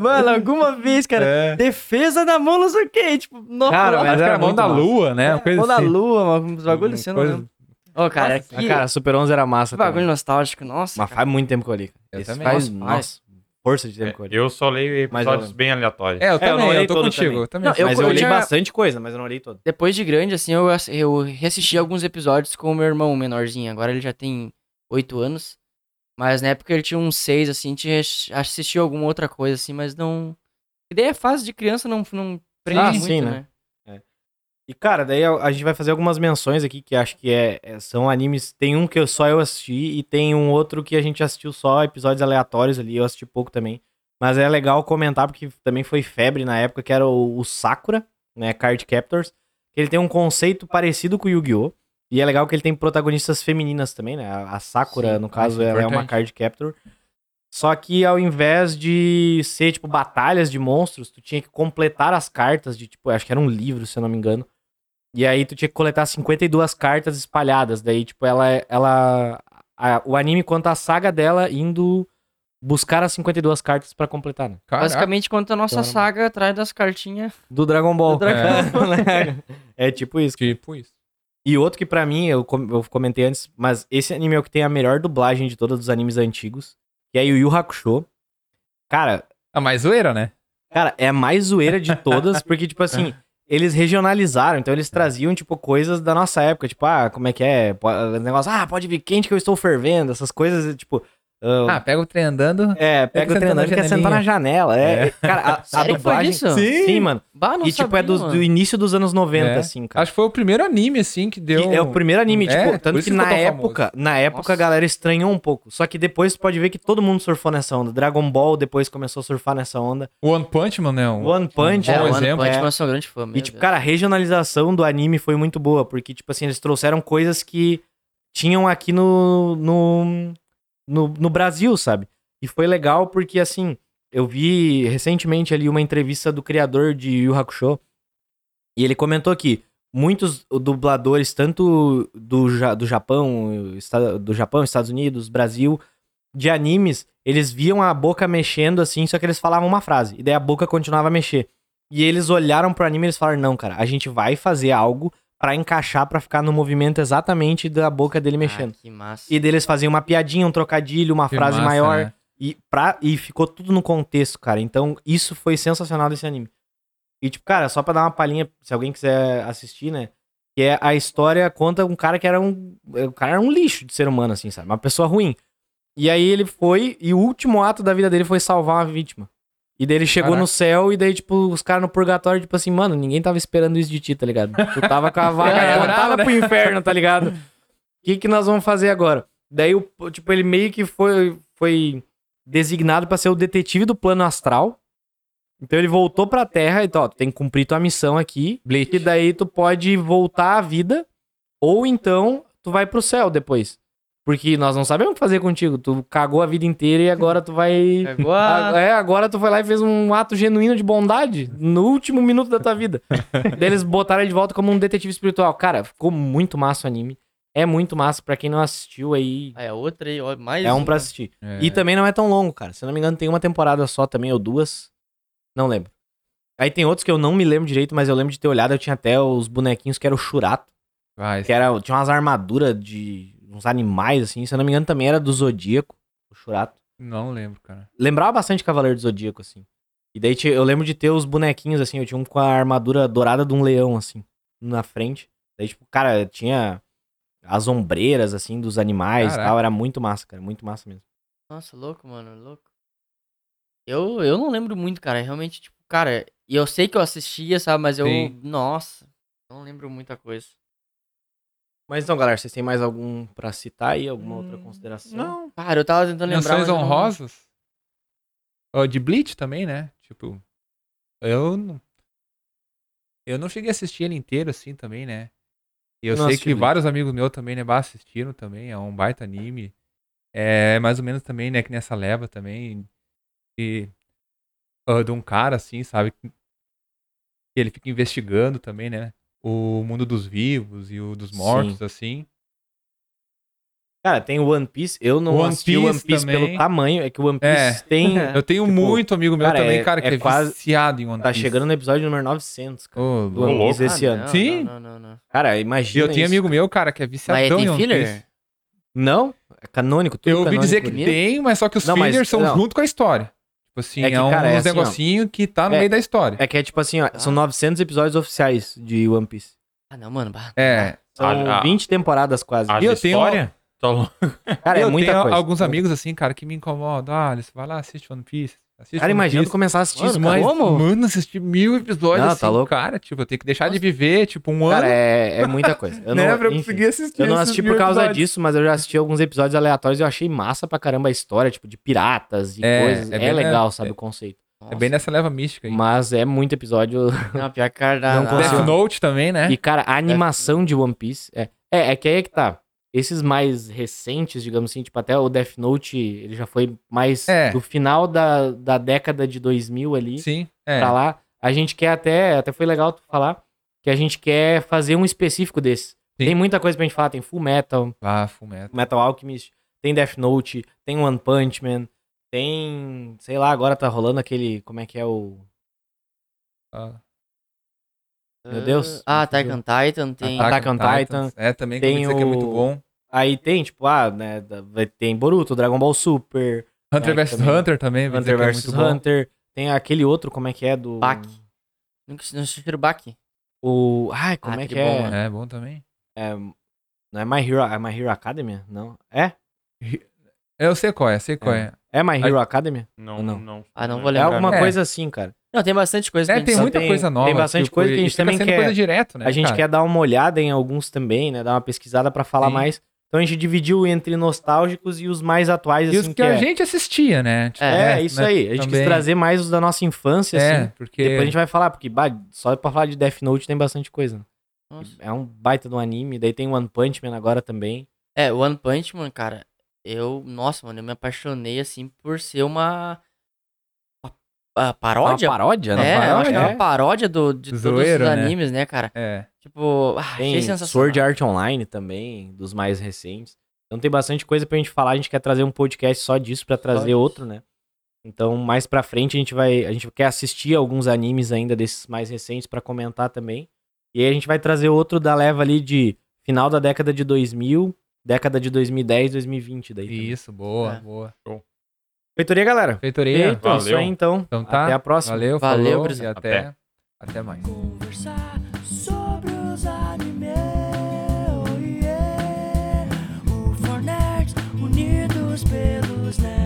Speaker 2: mano, alguma vez, cara,
Speaker 3: É.
Speaker 2: Defesa da mão, não sei o quê. Tipo, nossa,
Speaker 5: Cara,
Speaker 2: mano,
Speaker 5: mas
Speaker 3: Acho que
Speaker 5: era
Speaker 3: era mão
Speaker 5: muito
Speaker 3: da
Speaker 5: massa.
Speaker 3: lua, né? Uma coisa
Speaker 2: mão da
Speaker 3: assim.
Speaker 2: lua, mano, uns bagulhos assim, eu não
Speaker 3: Coisa-
Speaker 2: lembro. Ô, cara,
Speaker 5: Ah,
Speaker 2: que
Speaker 5: Cara, Super 11 era massa.
Speaker 2: que
Speaker 5: também.
Speaker 2: bagulho nostálgico, nossa.
Speaker 5: Mas
Speaker 2: cara.
Speaker 5: faz muito tempo que eu li. cara.
Speaker 3: Eu
Speaker 5: Esse
Speaker 3: também.
Speaker 5: Faz,
Speaker 2: Nossa,
Speaker 5: nossa, força de tempo que eu li.
Speaker 1: É, Eu só leio
Speaker 5: Mas
Speaker 1: episódios
Speaker 5: eu-
Speaker 1: bem aleatórios.
Speaker 3: É, eu também, eu,
Speaker 5: olhei
Speaker 3: tô
Speaker 5: todo
Speaker 3: contigo.
Speaker 5: também.
Speaker 3: Eu também
Speaker 2: Não,
Speaker 3: sou.
Speaker 5: mas
Speaker 2: eu
Speaker 5: eu, li
Speaker 2: tinha-
Speaker 5: bastante coisa, mas eu não li todo.
Speaker 2: Depois de grande, assim, eu, ass- eu reassisti alguns episódios com o meu irmão menorzinho. Agora ele já tem oito anos. Mas na época ele tinha uns seis, assim, a gente res- assistiu alguma outra coisa, assim, mas não... E daí é fase de criança, não, não prende
Speaker 5: Ah,
Speaker 2: muito,
Speaker 5: sim,
Speaker 2: né?
Speaker 5: né? E, cara, daí a, a gente vai fazer algumas menções aqui que acho que é, é- são animes. Tem um que eu- só eu assisti e tem um outro que a gente assistiu só episódios aleatórios ali. Eu assisti pouco também. Mas é legal comentar porque também foi febre na época, que era o, o Sakura, né? Card Captors. que Ele tem um conceito parecido com o Yu-Gi-Oh! E é legal que ele tem protagonistas femininas também, né? A a Sakura,
Speaker 2: Sim,
Speaker 5: no caso,
Speaker 3: acho
Speaker 5: ela é uma
Speaker 3: importante.
Speaker 5: Card Captor. Só que ao invés de ser, tipo, batalhas de monstros, tu tinha que completar as cartas de, tipo, acho que era um livro, se eu não me engano. E aí tu tinha que coletar 52 cartas espalhadas. Daí, tipo, ela. ela a- o anime conta a saga dela indo buscar as 52 cartas pra completar, né?
Speaker 3: Caraca.
Speaker 2: Basicamente, quando a nossa
Speaker 5: Claro.
Speaker 2: saga atrás das cartinhas...
Speaker 5: Do Dragon Ball.
Speaker 2: Do Dragon
Speaker 5: é. tipo isso.
Speaker 3: Tipo isso.
Speaker 5: E outro que pra mim, eu, com- eu comentei antes, mas esse anime é o que tem a melhor dublagem de todos os animes antigos. Que é Yu Yu Hakusho. Cara,
Speaker 3: Ah, mas zoeira, né?
Speaker 5: cara, é a mais zoeira de todas, porque, tipo assim, eles regionalizaram, então eles traziam, tipo, coisas da nossa época. Tipo, ah, como é que é? Po- Negócio, ah, pode vir quente que eu estou fervendo. Essas coisas, tipo... ah,
Speaker 3: Ah, pega o trem andando.
Speaker 5: É,
Speaker 3: Tem que
Speaker 5: pega
Speaker 3: sentar
Speaker 5: o
Speaker 3: na
Speaker 5: treinador que quer sentar na janela. É, cara, a- a,
Speaker 2: Sério que foi
Speaker 5: dublagem.
Speaker 2: disso?
Speaker 5: Sim,
Speaker 3: Sim.
Speaker 5: mano.
Speaker 2: Bah, não
Speaker 5: e tipo,
Speaker 2: sabia,
Speaker 5: é do, do
Speaker 2: mano.
Speaker 5: início dos anos 90,
Speaker 3: É.
Speaker 5: assim, cara.
Speaker 3: Acho que foi o primeiro anime, assim, que deu.
Speaker 5: E É o primeiro anime,
Speaker 3: É,
Speaker 5: tipo,
Speaker 3: por
Speaker 5: tanto
Speaker 3: isso
Speaker 5: que
Speaker 3: que
Speaker 5: na
Speaker 3: ficou famoso.
Speaker 5: época, na época
Speaker 2: Nossa.
Speaker 5: a galera estranhou um pouco. Só que depois tu pode ver que todo mundo surfou nessa onda. Dragon Ball depois começou a surfar nessa onda.
Speaker 3: O One Punch Man, né? O-
Speaker 5: One Punch,
Speaker 2: É,
Speaker 3: bom
Speaker 5: né?
Speaker 2: o One
Speaker 3: exemplo.
Speaker 2: Punch
Speaker 5: É.
Speaker 2: Man, eu sou um grande fã, meu
Speaker 5: E, tipo,
Speaker 2: Deus.
Speaker 5: cara, a regionalização do anime foi muito boa, porque, tipo assim, eles trouxeram coisas que tinham aqui no, no, no, no Brasil, sabe? E foi legal porque, assim, eu vi recentemente ali uma entrevista do criador de Yu Yu Hakusho, e ele comentou que muitos dubladores, tanto do, Ja- do Japão, esta- do Japão, Estados Unidos, Brasil, de animes, eles viam a boca mexendo assim, só que eles falavam uma frase, e daí a boca continuava a mexer. E eles olharam pro anime e eles falaram: não, cara, a gente vai fazer algo pra encaixar, pra ficar no movimento exatamente da boca dele mexendo.
Speaker 2: Ah, que massa.
Speaker 5: E deles faziam uma piadinha, um trocadilho, uma
Speaker 3: Que
Speaker 5: frase
Speaker 3: massa,
Speaker 5: maior.
Speaker 3: né?
Speaker 5: E, pra, e ficou tudo no contexto, cara. Então, isso foi sensacional desse anime. E, tipo, cara, só pra dar uma palhinha, se alguém quiser assistir, né? Que é a história conta um cara que era um. O cara era um lixo de ser humano, assim, sabe? Uma pessoa ruim. E aí ele foi, e o último ato da vida dele foi salvar uma vítima. E daí ele chegou
Speaker 3: Caraca.
Speaker 5: no céu, e daí, tipo, os caras no purgatório, tipo assim, mano, ninguém tava esperando isso de ti, tá ligado? Tu tava com a vaga
Speaker 3: É, bravo,
Speaker 5: apontada
Speaker 3: né?
Speaker 5: pro inferno, tá ligado? O que que nós vamos fazer agora? Daí, o- tipo, ele meio que foi, foi designado pra ser o detetive do plano astral. Então ele voltou pra Terra e, ó, tu tem que cumprir tua missão aqui. E daí tu pode voltar à vida, ou então tu vai pro céu depois. Porque nós não sabemos o que fazer contigo. Tu cagou a vida inteira e agora tu vai.
Speaker 2: Agora...
Speaker 5: A- É, agora tu foi lá e fez um ato genuíno de bondade no último minuto da tua vida. Daí eles botaram ele de volta como um detetive espiritual. Cara, ficou muito massa o anime. É muito massa. Pra quem não assistiu aí,
Speaker 2: Ah, é outra aí, ó, mais
Speaker 5: é um pra assistir.
Speaker 3: É.
Speaker 5: E também não é tão longo, cara. Se eu não me engano, tem uma temporada só também, ou duas. Não lembro. Aí tem outros que eu não me lembro direito, mas eu lembro de ter olhado. Eu tinha até os bonequinhos que era o Churato.
Speaker 3: Vai.
Speaker 5: Que é- era, tinha umas armaduras de uns animais, assim. Se eu não me engano, também era do Zodíaco, o Churato.
Speaker 3: Não lembro, cara.
Speaker 5: Lembrava bastante Cavaleiro do Zodíaco, assim. E daí ti- eu lembro de ter os bonequinhos, assim. Eu tinha um com a armadura dourada de um leão, assim, na frente. Daí, tipo, cara, tinha as ombreiras, assim, dos animais e
Speaker 3: Caraca.
Speaker 5: tal. Era muito massa, cara. Muito massa mesmo.
Speaker 2: Nossa, louco, mano, louco. Eu, eu não lembro muito, cara. Realmente, tipo, cara, e eu sei que eu assistia, sabe, mas eu.
Speaker 3: Sim.
Speaker 2: Nossa, não lembro muita coisa.
Speaker 5: Mas então, galera, vocês têm mais algum pra citar aí? Alguma outra consideração?
Speaker 3: Hum, Não.
Speaker 2: Cara, eu Ah, tava tentando lembrar.
Speaker 3: Menções
Speaker 2: mas eu não-
Speaker 3: honrosas? Ó, de Bleach também, né? Tipo, eu não, eu não cheguei a assistir ele inteiro assim também, né? E eu
Speaker 5: Não
Speaker 3: sei
Speaker 5: assisti
Speaker 3: que
Speaker 5: Bleach.
Speaker 3: vários amigos meus também, né, bah, assistiram também, é um baita anime. É mais ou menos também, né, que nessa leva também e ah, de um cara assim, sabe, que ele fica investigando também, né, o mundo dos vivos e o dos mortos assim.
Speaker 5: Cara, tem o One Piece. Eu não
Speaker 3: One
Speaker 5: assisti o One
Speaker 3: Piece
Speaker 5: Piece
Speaker 3: também.
Speaker 5: pelo tamanho. É que o One Piece tem.
Speaker 3: Eu tenho
Speaker 5: Tipo,
Speaker 3: muito amigo meu
Speaker 5: cara,
Speaker 3: também,
Speaker 5: é-
Speaker 3: cara, que é,
Speaker 5: é quase-
Speaker 3: viciado em One
Speaker 5: Tá
Speaker 3: Piece.
Speaker 5: chegando no episódio número 900, cara.
Speaker 3: Ô,
Speaker 5: Do
Speaker 3: louco.
Speaker 5: One Piece esse
Speaker 2: Ah,
Speaker 5: ano.
Speaker 2: não,
Speaker 3: Sim.
Speaker 2: Não, não, não. não.
Speaker 5: Cara,
Speaker 3: E
Speaker 5: imagina.
Speaker 3: eu tinha
Speaker 5: isso.
Speaker 3: amigo meu, cara, que é
Speaker 2: Mas
Speaker 3: viciadão em
Speaker 2: tem
Speaker 3: One Piece.
Speaker 2: filler?
Speaker 5: Não? É canônico. Tudo
Speaker 3: Eu ouvi dizer que
Speaker 5: canônico.
Speaker 2: Mesmo?
Speaker 3: tem, mas só que os
Speaker 5: Não, mas-
Speaker 3: fillers são
Speaker 5: não.
Speaker 3: junto com a história. Tipo assim, é,
Speaker 5: É que,
Speaker 3: um-
Speaker 5: cara, é
Speaker 3: uns
Speaker 5: assim, ó.
Speaker 3: negocinho que tá no
Speaker 5: É-
Speaker 3: meio da história.
Speaker 5: É que é tipo assim, ó.
Speaker 3: Ah.
Speaker 5: São 900 episódios oficiais de One Piece.
Speaker 2: Ah, não, mano. bah.
Speaker 3: É.
Speaker 5: São
Speaker 1: Ah, ah.
Speaker 5: 20 temporadas quase.
Speaker 1: As
Speaker 3: eu
Speaker 1: eu
Speaker 3: tenho-
Speaker 1: história? Tô-
Speaker 5: Cara, é
Speaker 3: eu
Speaker 5: muita
Speaker 3: tenho
Speaker 5: coisa.
Speaker 3: alguns amigos assim, cara, que me incomodam. Ah, Alice, vai lá, assiste One Piece. Assiste
Speaker 5: Cara,
Speaker 3: One
Speaker 5: imagina é tu
Speaker 3: Piece.
Speaker 5: começar a assistir isso,
Speaker 3: Mano, mas,
Speaker 5: cara.
Speaker 2: como?
Speaker 3: mano, assisti mil episódios
Speaker 5: Não,
Speaker 3: assim,
Speaker 5: tá louco.
Speaker 3: cara. Tipo, eu tenho que deixar de viver, tipo, um ano.
Speaker 5: Cara, é, é muita coisa. Eu
Speaker 3: né,
Speaker 5: não,
Speaker 3: pra eu
Speaker 5: enfim.
Speaker 3: conseguir assistir
Speaker 5: Eu não
Speaker 3: esses
Speaker 5: assisti
Speaker 3: mil
Speaker 5: por causa
Speaker 3: episódios.
Speaker 5: disso, mas eu já assisti alguns episódios aleatórios e eu achei massa pra caramba a história, tipo, de piratas e
Speaker 3: É,
Speaker 5: coisas.
Speaker 3: é
Speaker 5: É,
Speaker 3: bem-
Speaker 5: legal,
Speaker 3: é-
Speaker 5: sabe, o conceito.
Speaker 3: É bem nessa leva mística aí.
Speaker 5: Mas é muito episódio.
Speaker 2: Não, pior que cara. da-
Speaker 5: Não
Speaker 2: da-
Speaker 5: consigo.
Speaker 3: Death Note também, né?
Speaker 5: E, cara, a animação de One Piece. É, é, é que aí é que tá. Esses mais recentes, digamos assim, tipo, até o Death Note, ele já foi mais
Speaker 3: É.
Speaker 5: do final da, da década de 2000 ali.
Speaker 3: Sim, é.
Speaker 5: pra lá. A gente quer até, até foi legal tu falar, que a gente quer fazer um específico desse.
Speaker 3: Sim.
Speaker 5: Tem muita coisa pra gente falar, tem Full Metal,
Speaker 3: Ah, Fullmetal.
Speaker 5: Metal Alchemist, tem Death Note, tem One Punch Man, tem, sei lá, agora tá rolando aquele, como é que é o...
Speaker 3: Ah,
Speaker 5: Meu Deus.
Speaker 2: Ah, Attack on Titan tem.
Speaker 5: Attack on Titan.
Speaker 3: Titans. É, também que eu
Speaker 5: Tem
Speaker 3: ouvi dizer que é muito
Speaker 5: o-
Speaker 3: bom.
Speaker 5: Aí tem, tipo, ah, né, da- vai- tem Boruto, Dragon Ball Super,
Speaker 3: Hunter
Speaker 5: É, que
Speaker 3: vs
Speaker 5: também-
Speaker 3: Hunter também, ouvi dizer
Speaker 5: Hunter
Speaker 3: que é
Speaker 5: vs
Speaker 3: muito bom.
Speaker 5: Hunter, tem aquele outro, como é que é, do...
Speaker 2: Baki. Nunca assisti- não assisti o Baki.
Speaker 5: O... Ai, como
Speaker 2: Ah,
Speaker 5: é que
Speaker 2: aquele bom,
Speaker 5: é?
Speaker 2: mano.
Speaker 3: É, bom também.
Speaker 5: É, Não é My Hero, é My Hero Academy? Não. É?
Speaker 3: Eu sei qual é, sei qual é.
Speaker 5: É My Hero Academy?
Speaker 1: Não, não,
Speaker 5: Não.
Speaker 1: não.
Speaker 2: Ah, não vou
Speaker 5: É
Speaker 2: lembrar.
Speaker 5: alguma
Speaker 3: É.
Speaker 5: coisa assim, cara.
Speaker 2: Não, tem bastante coisa.
Speaker 3: É,
Speaker 2: que a gente
Speaker 3: tem
Speaker 5: só
Speaker 2: sabe.
Speaker 3: muita
Speaker 5: tem-
Speaker 3: coisa nova. tipo,
Speaker 5: tem bastante coisa que a
Speaker 3: e
Speaker 5: gente
Speaker 3: fica
Speaker 5: também
Speaker 3: sendo
Speaker 5: quer-
Speaker 3: coisa direto, né,
Speaker 5: a gente
Speaker 3: cara?
Speaker 5: quer dar uma olhada em alguns também, né? Dar uma pesquisada pra falar
Speaker 3: Sim.
Speaker 5: mais. Então a gente dividiu entre nostálgicos e os mais atuais,
Speaker 3: E os
Speaker 5: assim,
Speaker 3: que,
Speaker 5: que,
Speaker 3: a
Speaker 5: é.
Speaker 3: gente assistia, né? Tipo,
Speaker 5: É, isso
Speaker 3: né?
Speaker 5: aí. A gente
Speaker 3: Também.
Speaker 5: quis trazer mais os da nossa infância,
Speaker 3: É,
Speaker 5: assim.
Speaker 3: porque...
Speaker 5: Depois a gente vai falar, porque bah, só pra falar de Death Note tem bastante coisa.
Speaker 2: Nossa.
Speaker 5: É um baita do anime, daí tem One Punch Man agora também.
Speaker 2: É, One Punch Man, cara. Eu, nossa, mano, eu me apaixonei assim por ser uma. uma- uma paródia?
Speaker 5: Uma paródia, né?
Speaker 2: é, eu acho que é
Speaker 5: Paródia,
Speaker 2: uma paródia do, de
Speaker 3: Zoeira,
Speaker 2: todos os
Speaker 3: né?
Speaker 2: animes, né, cara?
Speaker 3: É,
Speaker 2: Tipo, ah, achei
Speaker 5: Tem
Speaker 2: sensacional.
Speaker 5: Sword Art Online também, dos mais recentes. Então tem bastante coisa pra gente falar, a gente quer trazer um podcast só disso pra trazer
Speaker 2: disso.
Speaker 5: outro, né? Então, mais pra frente a gente vai, a gente quer assistir alguns animes ainda desses mais recentes pra comentar também. E aí a gente vai trazer outro da leva ali de final da década de 2000, década de 2010, 2020 daí. também.
Speaker 3: isso, boa,
Speaker 2: É.
Speaker 3: boa.
Speaker 5: Feitoria, galera.
Speaker 3: Feitoria,
Speaker 5: Feito, isso
Speaker 1: valeu.
Speaker 5: aí então.
Speaker 3: Então tá,
Speaker 5: Até a próxima.
Speaker 3: valeu,
Speaker 2: Valeu,
Speaker 3: falou e
Speaker 2: gurizada.
Speaker 3: até, até mais.
Speaker 4: Conversar sobre os anime, oh yeah. O Fornet unidos pelos nerds.